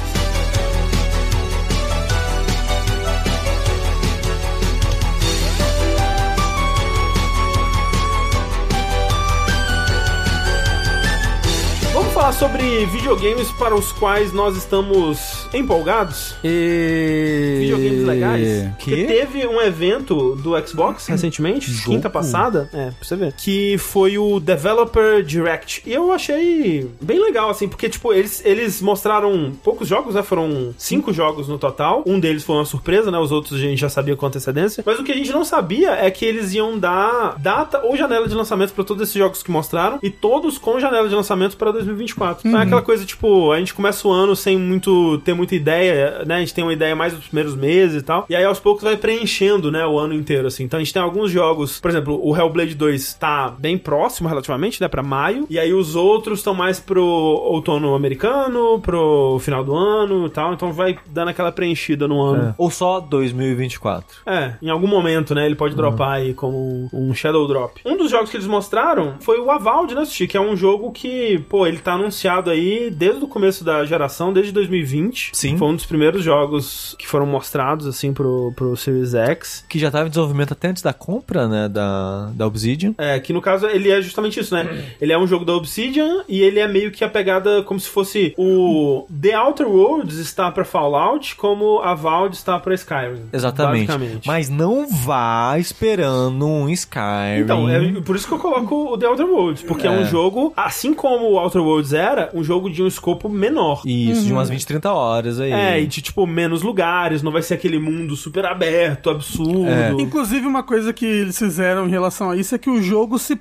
Vamos falar sobre videogames para os quais nós estamos empolgados? E... É Videogames legais. Porque Que? teve um evento do Xbox recentemente, Jogo? quinta passada, é, pra você ver, que foi o Developer Direct. E eu achei bem legal, assim, porque, tipo, eles, eles mostraram poucos jogos, né? Foram cinco jogos no total. Um deles foi uma surpresa, né? Os outros a gente já sabia com antecedência. Mas o que a gente não sabia é que eles iam dar data ou janela de lançamento pra todos esses jogos que mostraram e todos com janela de lançamento pra 2024. Então é aquela coisa, tipo, a gente começa o ano sem muito ter muita ideia, né? A gente tem uma ideia mais dos primeiros meses e tal. E aí aos poucos vai preenchendo, né, o ano inteiro assim. Então a gente tem alguns jogos, por exemplo, o Hellblade 2 tá bem próximo relativamente, né, Pra maio, e aí os outros estão mais pro outono americano, pro final do ano e tal. Então vai dando aquela preenchida no ano. Ou só 2024. É, em algum momento, né? Ele Uhum. pode dropar aí como um Shadow Drop. Um dos jogos que eles mostraram foi o Avald, né, Sushi? Que é um jogo que, pô, ele tá anunciado aí desde o começo da geração, desde 2020. Sim. Foi um dos primeiros jogos que foram mostrados, assim, pro, pro Series X. Que já tava em desenvolvimento até antes da compra, né? Da, da Obsidian. É, que no caso ele é justamente isso, né? Ele é um jogo da Obsidian e ele é meio que a pegada como se fosse o The Outer Worlds está pra Fallout, como Avald está pra Skyrim. Exatamente. basicamente. Mas não vá esperando um Skyrim. Então, é por isso que eu coloco o The Outer Worlds, porque é, um É. jogo, assim como o Outer Worlds era, um jogo de um escopo menor. Isso, de umas 20, 30 horas aí. Uhum. É, e de, tipo, menos lugares, não vai ser aquele mundo super aberto, absurdo. É. Inclusive, uma coisa que eles fizeram em relação a isso é que o jogo se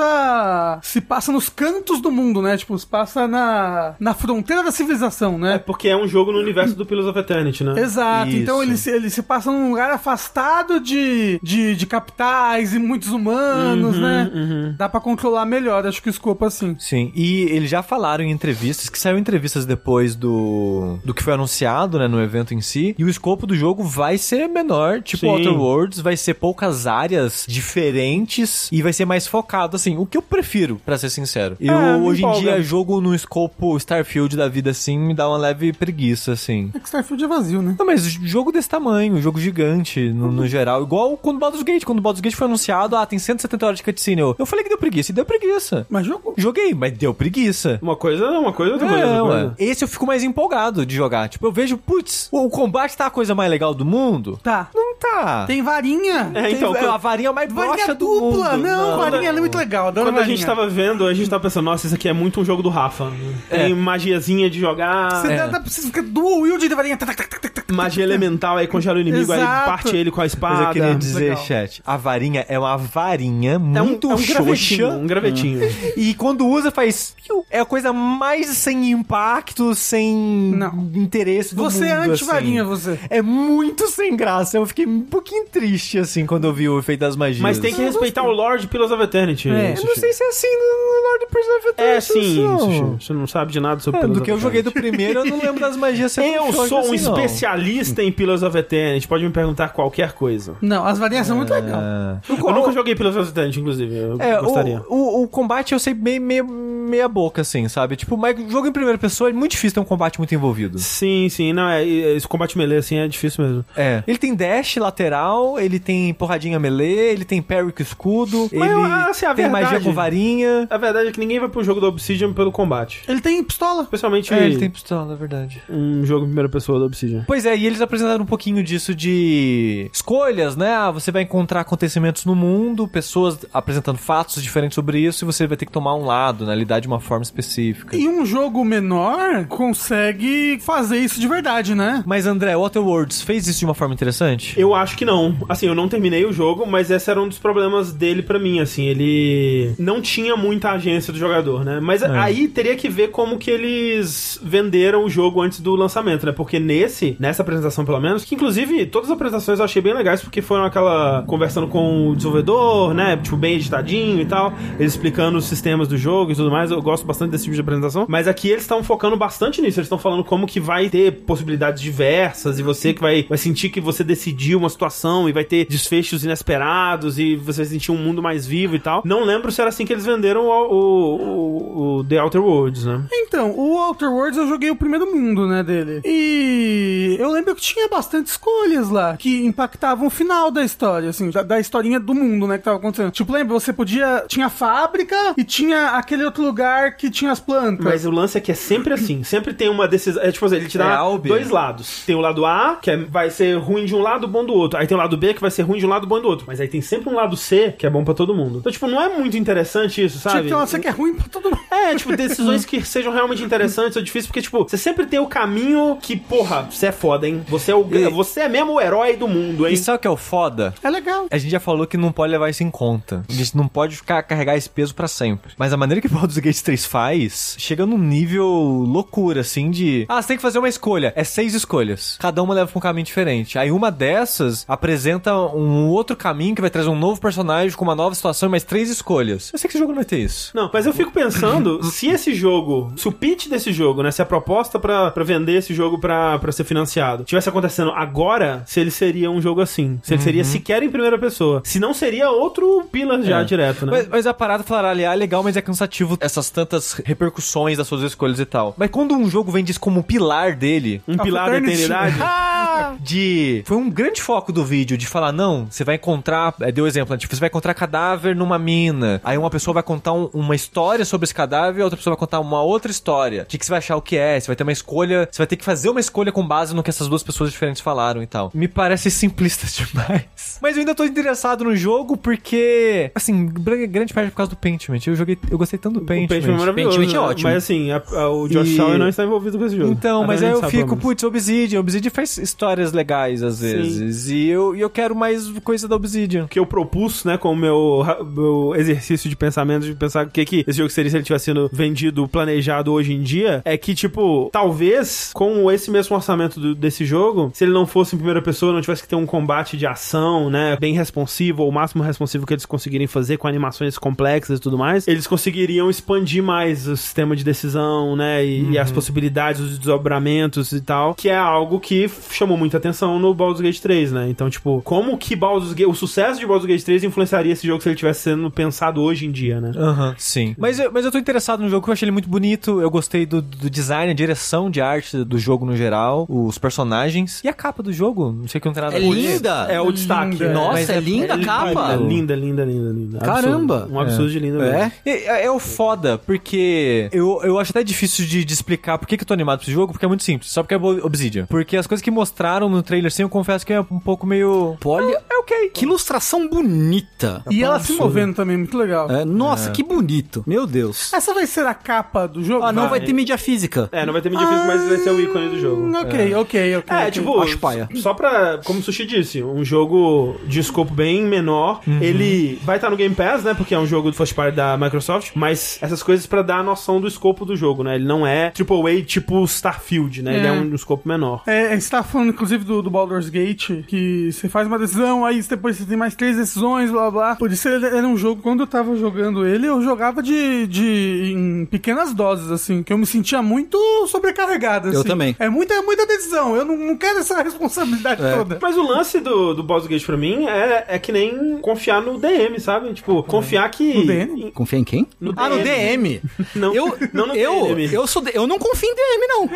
passa. se passa nos cantos do mundo, né? Tipo, se passa na, na fronteira da civilização, É né? porque é um jogo no universo do Pillars of Eternity, né? Exato, Isso. então ele se, ele se passa num lugar afastado de, de, de capitais Uhum, né? e muitos humanos, né? Dá pra controlar melhor, acho que o escopo assim. Sim, e eles já falaram em entrevistas, que saiu entrevistas depois do, do que foi anunciado, né, no evento em si, e o escopo do jogo vai ser menor, tipo Sim. Outer Worlds, vai ser poucas áreas diferentes e vai ser mais focado, assim, o que eu prefiro, pra ser sincero. Eu, Ah, me hoje em empolga. dia, jogo no escopo Starfield da vida, assim, me dá uma leve preguiça, assim. É que Starfield é vazio, né? Não, mas jogo desse tamanho, jogo gigante, no, no geral. Igual quando Baldur's Gate. Quando Baldur's Gate foi anunciado, ah, tem 170 horas de cutscene. Eu, eu falei que deu preguiça, e deu preguiça. Mas jogou. Joguei, mas deu preguiça. Uma coisa é uma coisa, outra coisa é É, outra ué. coisa. Esse eu fico mais empolgado de jogar. Tipo, eu vejo, putz, o, o combate tá a coisa mais legal do mundo? Tá. Não tá. Tem varinha. É, então, Tem- quando- a varinha mais broxa Varinha do dupla. mundo. Não, varinha é muito legal. adoro Quando a gente varinha. tava vendo, a gente tava pensando, nossa, isso aqui é muito um jogo do Rafa. É. Tem magiazinha de jogar, Você dá, dá, você fica dual wield de varinha. Tac, tac, tac, tac, tac. magia elemental, aí congela o inimigo, aí Exato. parte ele com a Mas espada. eu queria dizer, legal. chat, a varinha é uma varinha É um, muito Uhum. é um xoxa. gravetinho, um gravetinho. E quando usa, faz. piu. É a coisa mais sem impacto, sem Não. interesse do Você é mundo, anti-varinha, assim. você. É muito sem graça. Eu fiquei um pouquinho triste, assim, quando eu vi o efeito das magias. Mas tem que respeitar o Lord Pillars of Eternity. É, Eu Sushi. não sei se é assim no Lord Prison of Eternity, É, sim, não. Sushi. Você não sabe de nada sobre É, Pillars do of que eu joguei do Eternity. primeiro, eu não lembro das magias sendo Eu xoxas sou um assim, não. especialista em Pillars of Eternity. Pode me perguntar qualquer coisa. Não, as varinhas são muito legais. Ah. Eu nunca joguei Pillars of Eternity, inclusive. Eu É, gostaria. o, o, o combate eu sei meio, meio meia boca, assim, sabe? Tipo, mas jogo em primeira pessoa é muito difícil ter um combate muito envolvido. Sim, sim. Não, é, é, esse combate melee, assim, é difícil mesmo. É. Ele tem dash lateral, ele tem porradinha melee, ele tem parry com escudo, ele eu- ah, assim, a tem magia verdade- com varinha. A verdade é que ninguém vai pro jogo do Obsidian pelo combate. Ele tem pistola. Especialmente É, ele tem pistola, é verdade. um jogo em primeira pessoa do Obsidian. Pois é, e eles apresentaram um pouquinho disso de escolhas, né? Ah, você vai encontrar acontecimentos no mundo, pessoas apresentando fatos diferentes sobre isso, e você vai ter que tomar um lado, né? Lidar de uma forma específica. E um jogo menor consegue fazer isso de verdade, né? Mas, André, Outer Worlds fez isso de uma forma interessante? Eu acho que não. Assim, eu não terminei o jogo, mas esse era um dos problemas dele pra mim, assim. Ele não tinha muita agência do jogador, né? Mas aí teria que ver como que eles venderam o jogo antes do lançamento, né? Porque nesse, nessa apresentação pelo menos, que inclusive todas as apresentações eu achei bem legais, porque foram aquela conversando com o desenvolvedor, né? Tipo, bem editadinho e tal. Eles explicando os sistemas do jogo e tudo mais. Eu gosto bastante desse tipo de apresentação. Mas aqui eles estão focando bastante nisso. Eles estão falando como que vai ter possibilidades diversas e você que vai, vai sentir que você decidiu uma situação e vai ter desfechos inesperados e você vai sentir um mundo mais vivo e tal. Não lembro se era assim que eles venderam o, o- o- o The Outer Worlds, né? Então, o Outer Worlds eu joguei o primeiro mundo, né, dele. E eu lembro que tinha bastante escolhas lá que impactavam o final da história, assim, da, da historinha do mundo, né, que tava acontecendo. Tipo, lembra, você podia... Tinha a fábrica e tinha aquele outro lugar que tinha as plantas. Mas o lance é que é sempre assim. Sempre tem uma decisão. É tipo assim, ele te É dá Albi. dois lados. Tem o lado A, que é- vai ser ruim de um lado, bom do outro. Aí tem o lado B, que vai ser ruim de um lado, bom do outro. Mas aí tem sempre um lado C, que é bom pra todo mundo. Então, tipo, não é muito interessante isso, Tipo, Tinha sabe? que ter uma cena que é ruim pra todo mundo. É, tipo, decisões que sejam realmente interessantes ou difíceis, porque, tipo, você sempre tem o caminho que, porra, você é foda, hein? Você é, o, E- você é mesmo o herói do mundo, hein? E sabe o que é o foda? É legal. A gente já falou que não pode levar isso em conta. A gente não pode ficar carregar esse peso pra sempre. Mas a maneira que Baldur's Gate 3 faz, chega num nível loucura, assim, de... Ah, você tem que fazer uma escolha. É seis escolhas. Cada uma leva pra um caminho diferente. Aí uma dessas apresenta um outro caminho que vai trazer um novo personagem com uma nova situação e mais três escolhas. Eu sei que esse jogo não vai ter isso. Não, mas eu fico pensando se esse jogo, se o pitch desse jogo, né, se a proposta pra, pra vender esse jogo pra, pra ser financiado tivesse acontecendo agora, se ele seria um jogo assim. Se ele seria sequer em primeira pessoa. Se não, seria outro Pillars já Uhum. É. direto, né? Mas, mas a parada falar, ali, ah, é legal, mas é cansativo essas tantas repercussões das suas escolhas e tal. Mas quando um jogo vende isso como um pilar dele, um A pilar da Fraternity. eternidade. Ah, de. Foi um grande foco do vídeo de falar: não, você vai encontrar. é, Deu exemplo, né? tipo, você vai encontrar cadáver numa mina. Aí uma pessoa vai contar um- uma história sobre esse cadáver e outra pessoa vai contar uma outra história. O que, que você vai achar o que é? Você vai ter uma escolha. Você vai ter que fazer uma escolha com base no que essas duas pessoas diferentes falaram e tal. Me parece simplista demais. Mas eu ainda tô interessado no jogo porque. Assim, gran- grande parte é por causa do Paintment. Eu joguei. Eu gostei tanto do O Paintment. Paintment é maravilhoso. Paintment é né? ótimo. Mas assim, a- a- o Josh E- Sauer não está tá envolvido com esse jogo. Então, Agora mas a aí gente eu sabe, fico, pelo menos. putz, Obsidian. Obsidian faz histórias legais às vezes. E eu, e eu quero mais coisa da Obsidian. que eu propus, né, com o meu, ra- meu exercício de pensamento, de pensar o que, que esse jogo seria se ele tivesse tá sendo vendido, planejado hoje em dia, é que, tipo, talvez com esse mesmo orçamento do- desse jogo, se ele não fosse em primeira pessoa, não tivesse que ter um combate de ação, né, bem responsivo, ou o máximo responsivo que eles conseguirem fazer com animações complexas e tudo mais, eles conseguiriam expandir mais o sistema de decisão, né, e, Uhum. e as possibilidades, os desdobramentos e tal, que é algo que f- chamou muita atenção no Baldur's Gate 3, né? Então, tipo, como que Baldur's Gate, o sucesso de Baldur's Gate 3 influenciaria esse jogo se ele tivesse sendo pensado hoje em dia, né? Aham, sim. Mas eu, mas eu tô interessado no jogo, que eu achei ele muito bonito. Eu gostei do, do design, a direção de arte do jogo no geral, os personagens e a capa do jogo. Não sei que não tem nada É a ver com isso. linda! É o destaque. Linda. né? Nossa, Mas é linda a capa. Linda, linda, linda, linda. Absurdo. Caramba. Um absurdo de linda mesmo. É? É, é o foda, porque eu, eu acho até difícil de, de explicar por que, que eu tô animado pra esse jogo, porque é muito simples, só porque é Bo- Obsidian. Porque as coisas que mostraram no trailer, sim, eu confesso que é um pouco meio. Olha, É ok. que ilustração bonita. tá E ela se movendo também, muito legal. É, nossa, que bonito. Meu Deus. Essa vai ser a capa do jogo? Ah, não vai ter mídia física. É, não vai ter mídia física, mas vai ser o ícone do jogo. Hum, Ok, ok, ok. É, ok. tipo, Acho paia. só pra, como o Sushi disse, um jogo de escopo bem menor. Ele vai estar no Game Pass, né? Porque é um jogo do first party da Microsoft, mas essas coisas pra dar a noção do escopo do jogo, né? Ele não é AAA tipo Starfield, né? Ele é É. um escopo menor. É, você tá falando, inclusive, do, do Baldur's Gate, que você faz uma decisão, aí depois você tem mais três decisões, blá blá. Por isso ele era um jogo, quando eu tava jogando ele, eu jogava de, de em pequenas doses, assim, que eu me sentia muito sobrecarregado, assim. Eu também. É. É muita, é muita decisão, eu não, não quero essa responsabilidade toda. Mas o lance do, do Baldur's Gate pra mim é, é que nem confiar no DM, sabe? Tipo, confiar que... No DM? em- Confia em quem? No ah, no DM. Não, eu, não no eu, DM. eu sou, de- eu não confio em DM não.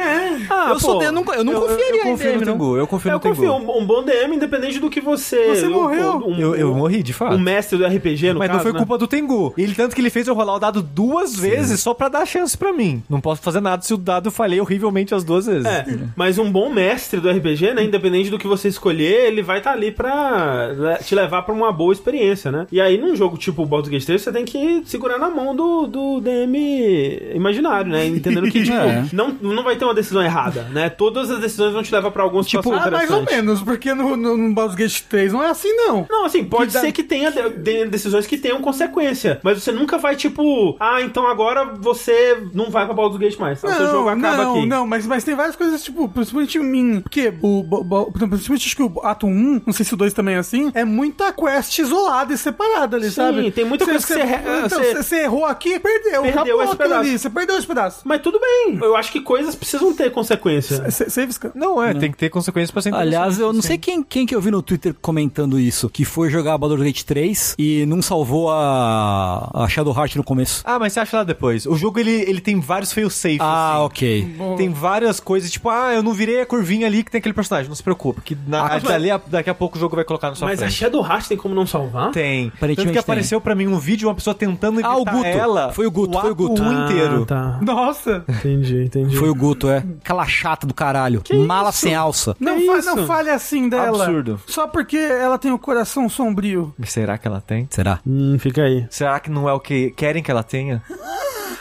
Ah, eu sou, pô. de- eu não, eu não confiaria Eu confio em no DM não. Tengu, eu confio Eu no Tengu. confio, um, um bom DM, independente do que você. Você um- morreu. um- Eu, eu um- morri, de fato. O mestre do RPG, no Mas não caso, foi né? culpa do Tengu. Ele tanto que ele fez eu rolar o dado duas vezes só pra dar chance pra mim. Não posso fazer nada se o dado eu falhei horrivelmente as duas vezes. É, Né? mas um bom mestre do RPG, né? Independente do que você escolher, ele vai estar ali pra le- te levar pra uma boa experiência, né? E aí, num jogo tipo o Baldur's Gate 3, você tem que segurar na mão do, do DM imaginário, né? Entendendo que, tipo, É. não, não vai ter uma decisão errada, né? Todas as decisões vão te levar pra alguns Tipo, Ah, mais ou menos. menos, porque no, no, no Baldur's Gate 3 não é assim, não. Não, assim, pode Que dá- ser que tenha de- de- decisões que tenham consequência, mas você nunca vai, tipo, ah, então agora você não vai pra Baldur's Gate mais. tá? o seu jogo acaba não, aqui. Não, mas, mas tem várias coisas, tipo, principalmente em mim. Porque o. bo- bo- por exemplo, Principalmente acho que o ato 1, não sei se o 2 também é assim, é muita quest isolada e separada ali, Sim, sabe? tem muita coisa que você erra- Então, você- você errou aqui, perdeu. Perdeu acabou esse aquilo pedaço. ali, Você perdeu esse pedaço. Mas tudo bem, eu acho que coisas precisam ter consequência. S- Saves. ca- Não, é, tem que ter consequências pra ser Aliás, eu não interessante, sei quem, quem que eu vi no Twitter comentando isso, que foi jogar Baldur's Gate 3 e não salvou a, a Shadow Heart no começo. Ah, mas você acha lá depois. O jogo, ele, ele tem vários fail safes. assim. Ah, ok. Tem várias coisas, tipo, ah, eu não virei a curvinha ali que tem aquele personagem. Não se preocupe, que na- Ah, dali a- daqui a pouco o jogo vai colocar na sua Mas a frente. Shadow Heart tem como não salvar? Tem. Tanto Aparentemente que tem. apareceu pra mim um vídeo, uma pessoa tentando evitar Ah, o Guto. ela. Foi o Guto, foi o ato Guto. um inteiro. tá. Nossa! Entendi, entendi. Foi o Guto, é. Aquela chata do caralho. Mala sem alça. Não, Que fa isso? não fale assim dela. Absurdo. Só porque ela tem o coração sombrio. Será que ela tem? Será? Hum, fica aí. Será que não é o que querem que ela tenha?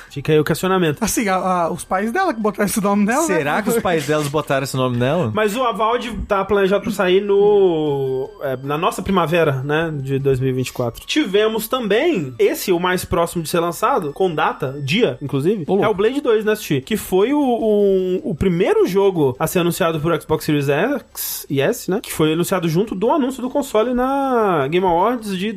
Fica aí o questionamento. Assim, a- a- os pais dela que botaram esse nome É nela. né? Será que os pais delas botaram esse nome nela? Mas o Avald tá planejado pra sair no. é, na nossa primavera, né? De 2024. Tivemos também esse, o mais próximo de ser lançado, com data, dia, inclusive, Ô, louco. é o Blade 2, né, Sushi? Que foi o, o, o primeiro jogo a ser anunciado por Xbox Series X e S, né? Que foi anunciado junto do anúncio do console na Game Awards de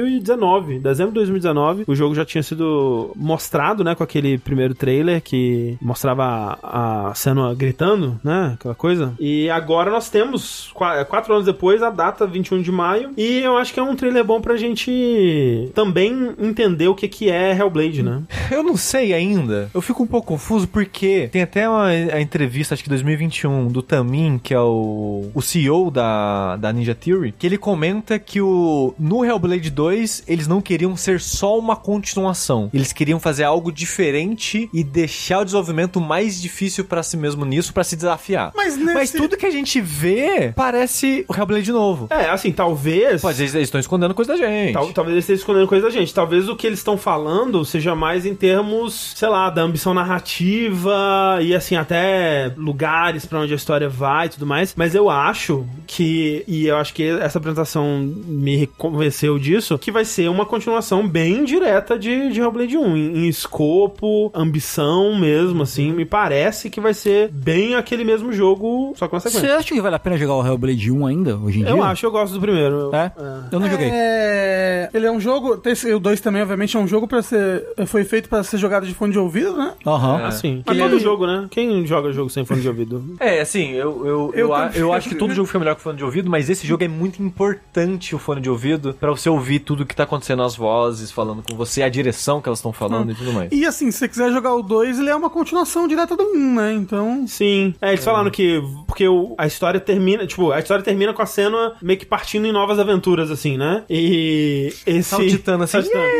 2019. Dezembro de 2019. O jogo já tinha sido mostrado, né? Com aquele primeiro trailer que mostrava a, a Senua gritando, né? Aquela coisa. E agora nós temos, qua- quatro anos depois, a data 21 de maio. E eu acho que é um trailer bom pra gente também entender o que, que é Hellblade, né? Eu não sei ainda. Eu fico um pouco confuso porque tem até uma a entrevista, acho que 2021, do Tamin, que é o, o CEO da, da Ninja Theory, que ele comenta que o no Hellblade 2 eles não queriam ser só uma continuação. Eles queriam fazer algo diferente e deixar o desenvolvimento mais difícil pra si mesmo nisso, pra se desafiar. Mas nesse- Mas tudo que a gente vê parece o Hellblade novo. É, assim, talvez. Pô, às vezes eles estão escondendo coisa da gente. Tal- talvez eles estejam escondendo coisa da gente. Talvez o que eles estão falando seja mais em termos, sei lá, da ambição narrativa e assim, até lugares pra onde a história vai e tudo mais. Mas eu acho que, e eu acho que essa apresentação me convenceu disso, que vai ser uma continuação bem direta de, de Hellblade 1, em, em escopo, ambição mesmo, assim, me parece que vai ser bem aquele mesmo jogo, só que na Você sequência. acha que vale a pena jogar o Hellblade 1 ainda, hoje em dia? Eu acho, eu gosto do primeiro. Eu- É? Eu não joguei. É, ele é um jogo, tem esse- o 2 também, obviamente, é um jogo para ser foi feito pra ser jogado de fone de ouvido, né? Aham. Assim. Mas Que todo ele- jogo, né? Quem joga jogo sem fone de ouvido? É, assim, eu, eu, eu, Eu a- também. eu acho que todo jogo fica melhor com fone de ouvido, mas esse jogo é muito importante o fone de ouvido pra você ouvir tudo que tá acontecendo, as vozes falando com você, a direção que elas estão falando e tudo mais. E assim, se você quiser jogar o 2, ele é uma continuação direta do 1, né? Então, Sim. É, eles falaram que. Porque o- a história termina. Tipo, a história termina com a cena meio que partindo em novas aventuras, assim, né? E. Esse. Saltitando, assim, Saltitando.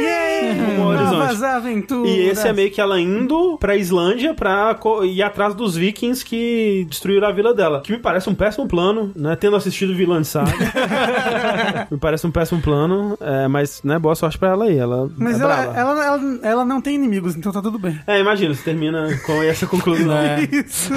Rumo ao horizonte. novas aventuras. E esse é meio que ela indo pra Islândia pra co- ir atrás dos vikings que destruíram a vila dela. Que me parece um péssimo plano, né? Tendo assistido Vilã de Saga. me parece um péssimo plano, é, mas, né, boa sorte pra ela aí. Ela Mas é ela, brava. ela, ela, ela não tem inimigos, então tá tudo bem. É, imagina, você termina com essa conclusão. É, Isso.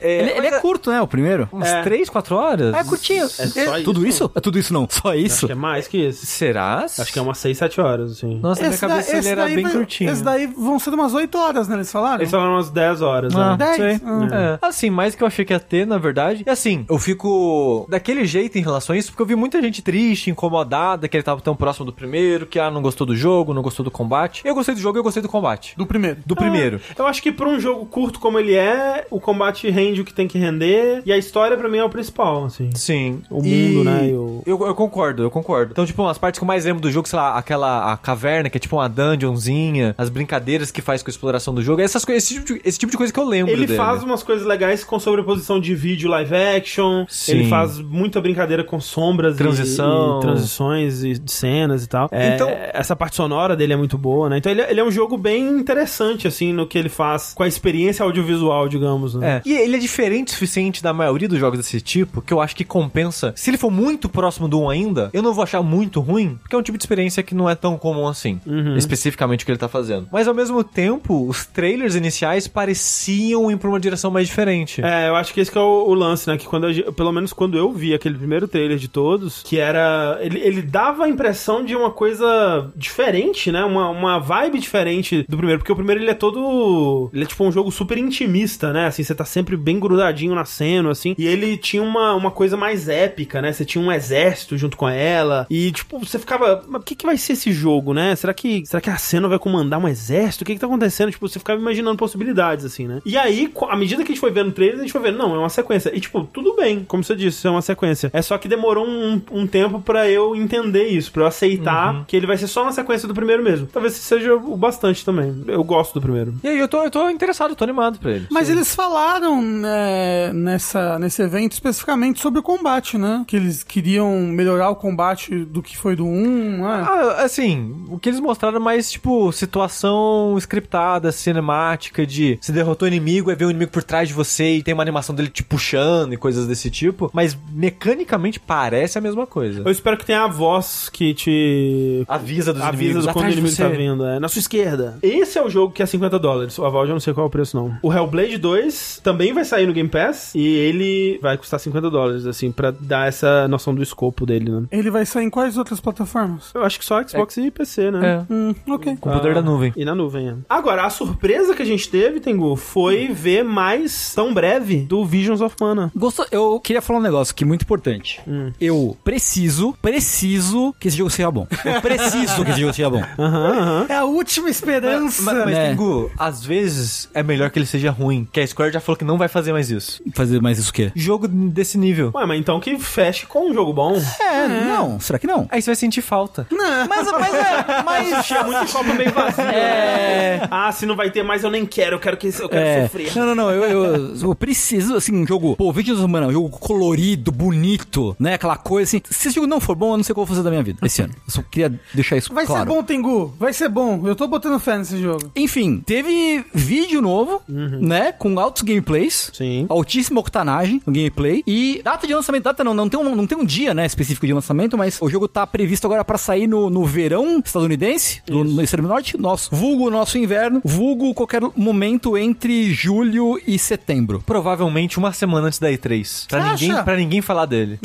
Ele, ele é curto, né, o primeiro? Umas É. 3, 4 horas? É curtinho. só É- isso? Tudo isso? É tudo isso não, só Acho isso? que é mais que isso. Será? Acho que é umas 6, 7 horas, assim. Nossa, na minha da- cabeça ele era daí bem vai- curtinho. Esse daí vão ser umas 8 horas, né? Eles falaram? Eles falaram é umas 10 horas, né? Ah, Dez? sei. Ah. É. Assim, mais que eu achei que ia ter, na verdade. E assim, eu fico daquele jeito em relação a isso, porque eu vi muita gente triste, incomodada, que ele tava tão próximo do primeiro, que ah, não gostou do jogo, não gostou do combate. Eu gostei do jogo, eu gostei do combate. Do primeiro. Ah. Do primeiro. Eu acho que pra um jogo curto como ele é, o combate rende o que tem que render, e a história pra mim é o principal, assim. Sim. O mundo, né, e o- Eu, eu concordo, eu concordo. Então, tipo, as partes que eu mais lembro do jogo, sei lá, aquela a caverna, que é tipo uma dungeonzinha, as brincadeiras que faz com a exploração do jogo, essas coisas, esse, tipo de, esse tipo de coisa que eu lembro. Ele dele. faz umas coisas legais com sobreposição de vídeo live action. Sim. Ele faz muita brincadeira com sombras e- Transição. e, transições e de cenas e tal. É, Então- essa parte sonora dele é muito boa, né? Então ele, ele é um jogo bem interessante, assim, no que ele faz com a experiência audiovisual, digamos, né? É. E ele é diferente o suficiente da maioria dos jogos desse tipo, que eu acho que compensa. Se ele for muito próximo do 1 ainda, eu não vou achar muito ruim, porque é um tipo de experiência que não é tão comum assim. Especificamente o que ele tá fazendo. Mas ao mesmo tempo, os trailers iniciais pareciam ir pra uma direção mais diferente. É, eu acho que esse que é o, o lance, né? Que quando a gente- pelo menos quando eu vi aquele primeiro trailer de todos, que era. Ele, ele dava a impressão de uma coisa diferente, né? Uma, uma vibe diferente do primeiro. Porque o primeiro ele é todo. Ele é tipo um jogo super intimista, né? Assim, você tá sempre bem grudadinho na cena, assim. E ele tinha uma, uma coisa mais épica, né? Você tinha um exército junto com ela. E, tipo, você ficava. Mas o que, que vai ser esse jogo, né? Será que, será que a cena vai comandar um exército? O que, que tá acontecendo? Tipo, você ficava imaginando possibilidades, assim, né? E aí, co- à medida que a gente foi vendo o trailer, a gente foi vendo, não, é uma sequência. E, tipo, tudo bem, como você disse, é uma sequência. É só que demorou um, um tempo pra eu entender isso, pra eu aceitar que ele vai ser só na sequência do primeiro mesmo. Talvez seja o bastante também. Eu gosto do primeiro. E aí, eu tô, eu tô interessado, eu tô animado pra ele. Mas eles falaram né, nessa, nesse evento especificamente sobre o combate, né? Que eles queriam melhorar o combate do que foi do 1. né? Ah, assim, o que eles mostraram é mais, tipo, situação scriptada, cinemática, de você derrotou o inimigo, aí vem o inimigo por trás de você e tem uma animação dele te puxando e coisas desse tipo. Mas mecanicamente parece a mesma coisa. Eu espero que tenha a voz que te Avisa dos Avisa inimigos. do quando o atrás de inimigo você. tá vindo, é. Na sua esquerda. Esse é o jogo que é 50 dólares. O Aval já não sei qual é o preço, não. O Hellblade 2 também vai sair no Game Pass e ele vai custar 50 dólares, assim, pra dar essa noção do escopo dele, né? Ele vai sair em quais outras plataformas? Eu acho que só Xbox e PC, né? É, Hum, ok. com o poder Ah. da nuvem. E na nuvem, é. Agora, a surpresa que a gente teve, Tengu, foi ver mais tão breve do Visions of Mana. Gostou? Eu queria falar um negócio que é muito importante. Hum. Eu preciso, preciso que esse jogo seja bom. Eu preciso que esse jogo seja bom. Aham, aham. É a última esperança. Mas, mas É. Tengu, às vezes é melhor que ele seja ruim, que a Square já falou que não vai fazer mais isso. Fazer mais isso o quê? Jogo desse nível. Ué, mas então que feche com um jogo bom. É, não. Será que não? Aí você vai sentir falta. Mas, mas é, mas... Tinha muito copo meio vazio. É. Ah, se não vai ter mais, eu nem quero. Eu quero que eu quero É, sofrer. não, não, não, eu, eu- eu preciso, assim, um jogo, pô, Vídeos Humana, um jogo colorido, bonito, né, aquela coisa, assim, se esse jogo não for bom, eu não sei o que eu vou fazer da minha vida esse ano. Eu só queria deixar isso Vai claro. ser bom, Tengu. Vai ser bom. Eu tô botando fé nesse jogo. Enfim, teve vídeo novo, Uhum. né? Com altos gameplays. Sim. Altíssima octanagem no gameplay. E data de lançamento, data não, não tem um, não tem um dia, né, específico de lançamento, mas o jogo tá previsto agora pra sair no, no verão estadunidense, do, no extremo norte, nosso, vulgo nosso inverno, vulgo qualquer momento entre julho e setembro. Provavelmente uma semana antes da E3. Pra, Você ninguém, acha? pra ninguém falar dele.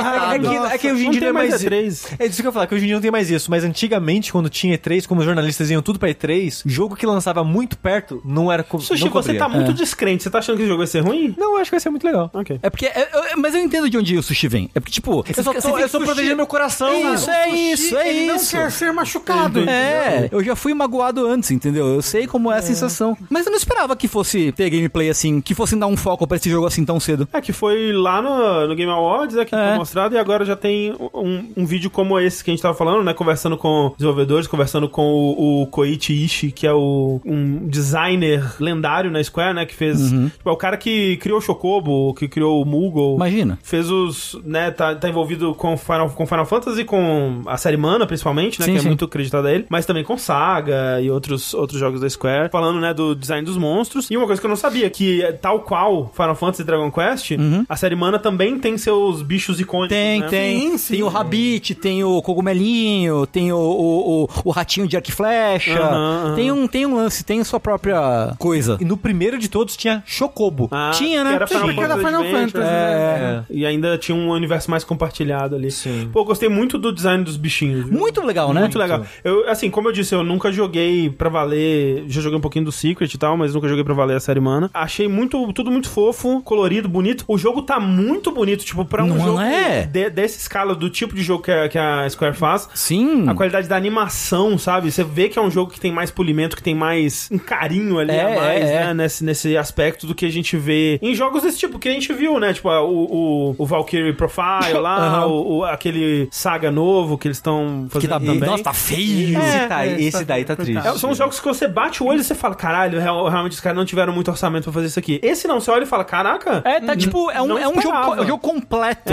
Ah, É que, nossa. é que hoje em Não dia tem não é mais mais. E3. É disso que eu ia falar, que hoje em dia não tem mais isso, mas antigamente, quando tinha E3, como os jornalistas iam tudo pra E3, E3, jogo que lançava muito perto não era co- Sushi, não você cobria. É. tá muito descrente. Você tá achando que esse jogo vai ser ruim? Não, eu acho que vai ser muito legal. Ok. É porque. é- eu- mas eu entendo de onde o sushi vem. É porque, tipo. Eu só tô, eu tô protegendo meu coração, É mano. isso, é isso, é Ele isso. não quer ser machucado. É, eu já fui magoado antes, entendeu? Eu sei como é a sensação. Mas eu não esperava que fosse ter gameplay assim, que fosse dar um foco pra esse jogo assim tão cedo. É, que foi lá no, no Game Awards, é que É. foi mostrado, e agora já tem um, um vídeo como esse que a gente tava falando, né? Conversando com desenvolvedores, conversando com o, o Koichi Ishii, que é o, um designer lendário na Square, né? Que fez. Tipo, é o cara que criou o Chocobo, que criou o Moogle. Imagina. Fez os. né, tá, tá envolvido com Final, com Final Fantasy, com a série Mana, principalmente, né? Sim, que sim. é muito acreditada a ele, mas também com Saga e outros, outros jogos da Square, falando, né, do design dos monstros. E uma coisa que eu não sabia, que é tal qual Final Fantasy e Dragon Quest, a série Mana também tem seus bichos icônicos. Uhum. Tem, né? tem. Sim, sim. Tem o Rabbit, tem o cogumelinho, tem o, o, o, o ratinho de arco e flecha. Aham, aham. Tem, um, tem um lance, tem sua própria coisa. E no primeiro de todos tinha Chocobo. Ah, Tinha, né? que Era Sim, Final porque era Fantasy Final Adventure, Fantasy. né? né? É. E ainda tinha um universo mais compartilhado ali. Sim. Pô, gostei muito do design dos bichinhos. viu? Muito legal, né? É. Muito legal. Eu, assim, como eu disse, eu nunca joguei pra valer. Já joguei um pouquinho do Secret e tal, mas nunca joguei pra valer a série Mana. Achei muito, tudo muito fofo, colorido, bonito. O jogo tá muito bonito, tipo, pra um Não jogo é? de- dessa escala, do tipo de jogo que a, que a Square faz. Sim. A qualidade da animação, sabe? Você vê que é um jogo que tem mais polimento, que tem mais um carinho ali É, a mais, é, é. né? Nesse, nesse aspecto do que a gente vê em jogos desse tipo, que a gente viu, né? Tipo, a- o, o, o Valkyrie Profile lá, Aham. o, o- aquele Saga novo que eles estão fazendo Que tá, também. Nossa, tá feio. É. Esse, tá- esse daí tá triste. É, são os jogos que você bate o olho e você fala, caralho, real- realmente os caras não tiveram muito orçamento pra fazer isso aqui. Esse não, você olha e fala, caraca, É, tá tipo, é um, não é um, jogo, esperava. co- é um jogo completo,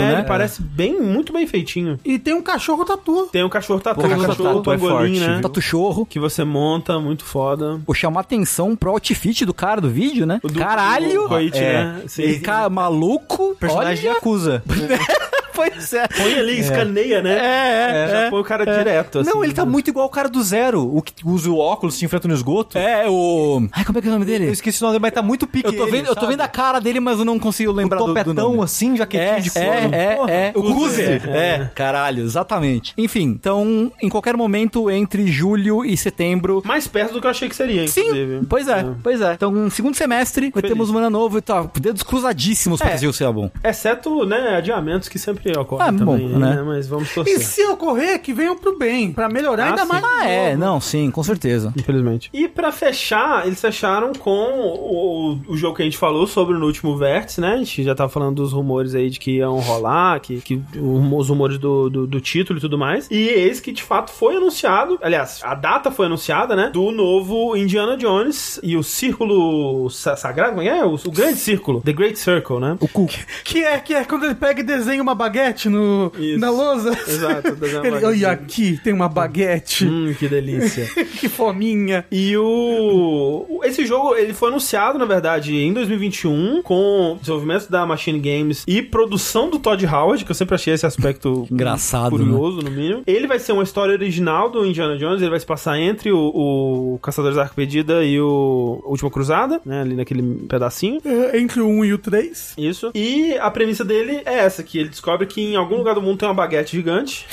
É, né? ele parece bem, muito bem feitinho. E tem um cachorro tatu. Tem o cachorro tatu, Pô, o cachorro cachorro tatu é pangolim, forte, né? viu? Tatu chorro. Que você monta, muito foda. Pô, chamar atenção pro outfit do cara do vídeo, né? O do- Caralho! do Koichi, É. né? Esse Sim. cara maluco. Personagem de olha. Yakuza. Pois é. Põe ali, escaneia, né? É, Já põe o cara direto, assim. Não, ele tá né? muito igual o cara do Zero, o que usa o óculos, se enfrenta no esgoto. É, o. Ai, como é que é o nome Eu dele? esqueci o nome, dele, mas tá muito pique Eu tô, ele, vendo, eu tô sabe? vendo a cara dele, mas eu não consigo lembrar do- do, topetão nome. assim, jaquetinha É, de couro. Porra. é, é, é. O Kuzer. Kuzer. É, caralho, exatamente. Enfim, então, em qualquer momento entre julho e setembro. Mais perto do que eu achei que seria, inclusive. Sim, pois é, pois é. Então, segundo semestre, vai Feliz. termos um ano novo e tá dedos cruzadíssimos pra É. fazer o seu bom. Exceto, né, adiamentos que sempre ocorrem Ah, bom, também, né? Mas vamos E torcer. se ocorrer, que venham pro bem, pra melhorar Ah, ainda sim. mais. Ah, é, não, sim, com certeza. Infelizmente. E pra fechar, eles fecharam com o, o jogo que a gente falou sobre no último vértice, né? A gente já tava falando dos rumores aí de que iam rolar, que, que o- os rumores do, do, do título e tudo mais. E esse que de fato foi anunciado, aliás, a data foi anunciada, né? Do novo Indiana Jones e o Círculo Sa- Sagrado, como é? que é? O, o Grande Círculo, The Great Circle, né? O cu. Que é, que é quando ele pega e desenha uma baguete no, Isso. na lousa. Exato, desenho Ele, baguete. e aqui tem uma baguete. Hum, que delícia. que fominha. E o. o- Esse jogo ele foi anunciado, na verdade, em 2021, com desenvolvimento da Machine Games e produção do Todd Howard, que eu sempre achei esse aspecto Engraçado, curioso, no mínimo. Ele vai ser uma história original do Indiana Jones, ele vai se passar entre o, o Caçadores da Arca Perdida e o Última Cruzada, né? Ali naquele pedacinho. É, Entre o 1 e o 3. Isso. E a premissa dele é essa: que ele descobre que em algum lugar do mundo tem uma baguete gigante.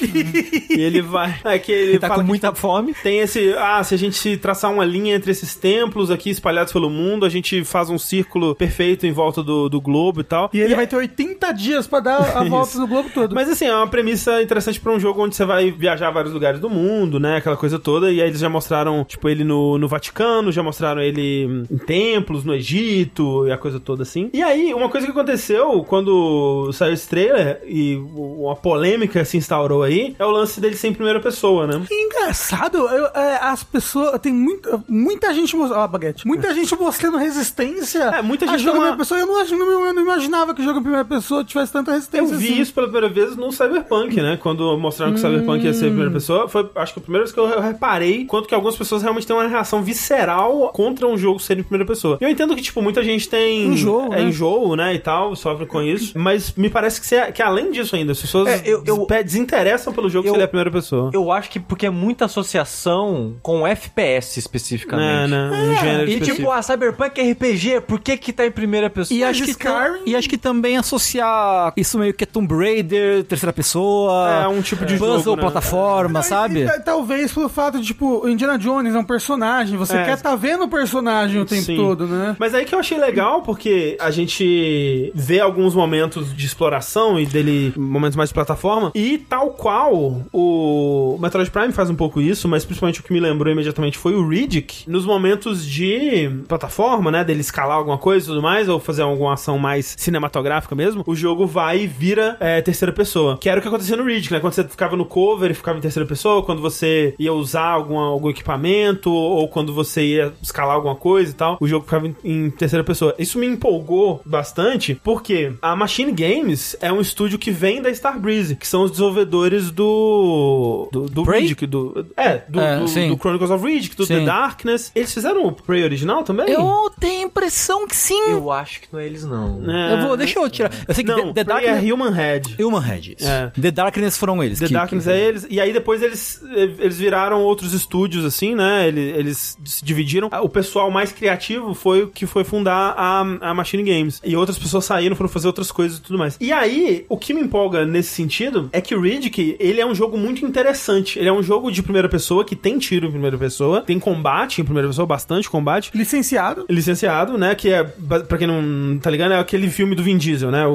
e ele vai. É que ele, Ele tá fala com que, muita fome. tem esse, ah, se a gente traçar uma linha entre esses templos aqui espalhados pelo mundo, a gente faz um círculo perfeito em volta do, do globo e tal. E ele vai ter 80 dias pra dar a volta no globo todo. Mas assim, é uma premissa interessante pra um jogo onde você vai viajar a vários lugares do mundo, né? Aquela coisa toda. E aí eles já mostraram, tipo, ele no, no Vaticano, já mostraram ele hum, em templos, no Egito e a coisa toda assim. E aí, uma coisa que aconteceu quando saiu esse trailer e uma polêmica se instaurou aí, é o lance dele ser em primeira pessoa, né? Que é engraçado, eu, é, as pessoas. Tem muita, muita gente mostrando. Ó, a baguete. Muita gente mostrando resistência. É, muita a gente jogo em toma- primeira pessoa. Eu não, acho- não- eu não imaginava que o jogo em primeira pessoa tivesse tanta Eu resistência. vi assim. isso um pela primeira vez no Cyberpunk, né? Quando mostraram que o Cyberpunk ia ser a primeira pessoa, foi acho que a primeira vez que eu reparei quanto que algumas pessoas realmente têm uma reação visceral contra um jogo ser em primeira pessoa. E Eu entendo que, tipo, muita gente tem Enjoo, é, né? enjoo, né? E tal, sofre com isso. Mas me parece que, você- que além disso ainda. As pessoas É, eu- eu- pe- desinteressam pelo jogo eu- se ele é a primeira pessoa. Eu acho que porque é muita associação com FPS Não, É. especificamente. não, um gênero E específico. tipo, ah, Cyberpunk é RPG, por que que tá em primeira pessoa? E acho, que tam- e acho que também associar isso meio que é Tomb Raider, terceira pessoa, É, um tipo de puzzle, jogo, né? é, plataforma, Não, e- sabe? e ta- talvez pelo fato de, tipo, Indiana Jones é um personagem, você É. quer tá vendo o personagem o tempo Sim. todo, né? Mas aí que eu achei legal, porque a gente vê alguns momentos de exploração e dele momentos mais de plataforma, e tal qual o Metroid Prime faz um pouco isso, mas principalmente o que me lembrou imediatamente foi o Riddick, nos momentos de plataforma, né, dele escalar alguma coisa e tudo mais, ou fazer alguma ação mais cinematográfica mesmo, o jogo vai e vira é, terceira pessoa, que era o que acontecia no Riddick, né, quando você ficava no cover e ficava em terceira pessoa, quando você ia usar alguma, algum equipamento, ou quando você ia escalar alguma coisa e tal, o jogo ficava em, em terceira pessoa. Isso me empolgou bastante, porque a Machine Games é um estúdio que vem da Starbreeze, que são os desenvolvedores do... do, do Prey? Riddick, do, é, do, É, do- sim. do Chronicles of Riddick, do Sim. The Darkness. Eles fizeram o Prey original também? Eu tenho a impressão que sim. Eu, Eu acho que não é eles, não. vou, deixa eu tirar. Eu sei que Né? Não, The, The Prey Darkness é Human Head. Human Head. isso. É. The Darkness foram eles. The que- Darkness que- é eles. E aí depois eles, eles viraram outros estúdios, assim, né? Ele- Eles, se dividiram. O pessoal mais criativo foi o que foi fundar a, a Machine Games. E outras pessoas saíram, foram fazer outras coisas e tudo mais. E aí, o que me empolga nesse sentido é que o Riddick, ele é um jogo muito interessante. Ele é um jogo de primeira pessoa, que tem tiro em primeira pessoa, tem combate em primeira pessoa, bastante combate Licenciado. licenciado, né? Que é, ba- pra quem não tá ligando, é aquele filme do Vin Diesel, né? O,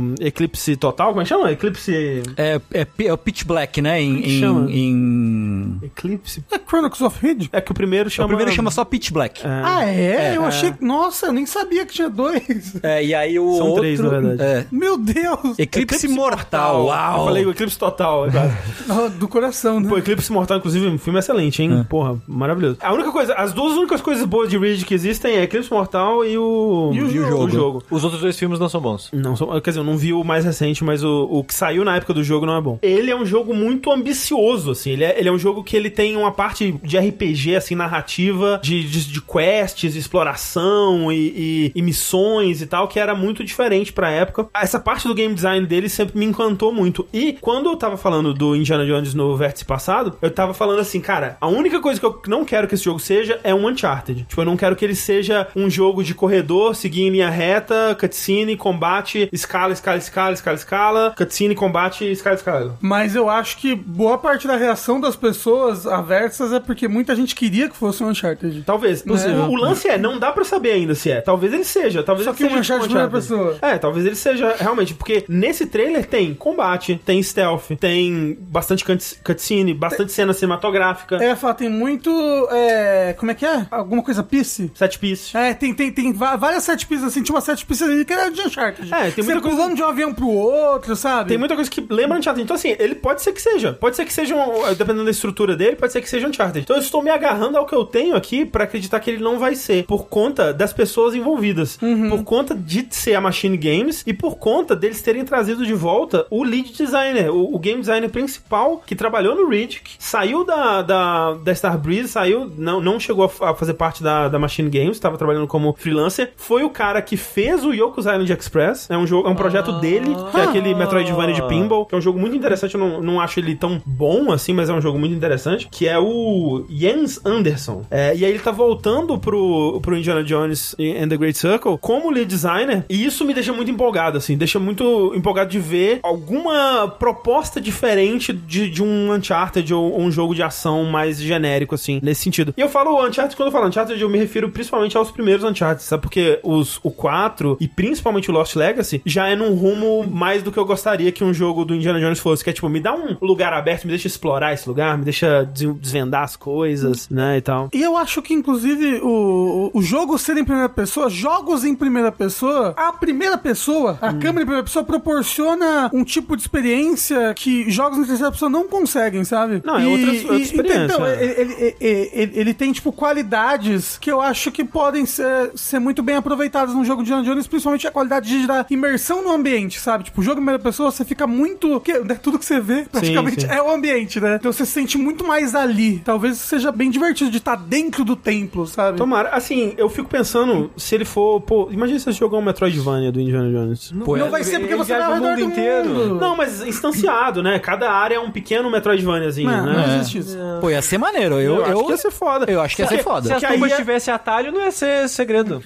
o Eclipse Total, como é que chama? Eclipse. É, é, pi- é o Pitch Black, né? Em, que chama? em, em- Eclipse. É Chronicles of Ridge? É que o primeiro chama. Então, O primeiro chama só Pitch Black. É. Ah, é? eu achei. Nossa, eu nem sabia que tinha dois. É, e aí o São outro... três, na verdade. é. Meu Deus! Eclipse, Mortal. Uau! Eu falei o Eclipse Total. é quase. Ah, Do coração, né? Pô, Eclipse Mortal, inclusive, um filme excelente, É. hein? Porra, maravilhoso. A única coisa, as duas únicas coisas boas de Ridge que existem é Eclipse Mortal e o. E o jogo. Os outros dois filmes não são bons. Não, são- quer dizer, eu não vi o mais recente, mas o, o que saiu na época do jogo não é bom. Ele é um jogo muito ambicioso, assim. Ele é, ele é um jogo que ele tem uma parte de RPG, assim, narrativa, de, de, de quests, exploração e, e- e missões e tal, que era muito diferente pra época. Essa parte do game design dele sempre me encantou muito. E quando eu tava falando do Indiana Jones no vértice passado, eu tava falando assim, cara, a única coisa que eu não quero que esse jogo seja é um Uncharted. Tipo, eu não quero que ele seja um jogo de corredor, seguir em linha reta, cutscene, combate, escala, escala, escala, escala, escala, cutscene, combate, escala, escala. Mas eu acho que boa parte da reação das pessoas aversas é porque muita gente queria que fosse um Uncharted. Talvez. Não sei, O lance é, não dá pra saber ainda se é. Talvez ele seja. Talvez Só ele que um seja Uncharted tipo primeira pessoa. É, talvez ele seja realmente, porque nesse trailer tem combate, tem stealth, tem bastante cuts- cutscene, bastante cena cinematográfica, É, fala, tem muito. é, como é que é? Alguma coisa pisse? set piece. É, tem, tem, tem va- várias sete pistas, assim, tinha uma sete pistas ali que era de Uncharted. É, tem Você muita coisa- pulando de um avião pro outro, sabe? Tem muita coisa que lembra Uncharted. Então, assim, ele pode ser que seja. Pode ser que seja, um, dependendo da estrutura dele, pode ser que seja Uncharted. Então, eu estou me agarrando ao que eu tenho aqui pra acreditar que ele não vai ser. Por conta das pessoas envolvidas. Por conta de ser a Machine Games e por conta deles terem trazido de volta o lead designer, o, o game designer principal que trabalhou no Riddick, saiu da, da, da Starbreeze, saiu, não, não chegou a f- a, fazer parte da, da Machine Games, estava trabalhando como freelancer. Foi o cara que fez o Yoko's Island Express. É um jogo, é um projeto dele, que é aquele Metroidvania de Pinball, que é um jogo muito interessante. Eu não, não acho ele tão bom assim, mas é um jogo muito interessante. Que é o Jens Anderson. É, e aí ele tá voltando pro, pro Indiana Jones and the Great Circle como lead designer. E isso me deixa muito empolgado, assim. Deixa muito empolgado de ver alguma proposta diferente de, de um Uncharted ou, ou um jogo de ação mais genérico, assim, nesse sentido. E eu falo Uncharted, quando eu falo Uncharted, eu me refiro principalmente aos primeiros Uncharted, sabe? Porque os, o 4 e principalmente o Lost Legacy já é num rumo mais do que eu gostaria que um jogo do Indiana Jones fosse, que é tipo, me dá um lugar aberto, me deixa explorar esse lugar, me deixa des- desvendar as coisas, né, e tal. E eu acho que, inclusive, o, o- o jogo ser em primeira pessoa, jogos em primeira pessoa, a primeira pessoa, Hum. a câmera em primeira pessoa, proporciona um tipo de experiência que jogos em terceira pessoa não conseguem, sabe? Não, é outras- outra experiência, Então, é. ele, ele- ele- ele- ele tem, tipo, qualidades que eu acho que podem ser, ser muito bem aproveitadas num jogo de Indiana Jones, principalmente a qualidade de dar imersão no ambiente, sabe? Tipo, o jogo em primeira pessoa, você fica muito... que- né, tudo que você vê, praticamente, sim. é o ambiente, né? Então você se sente muito mais ali. Talvez seja bem divertido de estar dentro do templo, sabe? Tomara, assim, eu fico pensando se ele for, pô, imagina se esse jogo é um Metroidvania do Indiana Jones. Pô, não vai ele- ser porque ele você já não é ao redor do mundo. Não, mas instanciado, né? Cada área é um pequeno Metroidvaniazinho, Não, não né? existe isso. Pô, ia ser maneiro. É. Eu, Eu, eu, acho que ia ser foda. eu acho que ia ser Porque- foda. Se as Que aí tumbas é- tivessem atalho, não ia ser segredo.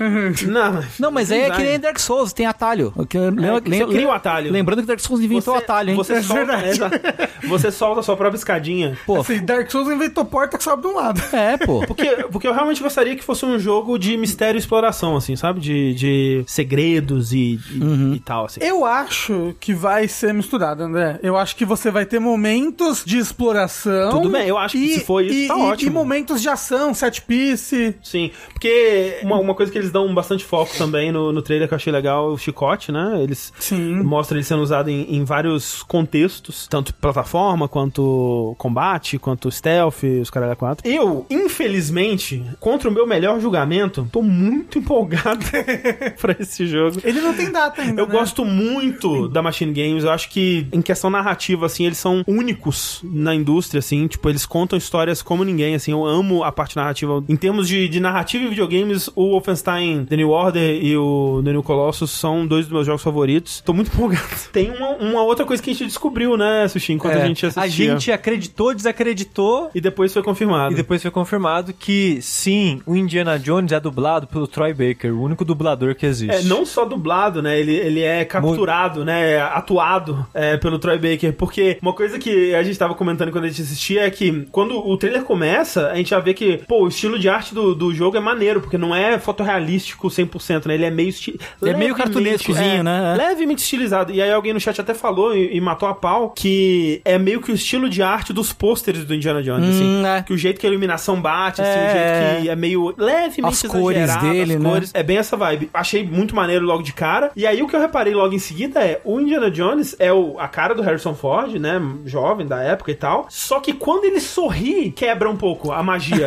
Não, mas- Não, mas aí é que Design. nem Dark Souls, tem atalho. O que- lembra- você lembra- cria o atalho. Lembrando que Dark Souls inventou o atalho, hein? É É Você, solta, exato. você solta a sua própria escadinha. Pô, Assim, Dark Souls inventou porta que sobe de um lado. é, pô. Porque, porque eu realmente gostaria que fosse um jogo de mistério e exploração, assim, sabe? De, de segredos e, e, Uhum. e tal, assim. Eu acho que vai ser misturado, André. Eu acho que você vai ter momentos de exploração. Tudo bem, eu acho que se for isso, e, tá e- ótimo. E momentos de ação, set piece. Sim, porque uma, uma coisa que eles dão bastante foco também no, no trailer que eu achei legal é o chicote, né? Eles Sim. mostram ele sendo usado em, em vários contextos, tanto plataforma, quanto combate, quanto stealth, os caralho a quatro. Eu, infelizmente, contra o meu melhor julgamento, tô muito empolgado pra esse jogo. Ele não tem data ainda. Eu né? gosto muito da Machine Games. Eu acho que, em questão narrativa, assim, eles são únicos na indústria, assim. Tipo, eles contam histórias como ninguém, assim. Eu amo a parte narrativa. Em termos de, de narrativa em videogames, o Wolfenstein The New Order e o The New Colossus são dois dos meus jogos favoritos. Tô muito empolgado. Tem uma, uma outra coisa que a gente descobriu, né, Sushi, enquanto a É, gente a assistia. gente acreditou, desacreditou. E depois foi confirmado. E depois foi confirmado que sim, o Indiana Jones é dublado pelo Troy Baker, o único dublador que existe. É, não só dublado, né? Ele, ele é capturado, né? Atuado é, pelo Troy Baker. Porque uma coisa que a gente tava comentando quando a gente assistia é que quando o trailer começa, a gente já vê que, pô, o estilo de arte do, do jogo é maneiro, porque não é fotorrealístico 100%, né? Ele é meio... Esti... É meio levemente, cartunescozinho, é, né? Levemente estilizado. E aí alguém no chat até falou e, e matou a pau que é meio que o estilo de arte dos pôsteres do Indiana Jones, assim. Hum, é. Que o jeito que a iluminação bate, assim, É, o jeito que é meio levemente As cores exagerado, dele, as né? cores. É bem essa vibe. Achei muito maneiro logo de cara. E aí o que eu reparei logo em seguida é o Indiana Jones é o, a cara do Harrison Ford, né? Jovem da época e tal. Só que quando ele sorri, quebra um pouco a magia.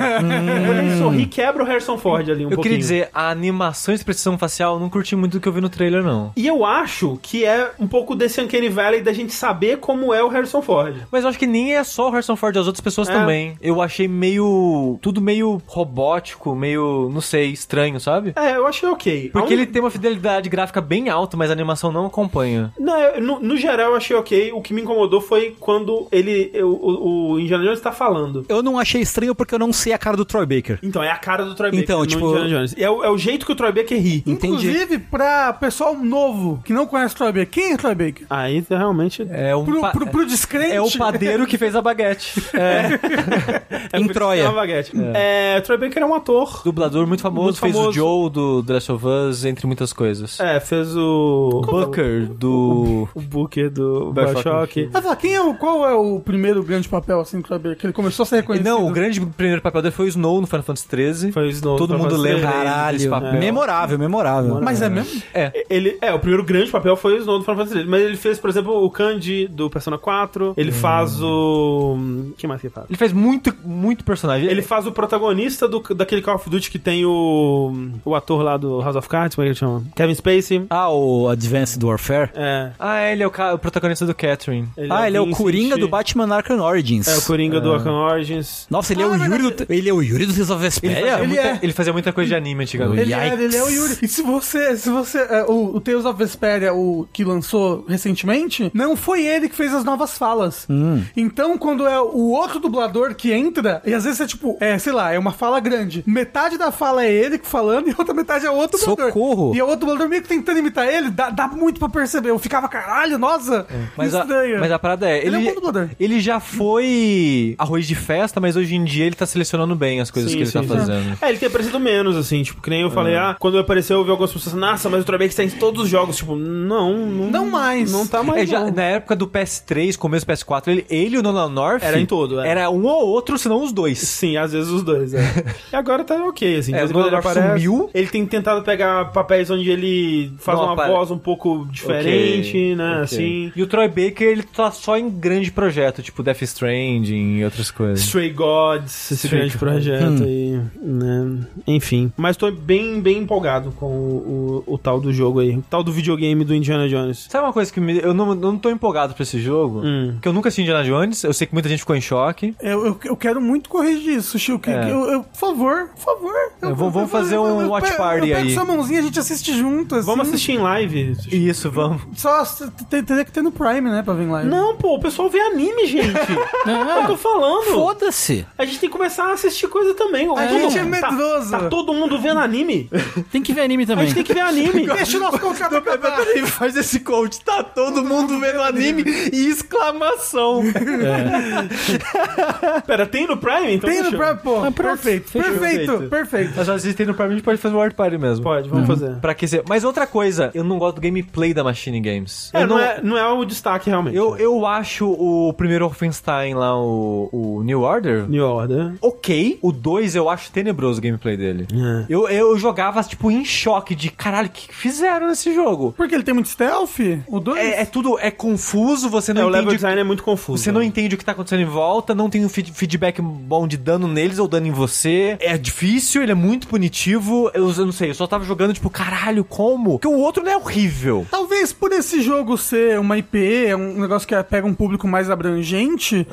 quando ele sorri, quebra o Harrison Ford ali um eu pouquinho. queria dizer, a animação e expressão facial, eu não curti muito do que eu vi no trailer, não. E eu acho que é um pouco desse Uncanny Valley da gente saber como é o Harrison Ford. Mas eu acho que nem é só o Harrison Ford, as outras pessoas É. também. Eu achei meio. tudo meio robótico, meio. não sei, estranho, sabe? É, eu achei ok. Porque A un- ele tem uma fidelidade gráfica bem alta, mas a animação não acompanha. Não, eu- no, no geral eu achei ok. O que me incomodou foi quando ele. eu- o, o Indiana Jones tá falando. Eu não achei estranho porque eu não sei a cara do Troy Baker. Então, é a cara do Troy Baker. Então, no tipo- Indiana Jones. É, o, é o jeito que o Troy Baker ri. Entendi. Inclusive, pra pessoal novo que não conhece o Troy Baker. Quem é o Troy Baker? Aí realmente. É um. Pro, pa- pro, pro descrente. É o padeiro que fez a baguete. É por em isso Troia. que é uma baguete. É, Troy Baker é um ator. Dublador muito famoso, Muito fez famoso. o Joe do The Last of Us, entre muitas coisas. É, fez é o. Booker do. O Booker do Bioshock Bioshock. Infinite. Ah, tá, quem é o, qual é o primeiro grande papel, assim, do Troy Baker? Que ele começou a ser reconhecido. Não, o grande primeiro papel dele foi o Snow no Final Fantasy XIII. Foi o Snow Todo no mundo Final Fantasy lembra XIII. dele, desse papel. Caralho. Memorável, memorável. Mas né? é mesmo? Ele, é, o primeiro grande papel foi o Snow do Final Fantasy. Mas ele fez, por exemplo, o Candy do Persona 4. Ele faz o. hum, que mais que ele faz? Ele fez muito, muito personagem. Ele faz o protagonista do, daquele Call of Duty que tem o. O ator lá do House of Cards, como é que ele chama? Kevin Spacey. Ah, o Advanced Warfare. É. Ah, ele é o, ca- o protagonista do Catherine. ah, ele é o Vincent. Coringa do Batman Arkham Origins. É, o Coringa do Arkham Origins. Nossa, ele é Ah, o é Yuri verdade. do... Ele é o Yuri do Rizovesperia? fazia ele muita- é. ele fazia muita coisa de anime antigamente. Ele é, ele é o Yuri. E se você. Se você é, o, o Tales of Vesperia, o que lançou recentemente, não foi ele que fez as novas falas. Hum. Então, quando é o outro dublador que entra, e às vezes é tipo, é, sei lá, é uma fala grande. Metade da fala é ele falando e a outra metade é outro dublador. Socorro! E o outro dublador meio que tentando imitar ele, dá, dá muito pra perceber. Eu ficava, caralho, nossa! que É, Mas a, estranho. mas a parada é. Ele Ele, é um bom dublador. ele já foi arroz de festa, mas hoje em dia ele tá selecionando bem as coisas Sim, que ele sim, tá sim. fazendo. É, ele tem aparecido menos, assim, tipo, que nem eu falei, ah, quando apareceu eu vi algumas pessoas, nossa, mas o Troy Baker está em todos os jogos, tipo, não, não, Não mais. Não tá É, mais. já- não. na época do PS3, começo do PS4, ele, ele e o Nolan North. Era em todo, é. Era um ou outro, senão os dois. Sim, às vezes os dois, é. e agora tá ok, assim. de É, vez em o quando ele Dumbledore aparece. sumiu. Ele tem tentado pegar papéis onde ele faz Não uma apare- voz um pouco diferente, Ok, né, ok. assim. E o Troy Baker, ele tá só em grande projeto, tipo Death Stranding e outras coisas. Stray Gods, esse Stray grande Gods. projeto aí, né? Enfim. Mas tô bem, bem empolgado com o, o- o tal do jogo aí. O tal do videogame do Indiana Jones. Sabe uma coisa que me- eu, não, eu não tô empolgado pra esse jogo? Hum. Porque eu nunca assisti Indiana Jones, eu sei que muita gente ficou em choque. Eu, eu, eu quero muito corrigir isso, Chico. É. Eu, eu- por favor, por favor. É, vamos- vamos fazer um watch pe- party eu pego aí. sua mãozinha, a gente assiste junto, assim. Vamos assistir em live. Isso, vamos. Só s- te- teria que ter no Prime, né, pra vir lá. Não, pô, o pessoal vê anime, gente. Não. eu tô falando. Foda-se. A gente tem que começar a assistir coisa também. A gente é medroso. Tá, tá todo mundo vendo anime? Tem que ver anime A também. gente tem que ver anime. Deixa o nosso contrato acabar. faz esse coach, tá todo mundo vendo anime e exclamação. Pera, tem no Prime? Então Tem no deixa eu- Prime, pô. Ah, pronto, perfeito, fechou. perfeito, Perfeito. perfeito. Mas se tem no Prime, a gente pode fazer um Art Party mesmo. Pode, vamos fazer. Pra aquecer. Mas outra coisa, eu não gosto do gameplay da Machine Games. É, eu não, é, não é o destaque, realmente. Eu, eu acho o primeiro Wolfenstein lá, o, o New Order, New Order. ok. O 2 eu acho tenebroso o gameplay dele. É. Eu, eu jogava, tipo, em choque de caralho, o que que fizeram nesse jogo? Porque ele tem muito stealth? O 2? É, é tudo, é confuso, você É, não o level entende. o que- design é muito confuso. Você não entende o que tá acontecendo em volta, não tem um feed- feedback bom de dano neles ou dano em você. É difícil, ele é muito punitivo. Eu, eu não sei, eu só tava jogando, tipo, caralho, como? Porque o outro não é horrível. Talvez por esse jogo ser uma IP, um negócio que pega um público mais abrangente,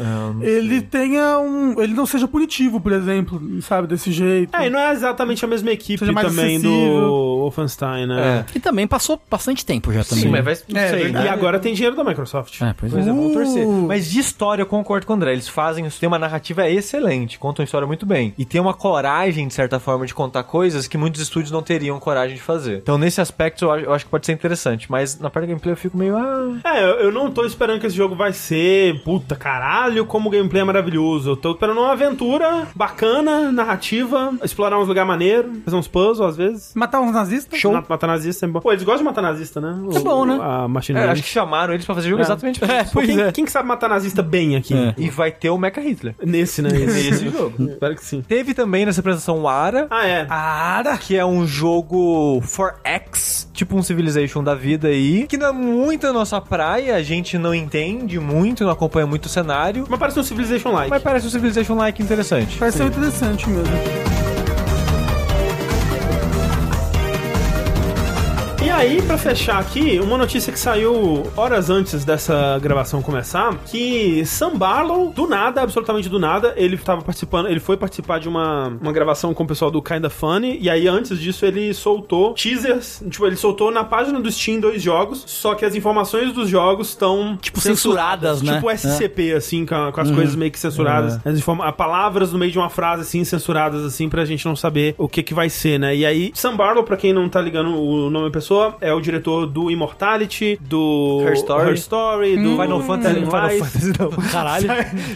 É, ele tenha um. Ele não seja punitivo, por exemplo, sabe, desse jeito. É, e não é exatamente a mesma equipe Seja mais também acessível. do Wolfenstein, né? E também passou bastante tempo já também. né? vai. Não É, sei. verdade. E agora tem dinheiro da Microsoft. É, pois é. Pois é, vamos torcer. Uh. Mas de história eu concordo com o André. Eles fazem, tem uma narrativa excelente, contam a história muito bem. E tem uma coragem, de certa forma, de contar coisas que muitos estúdios não teriam coragem de fazer. Então, nesse aspecto, eu acho, eu acho que pode ser interessante. Mas na parte do gameplay eu fico meio. Ah, É, eu eu não tô esperando que esse jogo vai ser, puta caralho, como o gameplay é maravilhoso. Eu tô esperando uma aventura bacana, narrativa, explorar uns lugares maneiros, fazer uns puzzles às vezes. Matar uns nazistas? Na- Matar nazista sempre bom. Pô, eles gostam de matar nazista, né? É bom, né? A Machine é, Gun. acho é. que chamaram eles pra fazer jogo exatamente pra isso. Pô, quem, quem que sabe matar nazista bem aqui? É. E vai ter o Mecha Hitler. Nesse, né? Nesse jogo. Espero que sim. Teve também nessa apresentação o Ara. Ah, é. Ara, que é um jogo 4X, tipo um Civilization da vida aí, que não é muito a nossa praia, a gente não entende muito, não acompanha muito o cenário, Mas parece um Civilization Like. mas parece um Civilization like interessante. Parece ser interessante mesmo. E aí, pra fechar aqui, uma notícia que saiu horas antes dessa gravação começar, que Sam Barlow, do nada, absolutamente do nada, ele tava participando, ele foi participar de uma, uma gravação com o pessoal do Kinda Funny, e aí antes disso ele soltou teasers, tipo, ele soltou na página do Steam dois jogos, só que as informações dos jogos estão Tipo, censuradas, né? Tipo SCP, assim, com, a- com as coisas meio que censuradas. As informa- a palavras no meio de uma frase, assim, censuradas, assim, pra gente não saber o que que vai ser, né? E aí, Sam Barlow, pra quem não tá ligando o nome da pessoa, é o diretor do Immortality, do... Her Story. Story, do... Final Fantasy, Telling Final Lies, Fantasy não. Caralho.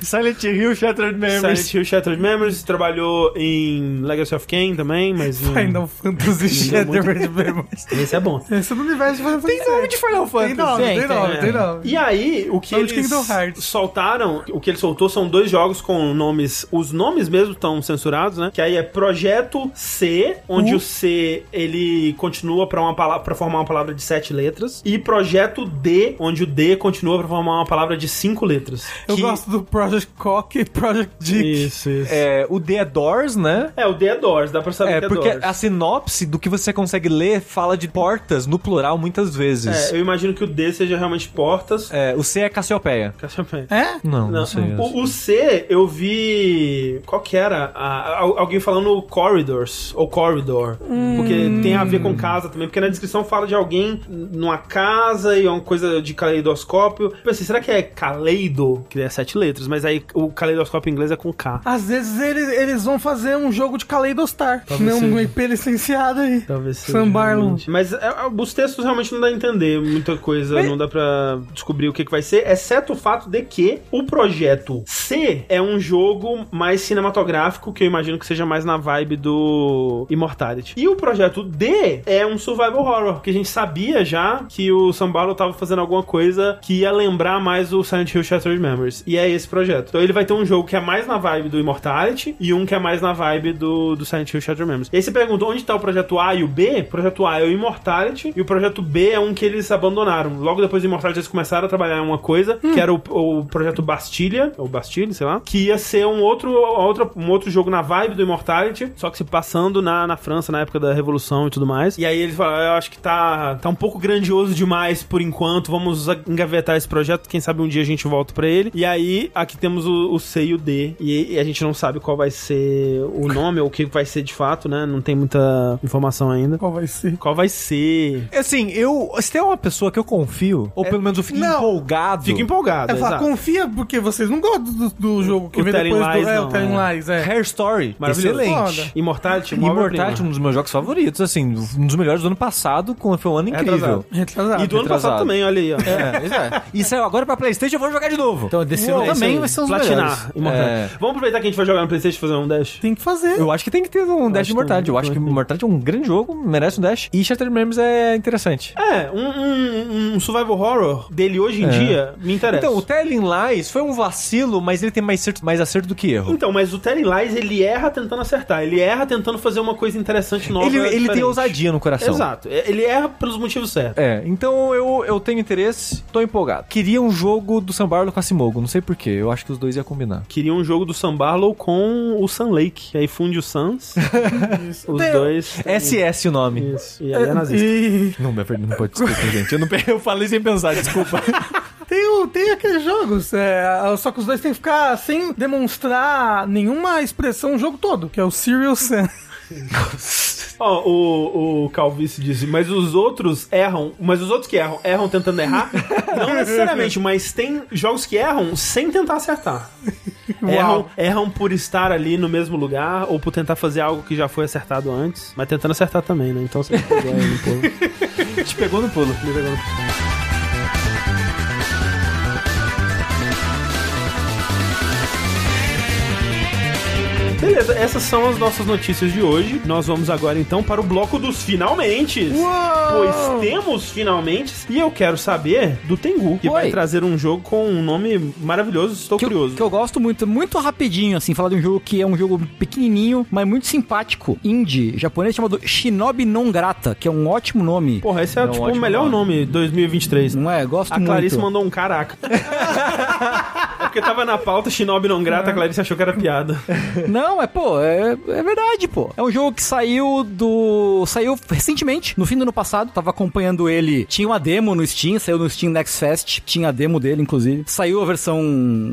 Silent Hill, Shattered Silent Hill Shattered Memories, trabalhou em Legacy of Kain também, mas... hum, Final Fantasy é Shattered Memories. Esse é bom. Esse é do universo de Final Fantasy. nome de Final Tem nome, Tem, tem tem, nome, é. tem nome. E aí, o que Nome de eles Kingdom Hearts. soltaram, o que ele soltou são dois jogos com nomes, os nomes mesmo estão censurados, né? Que aí é Projeto C, onde Uh. o C ele continua pra uma palavra para formar uma palavra de sete letras, e Projeto D, onde o D continua pra formar uma palavra de cinco letras. Eu Que- gosto do Project Cock e Project Dick. Isso, isso. É. É, o The Doors, né? o D é Doors, dá pra saber É, que é porque Doors. assim. a sinopse do que você consegue ler fala de portas no plural muitas vezes. É, eu imagino que o D seja realmente portas. É, o C é Cassiopeia. Cachapé. É? Não, Não, um o, o C, eu vi. Qual que era? Ah, al- alguém falando corridors ou corridor. Porque tem a ver com casa também. Porque na descrição fala de alguém numa casa e é uma coisa de caleidoscópio. Eu pensei, será que é caleido? Que é sete letras, mas aí o caleidoscópio em inglês é com K. Às vezes eles, eles vão fazer um jogo de Kaleidostar. Talvez Não, seja. um IP licenciado aí. Talvez seja, Sam Barlow. realmente. Mas é, é, os textos realmente não dá a entender muita coisa, não dá pra descobrir o que, que vai ser, exceto o fato de que o projeto C é um jogo mais cinematográfico, que eu imagino que seja mais na vibe do Immortality. E o projeto D é um survival horror, que a gente sabia já que o Sambalo tava fazendo alguma coisa que ia lembrar mais o Silent Hill Shattered Memories. E é esse projeto. Então ele vai ter um jogo que é mais na vibe do Immortality e um que é mais na vibe do, do Silent Hill Shattered Memories. E aí você pergunta onde tá o projeto A e o B? O projeto A é o Immortality e o projeto B é um que eles abandonaram. Logo depois do Immortality eles começaram a trabalhar em uma coisa, que era o, o projeto Bastilha, ou Bastille, sei lá, que ia ser um outro, outra, um outro jogo na vibe do Immortality, só que se passando na, na França, na época da Revolução e tudo mais. E aí eles falaram, eu acho que tá tá, tá um pouco grandioso demais por enquanto, vamos a- engavetar esse projeto, quem sabe um dia a gente volta pra ele. E aí, aqui temos o, o C e o D, e, e a gente não sabe qual vai ser o nome, ou o que vai ser de fato, né? Não tem muita informação ainda. Qual vai ser? Qual vai ser? Assim, eu. Se tem uma pessoa que eu confio, É, ou pelo menos eu fico não. empolgado. Fica empolgado, É falar, exato. confia, porque vocês não gostam do, do jogo que O vem Telling depois Lies do é, não, o Telling Lies, é. Hair Story. Maravilhoso. Excelente. Foda. Immortality, uma Immortality, obra-prima. um dos meus jogos favoritos, assim, um dos melhores do ano passado, com- foi um ano incrível. É atrasado. Retrasado. E do ano um Retrasado. passado também, olha aí, ó. É, pois é. E saiu agora pra Playstation, eu vou jogar de novo. Então, desse Uou, ano isso aí. também vai ser um dos melhores. Platinar, Immortality. É. Vamos aproveitar que a gente vai jogar no Playstation e fazer um dash? Tem que fazer. Eu acho que tem que ter um Dash acho de Immortality. também, Eu acho que também. Immortality é um grande jogo, merece um Dash. E Shattered Memories é interessante. É, um, um- um survival horror dele hoje em dia me interessa. É. Então, o Telling Lies foi um vacilo, mas ele tem mais, certo, mais acerto do que erro. Então, mas o Telling Lies, ele erra tentando acertar. Ele erra tentando fazer uma coisa interessante nova. ele ele tem diferente. ousadia no coração. Exato. É, Ele erra pelos motivos certos. É, então eu, eu tenho interesse, tô empolgado. Queria um jogo do Sam Barlow com a Simogo, não sei porquê, eu acho que os dois iam combinar. Queria um jogo do Sam Barlow com o Sun Lake. Aí funde o Suns. os Tem- dois. é, SS o nome. Isso. E aí é nazista. E Não, meu verdade, não pode, desculpa, gente. Eu, não, pe- eu falei sem pensar, desculpa. tem, o- tem aqueles jogos, é, só que os dois tem que ficar sem demonstrar nenhuma expressão o jogo todo, que é o Serial Sam. Ó, o, o Calvício disse, mas os outros erram, mas os outros que erram, erram tentando errar? Não necessariamente, mas tem jogos que erram sem tentar acertar. Erram, erram por estar ali no mesmo lugar ou por tentar fazer algo que já foi acertado antes, mas tentando acertar também, né? Então você pegou aí no pulo. Te pegou no pulo. Me pegou no pulo. Beleza, essas são as nossas notícias de hoje. Nós vamos agora então para o bloco dos finalmente. Pois temos finalmente. E eu quero saber do Tengu, que Oi. vai trazer um jogo com um nome maravilhoso. Estou que eu, curioso. que eu gosto muito, muito rapidinho, assim, falar de um jogo que é um jogo pequenininho, mas muito simpático, indie, japonês, chamado Shinobi Non Grata, que é um ótimo nome. Porra, esse é Não, tipo o ótimo melhor nome 2023. Não é? Gosto A muito. Clarice mandou um caraca. É Porque tava na pauta Shinobi não Uhum. grata, a Clarice achou que era piada. Não, é, pô, é, é verdade, pô. É um jogo que saiu do. Saiu recentemente, no fim do ano passado. Tava acompanhando ele. Tinha uma demo no Steam, saiu no Steam Next Fest. Tinha a demo dele, inclusive. Saiu a versão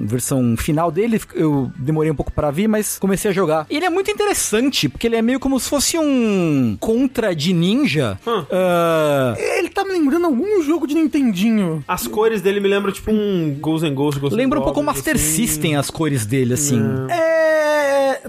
versão final dele. Eu demorei um pouco pra vir, mas comecei a jogar. E ele é muito interessante, porque ele é meio como se fosse um contra de ninja. Hum. Ah, Ele tá me lembrando algum jogo de Nintendinho. As cores dele me lembram tipo um Ghosts and Ghosts. Ghosts lembra um and pouco o Goblins, Master assim. System as cores dele, assim. É.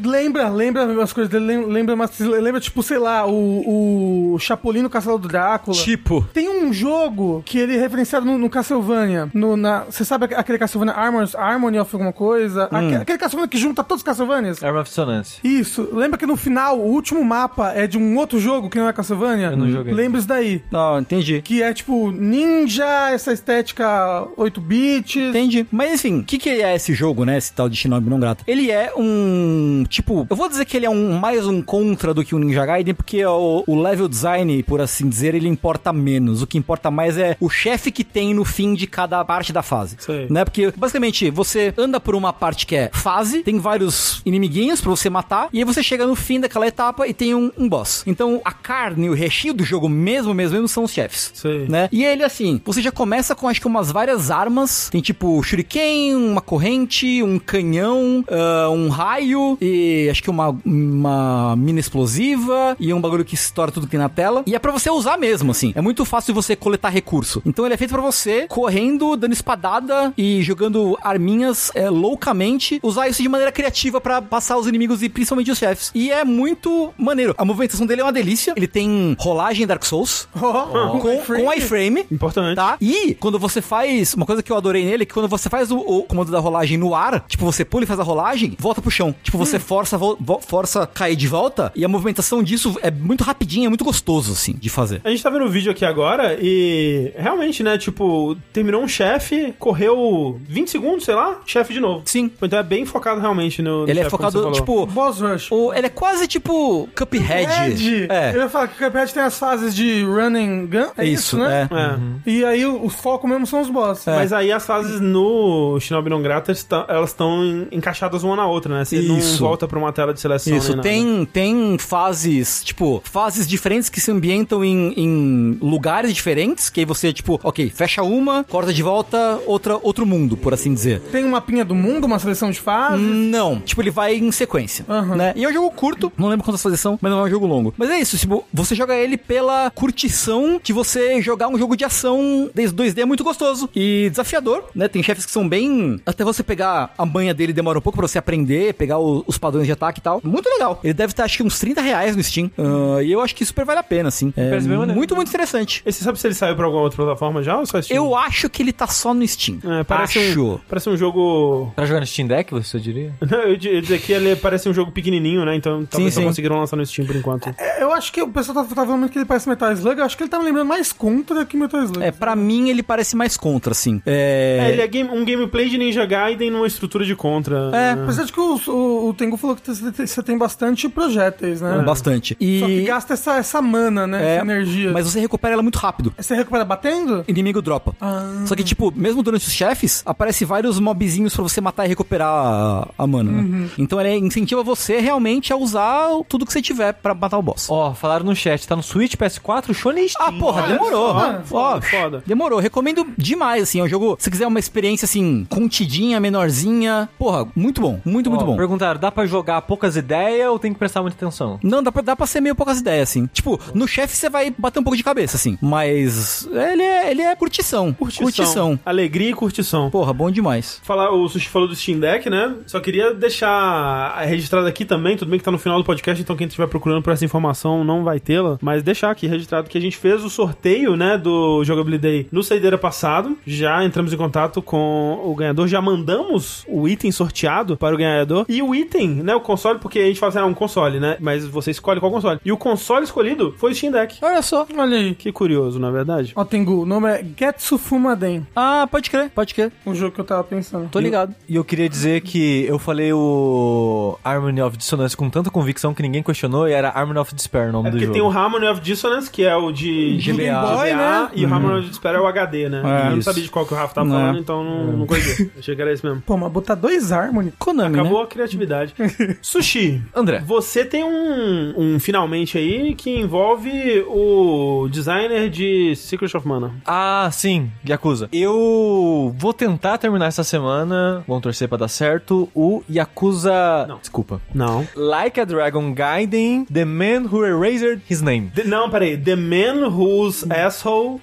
Lembra, lembra as coisas dele, lem- lembra, mas lembra, tipo, sei lá, o, o Chapolin no Castelo do Drácula. Tipo. Tem um jogo que ele é referenciado no, no Castlevania. No, na, você sabe aquele Castlevania Armors, Harmony of alguma coisa? Hum. Aque- Aquele Castlevania que junta todos os Castlevanias? Arma of Dissonance. Isso. Lembra que no final, o último mapa é de um outro jogo que não é Castlevania? Eu não joguei. Lembra isso daí? Não, entendi. Que é tipo ninja, essa estética 8-bits. Entendi. Mas enfim, o que, que é esse jogo, né? Esse tal de Shinobi não grata. Ele é um. Tipo, eu vou dizer que ele é um mais um contra do que um Ninja Gaiden, porque o, o level design, por assim dizer, ele importa menos. O que importa mais é o chefe que tem no fim de cada parte da fase. Sei. Né? Porque basicamente você anda por uma parte que é fase, tem vários inimiguinhos pra você matar, e aí você chega no fim daquela etapa e tem um, um boss. Então a carne, o recheio do jogo mesmo, mesmo, mesmo são os chefes Sei. né? E ele, assim, você já começa com acho que umas várias armas. Tem tipo shuriken, uma corrente, um canhão, ah, um raio e acho que uma, uma mina explosiva e um bagulho que estoura tudo que tem na tela. E é pra você usar mesmo, assim. É muito fácil de você coletar recurso. Então ele é feito pra você correndo, dando espadada e jogando arminhas é, loucamente. Usar isso de maneira criativa pra passar os inimigos e principalmente os chefes. E é muito maneiro. A movimentação dele é uma delícia. Ele tem rolagem Dark Souls Oh, com, com iframe. Importante. Tá? E quando você faz. Uma coisa que eu adorei nele é que quando você faz o, o comando da rolagem no ar, tipo, você pula e faz a rolagem, volta pro chão. Tipo, você força vo- vo- força cair de volta. E a movimentação disso é muito rapidinha, é muito gostoso, assim, de fazer. A gente tá vendo o vídeo aqui agora, Cara, e realmente, né? Tipo, terminou um chefe, correu 20 segundos, sei lá, chefe de novo. Sim. Então é bem focado realmente no. no Ele é chefe, como focado, você falou. tipo. Boss Rush. O, ele é quase tipo Cuphead. Cuphead. É. Eu ia falar que o Cuphead tem as fases de run and gun. É isso, né? É. É. E aí o, o foco mesmo são os bosses. Mas aí as fases no Shinobi non Grata estão- elas estão en- encaixadas uma na outra, né? Você Isso. não volta pra uma tela de seleção nem Isso, nada. tem, tem fases, tipo, fases diferentes que se ambientam em, em lugares diferentes, que aí você, tipo, ok, fecha uma, corta de volta, outra, outro mundo, por assim dizer. Tem um mapinha do mundo, uma seleção de fases. Não. Tipo, ele vai em sequência. Aham. Né? E é um jogo curto, não lembro quantas fases são, mas não é um jogo longo. Mas é isso, tipo, você joga ele pela curtição de você jogar um jogo de ação desde 2D é muito gostoso e desafiador, né? Tem chefes que são bem. Até você pegar a manha dele demora um pouco pra você aprender, pegar o- os padrões de ataque e tal. Muito legal. Ele deve estar, acho que, uns 30 reais no Steam. Ah, e eu acho que super vale a pena, assim. É Parece bem maneiro. muito, muito interessante. E você sabe se ele saiu pra alguma outra plataforma já ou só Steam? Eu acho que ele tá só no Steam. É, parece, acho. um, parece um jogo. Pra jogar no Tá Steam Deck, você diria? Não, eu ia dizer que ele parece um jogo pequenininho, né? Então talvez sim. não conseguiram lançar no Steam por enquanto. É, Eu acho que o pessoal tá, tá falando muito que ele parece Metal Slug. Eu acho que ele tá me lembrando mais Contra que Metal Slug. É, pra mim ele parece mais contra, assim. É. É, ele é game- um gameplay de Ninja Gaiden numa estrutura de contra. É, né? Apesar de que o, o, o Tengu falou que você tem- você tem bastante projéteis, né? Bastante. Uhum. E... Só que gasta essa, essa mana, né? É, essa energia. Mas você recupera ela muito rápido. Você recupera batendo? Inimigo dropa. Ah. Só que, tipo, mesmo durante os chefes, aparece vários mobzinhos pra você matar e recuperar a, a mana, né? Uhum. Então ele incentiva você realmente a usar tudo que você tiver pra matar o boss. Ó, falaram no chat, tá no Switch, PS4, Shonen Steam. Ah, porra, Olha demorou. só, Ó, foda, foda. Demorou. Recomendo demais, assim. É um jogo, se quiser uma experiência, assim, contidinha, menorzinha. Porra, muito bom. Muito, muito Ó, bom. Perguntaram, dá pra jogar poucas ideias ou tem que prestar muita atenção? Não, dá pra, dá pra ser meio poucas ideias, assim. Tipo, no chefe você vai bater um pouco de cabeça, assim. Mas ele é, ele é curtição. Curtição. Alegria e curtição. Porra, bom demais. Falar, o Sushi falou do Steam Deck, né? Só queria deixar registrado aqui também, tudo bem que tá no final do podcast, então quem estiver procurando por essa informação não vai tê-la, mas deixar aqui registrado que a gente fez o sorteio, né, do Jogabilidade no Saideira passado, já entramos em contato com o ganhador, já mandamos o item sorteado para o ganhador, e o item, né, o console, porque a gente fala assim, ah, um console, né, mas você escolhe qual console. E o console escolhido foi o Steam Deck. Olha só. Olha aí. Que curioso, na verdade. Ó, Tengu, o nome é Getsufumaden, Ah, pode crer, pode crer. o jogo que eu tava pensando. Tô ligado. E eu queria dizer que eu falei o Harmony of Dissonance com tanta convicção que ninguém questionou e era Harmony of Despair o nome É do porque jogo. tem o Harmony of Dissonance, que é o de GBA. Game Boy, né? E o Harmony of Despair é o HD, né? Uhum. É, eu não isso. sabia de qual que o Rafa tava Não é. falando, então não, não coisei. Achei que era isso mesmo. Pô, mas botar dois Harmony? Konami, né? Acabou a criatividade. Sushi, André. você tem um, um finalmente aí que envolve o designer de Secret of Mana. Ah, sim, Yakuza. Eu vou tentar terminar essa semana, vamos torcer pra dar certo, o Yakuza... Não. Desculpa. Não. Like a Dragon Guiding, The Man Who Erased His Name. The- não, peraí. The man whose asshole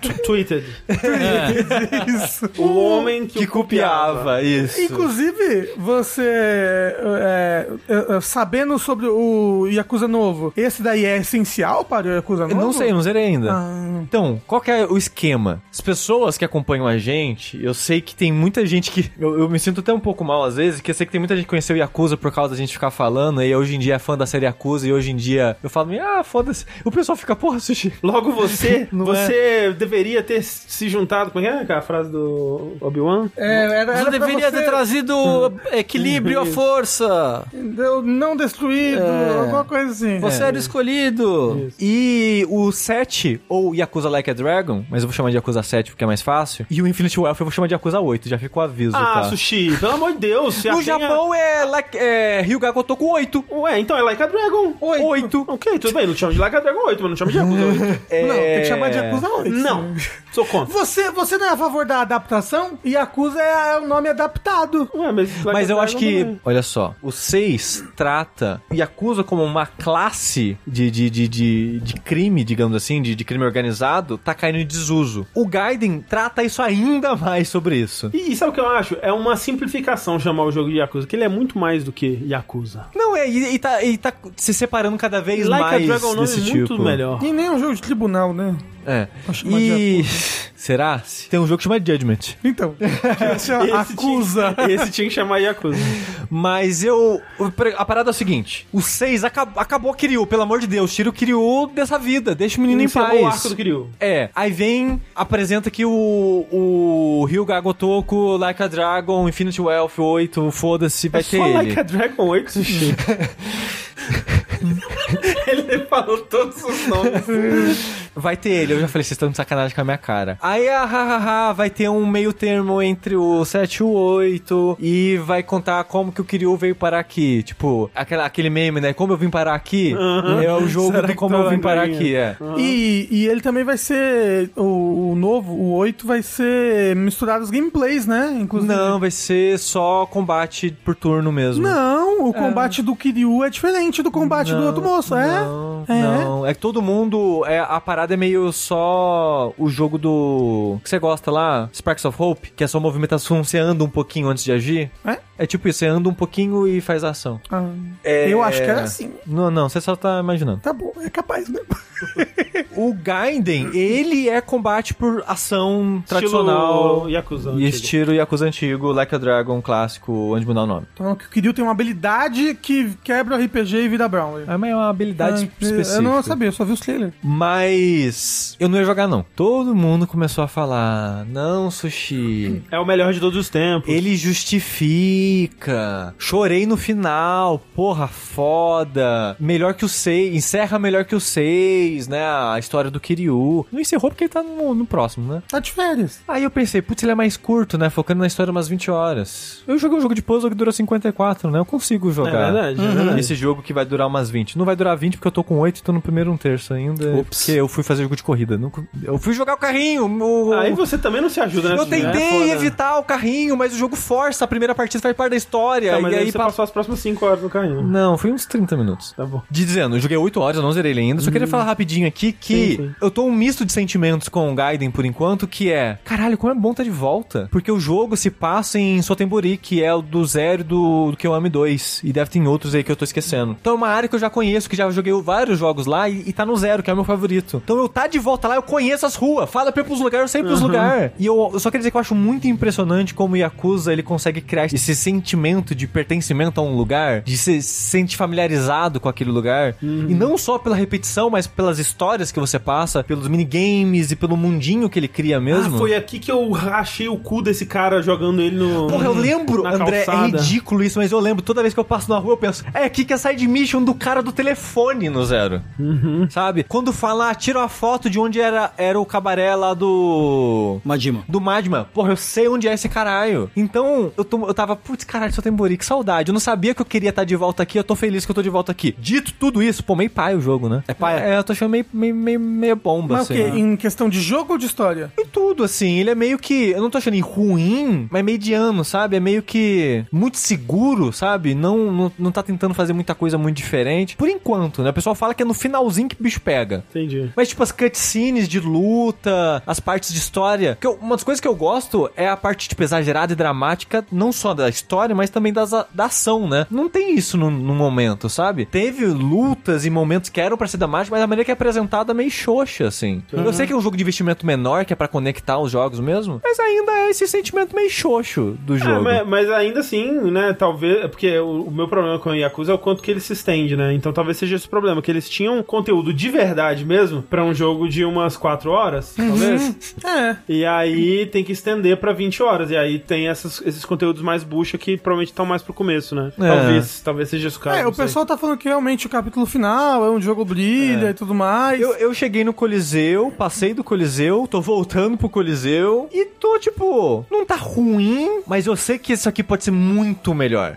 t- tweeted. Isso. É. O homem que, Que o copiava. copiava, isso. Inclusive, você é, é, é, sabendo sobre o Yakuza novo, esse daí é essencial para o Yakuza Eu novo? Não sei, não zerei ainda. Ah, Então, qual que é o esquema? As pessoas que acompanham a gente, eu sei que tem muita gente que. Eu, eu me sinto até um pouco mal às vezes, que eu sei que tem muita gente que conheceu Yakuza por causa da gente ficar falando, e hoje em dia é fã da série Yakuza, e hoje em dia eu falo, ah, foda-se. O pessoal fica, porra, sushi. Logo você, Não é. você deveria ter se juntado. Como é que é a frase do Obi-Wan? é, era, era Você pra deveria você ter trazido equilíbrio, a força. eu Não destruído, É. alguma coisa assim. Você era o escolhido. E o 7, ou Yakuza Like a Dragon, mas eu vou chamar de Yakuza 7 porque é mais fácil. E o Infinite Wealth eu vou chamar de Yakuza 8, já fica o aviso, Ah, tá? sushi, pelo amor de Deus. se No atenha- Japão é, like, é Ryuga Gotoku 8. Ué, então é Like a Dragon. Oito. Ok, tudo bem, não chama de Like a Dragon 8, mas não chama de Yakuza 8. É... Não, tem que chamar de Yakuza 8. não, sou contra. Você, você não é a favor da adaptação? Yakuza é, é um nome adaptado. Ué, mas Like Mas a eu Dragon acho que, também. olha só, o 6 trata e acusa como uma classe de, de, de, de, de crime, digamos assim, de, de crime organizado, tá caindo em desuso. O Gaiden trata isso ainda mais sobre isso. E e sabe o que eu acho? É uma simplificação chamar o jogo de Yakuza, que ele é muito mais do que Yakuza. Não, é, e, e tá, e tá se separando cada vez Like mais a Dragon é um nome desse tipo. muito melhor. E nem um jogo de tribunal, né? É. Pra chamar de E. Será? Tem um jogo chamado Judgment. Então, esse é Esse acusa. Tinha, esse tinha que chamar Yakuza. Mas eu. A parada é o seguinte: o 6 acabou, acabou Kiryu, pelo amor de Deus. Tira o Kiryu dessa vida, deixa o menino em Encerrou paz. o arco do Kiryu. É, aí vem, apresenta aqui o, o Ryuga Gotoku, Like a Dragon, Infinity Wealth 8, foda-se, vai É ter só ele. Like a Dragon 8, Sushi. Ele falou todos os nomes. Vai ter ele, eu já falei, vocês estão de sacanagem com a minha cara. Aí ah, a hahaha vai ter um meio termo entre o 7 e o 8 e vai contar como que o Kiryu veio parar aqui. Tipo, aquela, aquele meme, né? Como eu vim parar aqui? É o jogo Será do que como tô eu vim na parar linha? aqui, é. E, e ele também vai ser. O, o novo, o 8, vai ser misturado os gameplays, né? Inclusive. Não, vai ser só combate por turno mesmo. Não, o combate do Kiryu é diferente do combate do Não, outro moço, é? Não, É. não. É que todo mundo. É, a parada é meio só o jogo do. que você gosta lá? Sparks of Hope, que é só movimentação, você anda um pouquinho antes de agir. É? É tipo isso, você anda um pouquinho e faz a ação. Ah, É. Eu acho que era assim. Não, não, você só tá imaginando. Tá bom, é capaz mesmo. O Gaiden, ele é combate por ação tradicional. Estilo Yakuza. E antigo. estilo Yakuza antigo, Like a Dragon clássico, onde mudar o nome. Então, que o Kiryu tem uma habilidade que quebra o RPG e vira Brown. É mas é uma habilidade Ah, específica. Eu não sabia, eu só vi os trailers. Mas eu não ia jogar, não. Todo mundo começou a falar: não, sushi. É o melhor de todos os tempos. Ele justifica. Chorei no final. Porra, foda. Melhor que o 6. Encerra melhor que o 6, né? A história do Kiryu. Não encerrou porque ele tá no, no próximo, né? Tá de férias. Aí eu pensei, putz, ele é mais curto, né? Focando na história umas 20 horas. Eu joguei um jogo de puzzle que dura 54, né? Eu consigo É jogar. verdade, é verdade. Esse jogo que vai durar umas 20. Não vai durar 20 porque eu tô com 8 e tô no primeiro um terço ainda. Ups. Porque eu fui fazer jogo de corrida. Não- Eu fui jogar o carrinho. é o- Aí você também não se ajuda né, É nessa Eu tentei evitar o carrinho, mas o jogo força. A primeira partida faz parte da história. Tá, mas e aí, aí você pa- passou as próximas 5 horas no carrinho. Não, foi uns 30 minutos. Tá bom. De dizendo, eu joguei 8 horas, eu não zerei ele ainda. Só queria falar rapidinho aqui que Uhum. Sim, sim. eu tô um misto de sentimentos com o Gaiden por enquanto, que é, caralho, como é bom tá de volta. Porque o jogo se passa em Sotembori, que é o do zero e do, do Kiwami 2. E deve ter outros aí que eu tô esquecendo. Então é uma área que eu já conheço, que já joguei vários jogos lá e, e tá no zero, que é o meu favorito. Então eu tá de volta lá, eu conheço as ruas. Fala pra eu ir pros lugares, eu sei Uhum. pros lugares. E eu, eu só queria dizer que eu acho muito impressionante como o Yakuza ele consegue criar esse sentimento de pertencimento a um lugar, de se sentir familiarizado com aquele lugar. Uhum. E não só pela repetição, mas pelas histórias que você passa, pelos minigames e pelo mundinho que ele cria mesmo. Ah, foi aqui que eu rachei o cu desse cara jogando ele no. Porra, eu lembro, Uhum. na André, calçada. é ridículo isso, mas eu lembro, toda vez que eu passo na rua eu penso, é aqui que é a side mission do cara do telefone no zero. Uhum. Sabe? Quando fala, ah, tira a foto de onde era, era o cabaré lá do. Madima. Do Madman. Porra, eu sei onde é esse caralho. Então, eu, tô- eu tava, putz, caralho, só tem Bori, que saudade. Eu não sabia que eu queria estar de volta aqui, eu tô feliz que eu tô de volta aqui. Dito tudo isso, pô, meio pai o jogo, né? É pai? É, eu tô achando meio, meio, meio, meio bomba, Mas o assim. quê? né? Em questão de jogo ou de história? em tudo, assim. Ele é meio que. Eu não tô achando ele ruim, mas mediano, sabe? É meio que. Muito seguro, sabe? Não, não, não tá tentando fazer muita coisa muito diferente. Por enquanto, né? O pessoal fala que é no finalzinho que o bicho pega. Entendi. Mas, tipo, as cutscenes de luta, as partes de história. Que eu- uma das coisas que eu gosto é a parte, tipo, exagerada e dramática, não só da história, mas também das, a- da ação, né? Não tem isso no, no momento, sabe? Teve lutas e momentos que eram pra ser dramáticos, mas a maneira que é apresentada é meio xoxa, assim. Eu sei que é um jogo de investimento menor, que é pra conectar os jogos mesmo, mas ainda é esse sentimento meio xoxo do É, jogo. mas, mas ainda assim, né, talvez... é Porque o, o meu problema com o Yakuza é o quanto que ele se estende, né? Então talvez seja esse o problema, que eles tinham um conteúdo de verdade mesmo pra um jogo de umas 4 horas, talvez. Uhum. É. E aí tem que estender pra 20 horas. E aí tem essas- esses conteúdos mais bucha que provavelmente estão mais pro começo, né? É. Talvez, talvez seja esse o caso. é, não o sei. pessoal tá falando que realmente o capítulo final é um jogo brilha e tudo mais. Eu, eu cheguei no Coliseu, passei do Coliseu, tô voltando pro Coliseu e tô tipo, não tá ruim, mas eu sei que isso aqui pode ser muito melhor.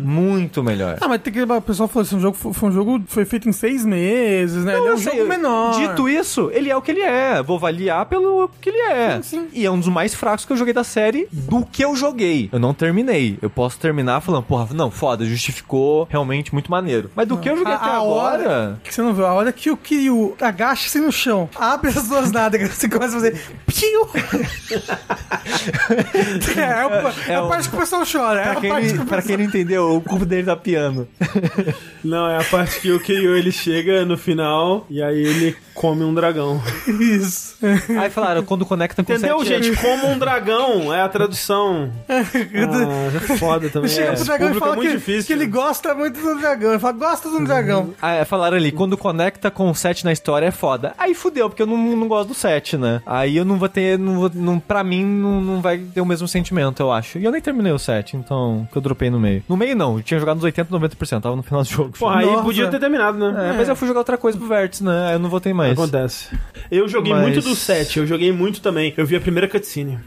Muito melhor. Uhum. Ah, mas tem que. O pessoal falou assim: o jogo foi, foi um jogo. Foi feito em seis meses, né? Ele é um Eu sei, jogo menor. Dito isso, ele é o que ele é. Vou avaliar pelo que ele é. Sim, sim. E é um dos mais fracos que eu joguei da série do que eu joguei. Eu não terminei. Eu posso terminar falando, porra, não, foda, justificou, realmente muito maneiro. Mas do que eu joguei A- até a agora. hora que você não viu, a hora que o Kiryu agacha-se no chão, abre as duas nádegas e começa a fazer. Piu! é, é, o- é a o- parte que o pessoal chora. É Pra a quem, parte que não- o pra quem não entendeu, o cubo dele tá piano. Não, é a parte que o Kiryu, ele chega no final e aí ele come um dragão. Isso. Aí falaram, quando conecta com Entendeu, sete anos. gente? Como um dragão é a tradução. Ah, já é foda também. Chega É, pro esse dragão e público fala é muito que, difícil. que ele gosta muito do dragão. Ele fala, gosta de um dragão. Ah, falaram ali, quando conecta com o 7 na história é foda. Aí fudeu, porque eu não, não gosto do 7, né? Aí eu não vou ter. Não vou, não, pra mim, não, não vai ter o mesmo sentimento, eu acho. E eu nem terminei o 7, então. Que eu dropei no meio. No meio não, eu tinha jogado nos 80, 90%, tava no final do jogo. Porra, aí Nossa. podia ter terminado, É, né? mas eu fui jogar outra coisa pro Vértice, né? Aí eu não votei mais. Acontece. Eu joguei Mas- muito do 7, eu joguei muito também. Eu vi a primeira cutscene.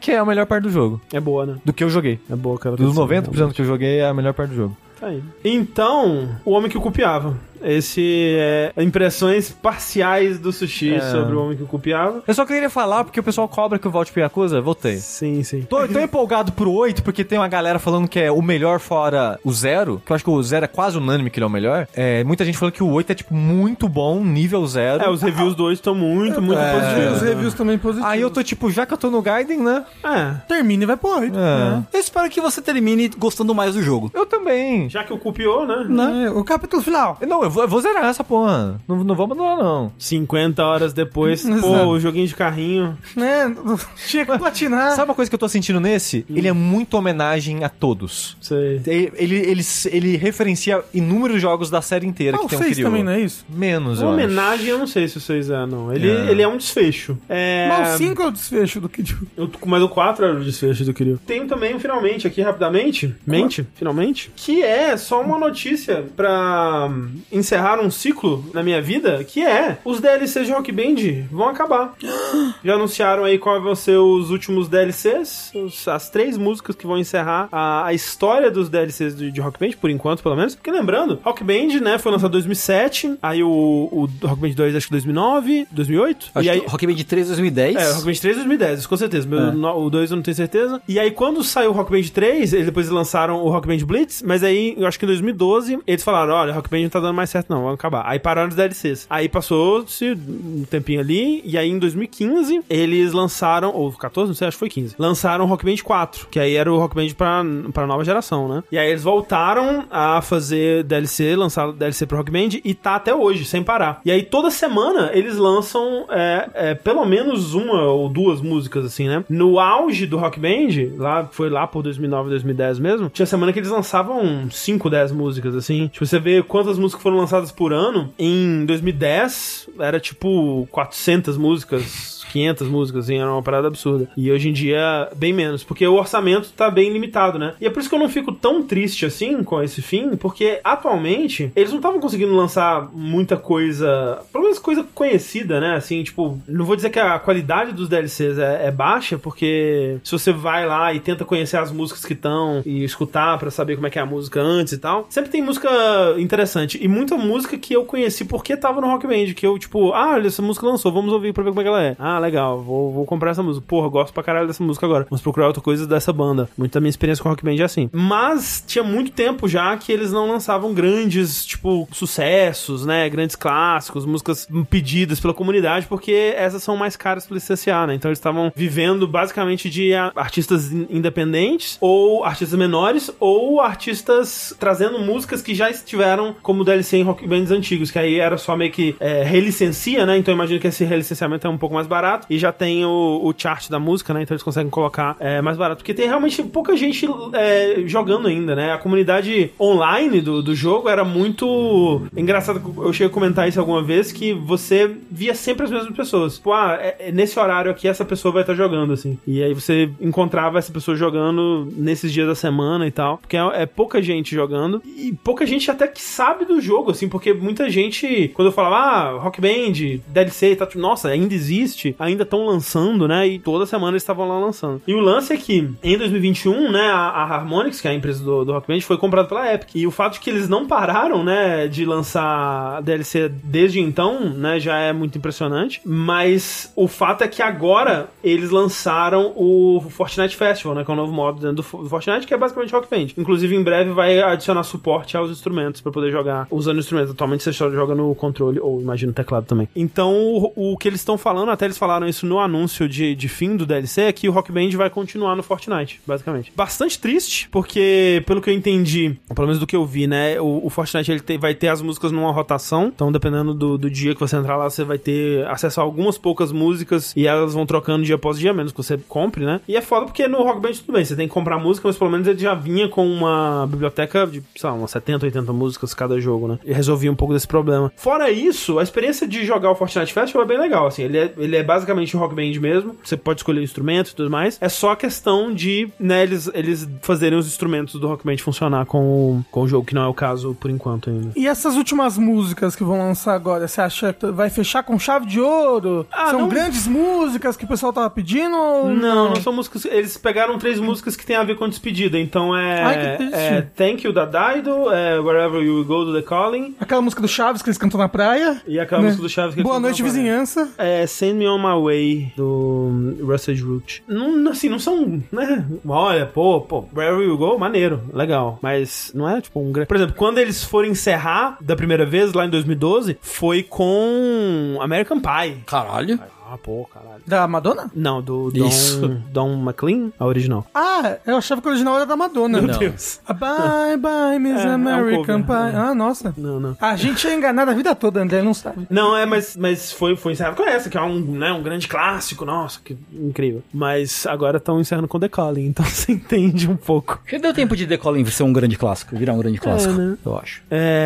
Que é a melhor parte do jogo. É boa, né? Do que eu joguei. É boa, cara. Dos cutscene, 90% que eu joguei, é a melhor parte do jogo. Tá aí. Então, o homem que o copiava. Esse é impressões parciais do sushi É. sobre o homem que o copiava. Eu só queria falar, porque o pessoal cobra que eu volte pro Yakuza, voltei. Sim, sim. Tô, tô empolgado pro 8, porque tem uma galera falando que é o melhor fora o zero. Que eu acho que o zero é quase unânime que ele é o melhor. É, muita gente falando que o 8 é, tipo, muito bom, nível zero. É, os reviews do 8 estão muito, muito E É. os positivos. reviews também positivos. Aí eu tô, tipo, já que eu tô no Gaiden, né? É. Termina e vai pro né? 8. É. Eu espero que você termine gostando mais do jogo. Eu também. Já que o copiou, né? É, O capítulo final. Não, eu vou, eu vou zerar essa porra. Não, não vou abandonar, não. 50 horas depois, pô, Exato. o joguinho de carrinho. Né? Chega a platinar. Sabe uma coisa que eu tô sentindo nesse? Ele é muito homenagem a todos. Sei. Ele, ele, ele, ele referencia inúmeros jogos da série inteira Ah, que o tem um 6 também, não é isso? Menos, eu Uma acho. homenagem, eu não sei se vocês é, não. Ele É. é, ele é um desfecho. É... Mas o 5 é o desfecho do Kid. Eu, tô- mas o 4 era o desfecho do Kiryu. Tem também, finalmente, aqui rapidamente. Mente, finalmente. Que é só uma notícia pra hum, encerrar um ciclo na minha vida. Que é: os DLCs de Rock Band vão acabar. Já anunciaram aí qual vão ser os últimos DLCs. os- as três músicas que vão encerrar a, a história dos DLCs de, de Rock Band, por enquanto, pelo menos. Porque lembrando, Rock Band, né, foi lançado em 2007. Aí o, o Rock Band 2, acho que 2009, 2008. Acho e aí. que Rock Band 3 2010. É, Rock Band 3 e 2010, com certeza. Meu- É. no- o 2 eu não tenho certeza. E aí, quando saiu o Rock Band 3, eles depois lançaram o Rock Band Blitz, mas aí, eu acho que em 2012, eles falaram, olha, Rock Band não tá dando mais certo não, vamos acabar. Aí pararam os DLCs. Aí passou-se um tempinho ali, e aí em 2015, eles lançaram, ou 14, não sei, acho que foi 15, lançaram o Rock Band 4, que aí era o Rock Band pra, pra nova geração, né? E aí eles voltaram a fazer DLC, lançar DLC pro Rock Band, e tá até hoje, sem parar. E aí toda semana eles lançam é, é, pelo menos uma ou duas músicas, assim, né? No auge do Rock Band, lá, foi lá por 2009, 2010 mesmo, tinha semana que eles lançavam 5, 10 músicas, assim. Tipo, você vê quantas músicas foram lançadas por ano. Em 2010, era tipo 400 músicas. 500 músicas, assim, era uma parada absurda. E hoje em dia, bem menos, porque o orçamento tá bem limitado, né? E é por isso que eu não fico tão triste assim com esse fim, porque atualmente eles não estavam conseguindo lançar muita coisa, pelo menos coisa conhecida, né? Assim, tipo, não vou dizer que a qualidade dos DLCs é, é baixa, porque se você vai lá e tenta conhecer as músicas que estão e escutar pra saber como é que é a música antes e tal, sempre tem música interessante. E muita música que eu conheci porque tava no Rock Band, que eu, tipo, ah, olha, essa música lançou, vamos ouvir pra ver como é que ela é. Ah, legal, vou, vou comprar essa música. Porra, gosto pra caralho dessa música agora. Vamos procurar outra coisa dessa banda. Muita da minha experiência com Rock Band é assim. Mas tinha muito tempo já que eles não lançavam grandes, tipo, sucessos, né? Grandes clássicos, músicas pedidas pela comunidade, porque essas são mais caras pra licenciar, né? Então eles estavam vivendo basicamente de ah, artistas in- independentes, ou artistas menores, ou artistas trazendo músicas que já estiveram como DLC em rock bands antigos, que aí era só meio que é, relicencia, né? Então eu imagino que esse relicenciamento é um pouco mais barato e já tem o, o chart da música, né? Então eles conseguem colocar é, mais barato. Porque tem realmente pouca gente é, jogando ainda, né? A comunidade online do, do jogo era muito. Engraçado, que eu cheguei a comentar isso alguma vez, que você via sempre as mesmas pessoas. Tipo, ah, é- é nesse horário aqui essa pessoa vai estar jogando, assim. E aí você encontrava essa pessoa jogando nesses dias da semana e tal. Porque é, é pouca gente jogando. E pouca gente até que sabe do jogo, assim. Porque muita gente, quando eu falava, ah, Rock Band, DLC e tal, tipo, nossa, ainda existe. Ainda estão lançando, né? E toda semana eles estavam lá lançando. E o lance é que, em 2021, né, a, a Harmonix, que é a empresa do, do Rock Band, foi comprada pela Epic. E o fato de que eles não pararam, né, de lançar DLC desde então, né, já é muito impressionante. Mas o fato é que agora eles lançaram o Fortnite Festival, né, que é um novo modo dentro do Fo- do Fortnite, que é basicamente Rock Band. Inclusive, em breve vai adicionar suporte aos instrumentos pra poder jogar usando instrumentos. Atualmente você só joga no controle ou, imagino, teclado também. Então, o, o que eles estão falando, até eles falaram falaram isso no anúncio de, de fim do DLC é que o Rock Band vai continuar no Fortnite, basicamente. Bastante triste, porque, pelo que eu entendi, ou pelo menos do que eu vi, né? O, o Fortnite ele te- vai ter as músicas numa rotação. Então, dependendo do, do dia que você entrar lá, você vai ter acesso a algumas poucas músicas e elas vão trocando dia após dia, a menos que você compre, né? E é foda porque no Rock Band tudo bem, você tem que comprar música, mas pelo menos ele já vinha com uma biblioteca de, sei lá, umas 70, 80 músicas cada jogo, né? E resolvia um pouco desse problema. Fora isso, a experiência de jogar o Fortnite Festival é bem legal, assim. Ele é, ele é basicamente o Rock Band mesmo. Você pode escolher instrumentos e tudo mais. É só questão de, né, eles, eles fazerem os instrumentos do Rock Band funcionar com o, com o jogo, que não é o caso por enquanto ainda. E essas últimas músicas que vão lançar agora, você acha que vai fechar com chave de ouro? Ah, São não- grandes músicas que o pessoal tava pedindo? ou Não, não são músicas. Eles pegaram três músicas que tem a ver com despedida. Então é. Ai, que triste. é Thank You da Daido, é Wherever You Go do The Calling Aquela música do Chaves que eles cantam na praia? e aquela Né? música do Chaves que Boa eles noite, cantaram, né? vizinhança. É Send Me On My Way do Rusted Root. Não, assim, não são, né? Olha, pô, pô, Wherever You Go, maneiro, legal. Mas não é tipo um grande. Por exemplo, quando eles foram encerrar da primeira vez, lá em 2012, foi com American Pie. Caralho. Ah, pô, caralho. Da Madonna? Não, do Don, Isso. Don McLean, a original. Ah, eu achava que o original era da Madonna. Não. Deus. Ah, Bye, bye, Miss É, é um American cover. Pie. Ah, nossa. Não, não. A gente é enganado a vida toda, André, não sabe. Não, é, mas, mas foi, foi encerrado com essa, que é um, né, um grande clássico, nossa, que incrível. Mas agora estão encerrando com The Calling, então você entende um pouco. Já deu tempo de The Calling ser um grande clássico, virar um grande clássico, né? eu acho.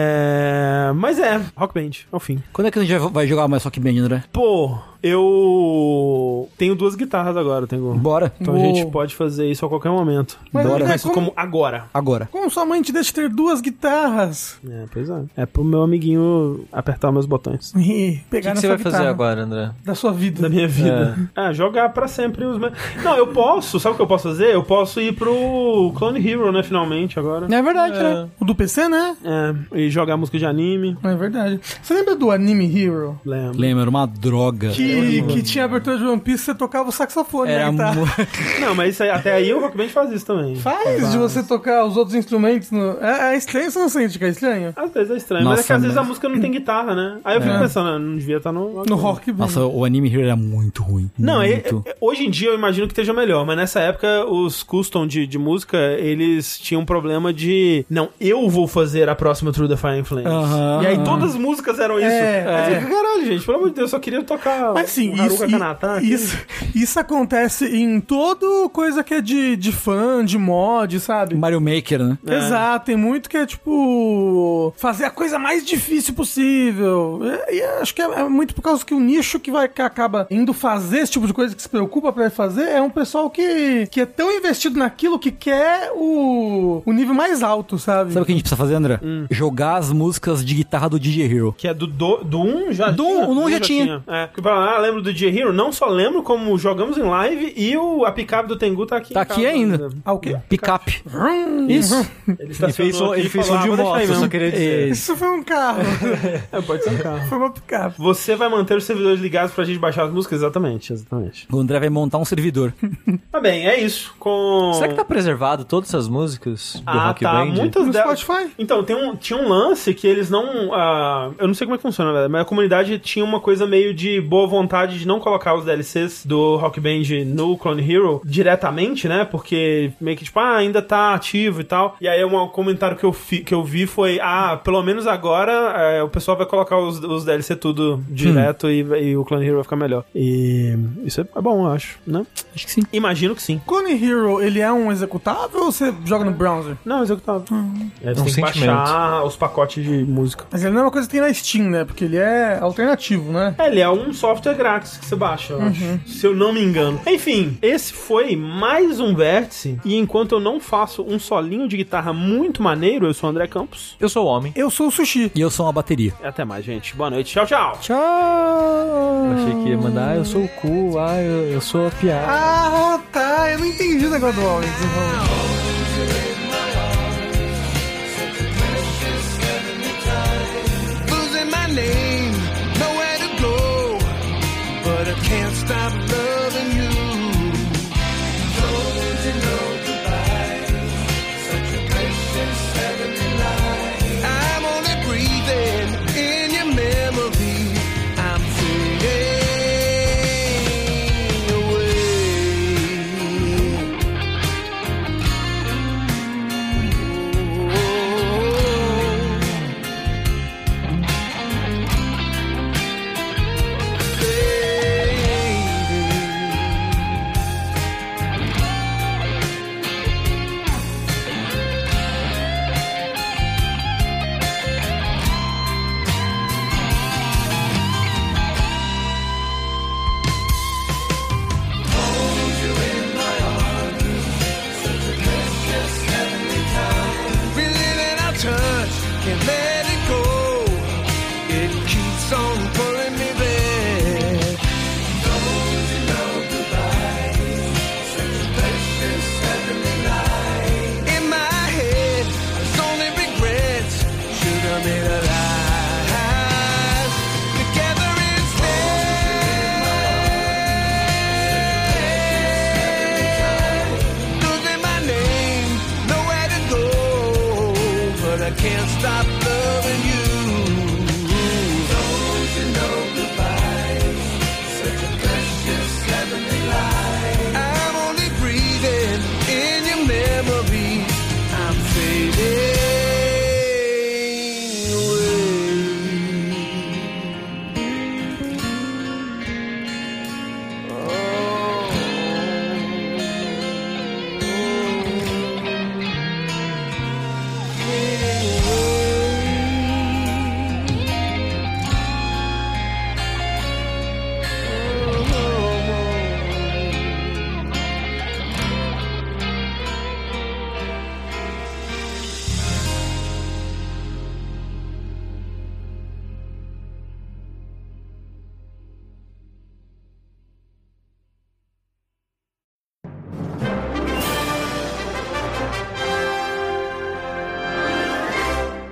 É. Mas é, Rock Band, ao fim. Quando é que a gente vai- vai jogar mais Rock Band, André? Pô, eu tenho duas guitarras agora, tenho. Bora. Então a Uou. gente pode fazer isso a qualquer momento. Mas, Bora. André, Mas como, como agora. Agora. como sua mãe te deixa ter duas guitarras? É, pois é. É pro meu amiguinho apertar meus botões. Ih, O que, Pegar que na você sua vai guitarra. tá. fazer agora, André? Da sua vida. Da minha vida. Ah, jogar pra sempre os meus. Não, eu posso, sabe o que eu posso fazer? Eu posso ir pro Clone Hero, né, finalmente, agora. É verdade, É. O do PC, né? É, e jogar música de anime. É verdade. Você lembra do Anime Hero? Lembro. Lembra, era uma droga. Que, que tinha abertura de One Piece, você tocava o saxofone, É, Era né? guitarra. mu- Não, mas isso aí- até aí o Rock Band faz isso também. Faz de você tocar os outros instrumentos no... É, é estranho, você não sente que é estranho? Às vezes é estranho, mas é Nossa, que às vezes a mas- música não tem guitarra, né? Aí eu fico pensando, não devia estar no. É. No rock band. Nossa, o Anime Hero era muito ruim. Não, é- muito. é- hoje em dia eu imagino que esteja melhor, mas nessa época os custom de, de música, eles tinham um problema de. Não, eu vou fazer a próxima True the Fire and Flames. Aham. e aí todas as músicas eram isso. É, Mas é. eu fico, caralho, gente, pelo amor de Deus, eu só queria tocar Mas sim, um Haruka isso, Kanata aqui." isso, isso acontece em todo coisa que é de, de fã, de mod, sabe? Mario Maker, né? Exato, tem muito que é tipo. fazer a coisa mais difícil possível. E, e acho que é, é muito por causa que o nicho que vai que acaba indo fazer esse tipo de coisa que se preocupa pra fazer é um pessoal que, que é tão investido naquilo que quer o, o nível mais alto, sabe? Sabe o que a gente precisa fazer, André? Jogar as músicas de guitarra do DJ Hero. Que é do 1 do, do um já Do tinha? um, o um já tinha. É, porque pra lá, lembro do DJ Hero, não só lembro como jogamos em live e o, a picape do Tengu tá aqui. Tá em casa aqui ainda. Ah, o quê? Picape. Vrum, Isso. vrum. Uhum. Ele, Ele estacionou fez, som- aqui ele e fez falou, som de "Ah, vou moto, deixar aí eu só mesmo." queria dizer. Isso foi um carro. É, pode ser um carro. foi uma picape. Você vai manter os servidores ligados pra gente baixar as músicas? Exatamente, exatamente. O André vai montar um servidor. Tá bem, é isso. Com. Será que tá preservado todas essas músicas do Ah, Rock tá. Band? Muitas No delas. Spotify? Então, tem um, tinha um lance que eles não. ah, eu não sei como é que funciona, na verdade, mas a comunidade tinha uma coisa meio de boa vontade de não colocar os DLCs do Rock Band no Clone Hero diretamente, né? Porque meio que tipo, ah, ainda tá ativo e tal. E aí, um comentário que eu, fi- que eu vi foi: ah, pelo menos agora eh, o pessoal vai colocar os, os DLC Hum. tudo direto e, vai- e o Clone Hero vai ficar melhor. E isso é bom, eu acho, né? Acho que sim. Imagino que sim. Clone Hero, ele é um executável ou você joga no browser? Não, executável. Hum. É, você É um tem que sentimento. baixar os pacotes de música. Mas ele não é uma coisa que tem na Steam, né? Porque ele é alternativo, né? É, ele é um software grátis que você baixa, eu acho, se eu não me engano. Enfim, esse foi mais um vértice. E enquanto eu não faço um solinho de guitarra muito maneiro, eu sou o André Campos. Eu sou o homem. Eu sou o Sushi. E eu sou uma bateria. E até mais, gente. Boa noite. Tchau, tchau. Eu achei que ia mandar, ah, eu sou o cu, ah, eu, eu sou a piada. Ah, tá. Eu não entendi o negócio do homem. que você falou. losing my name, nowhere to go. But I can't stop loving you. I'm only breathing in your memory. I'm fading. Oh.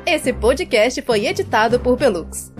Esse podcast foi editado por Pelux.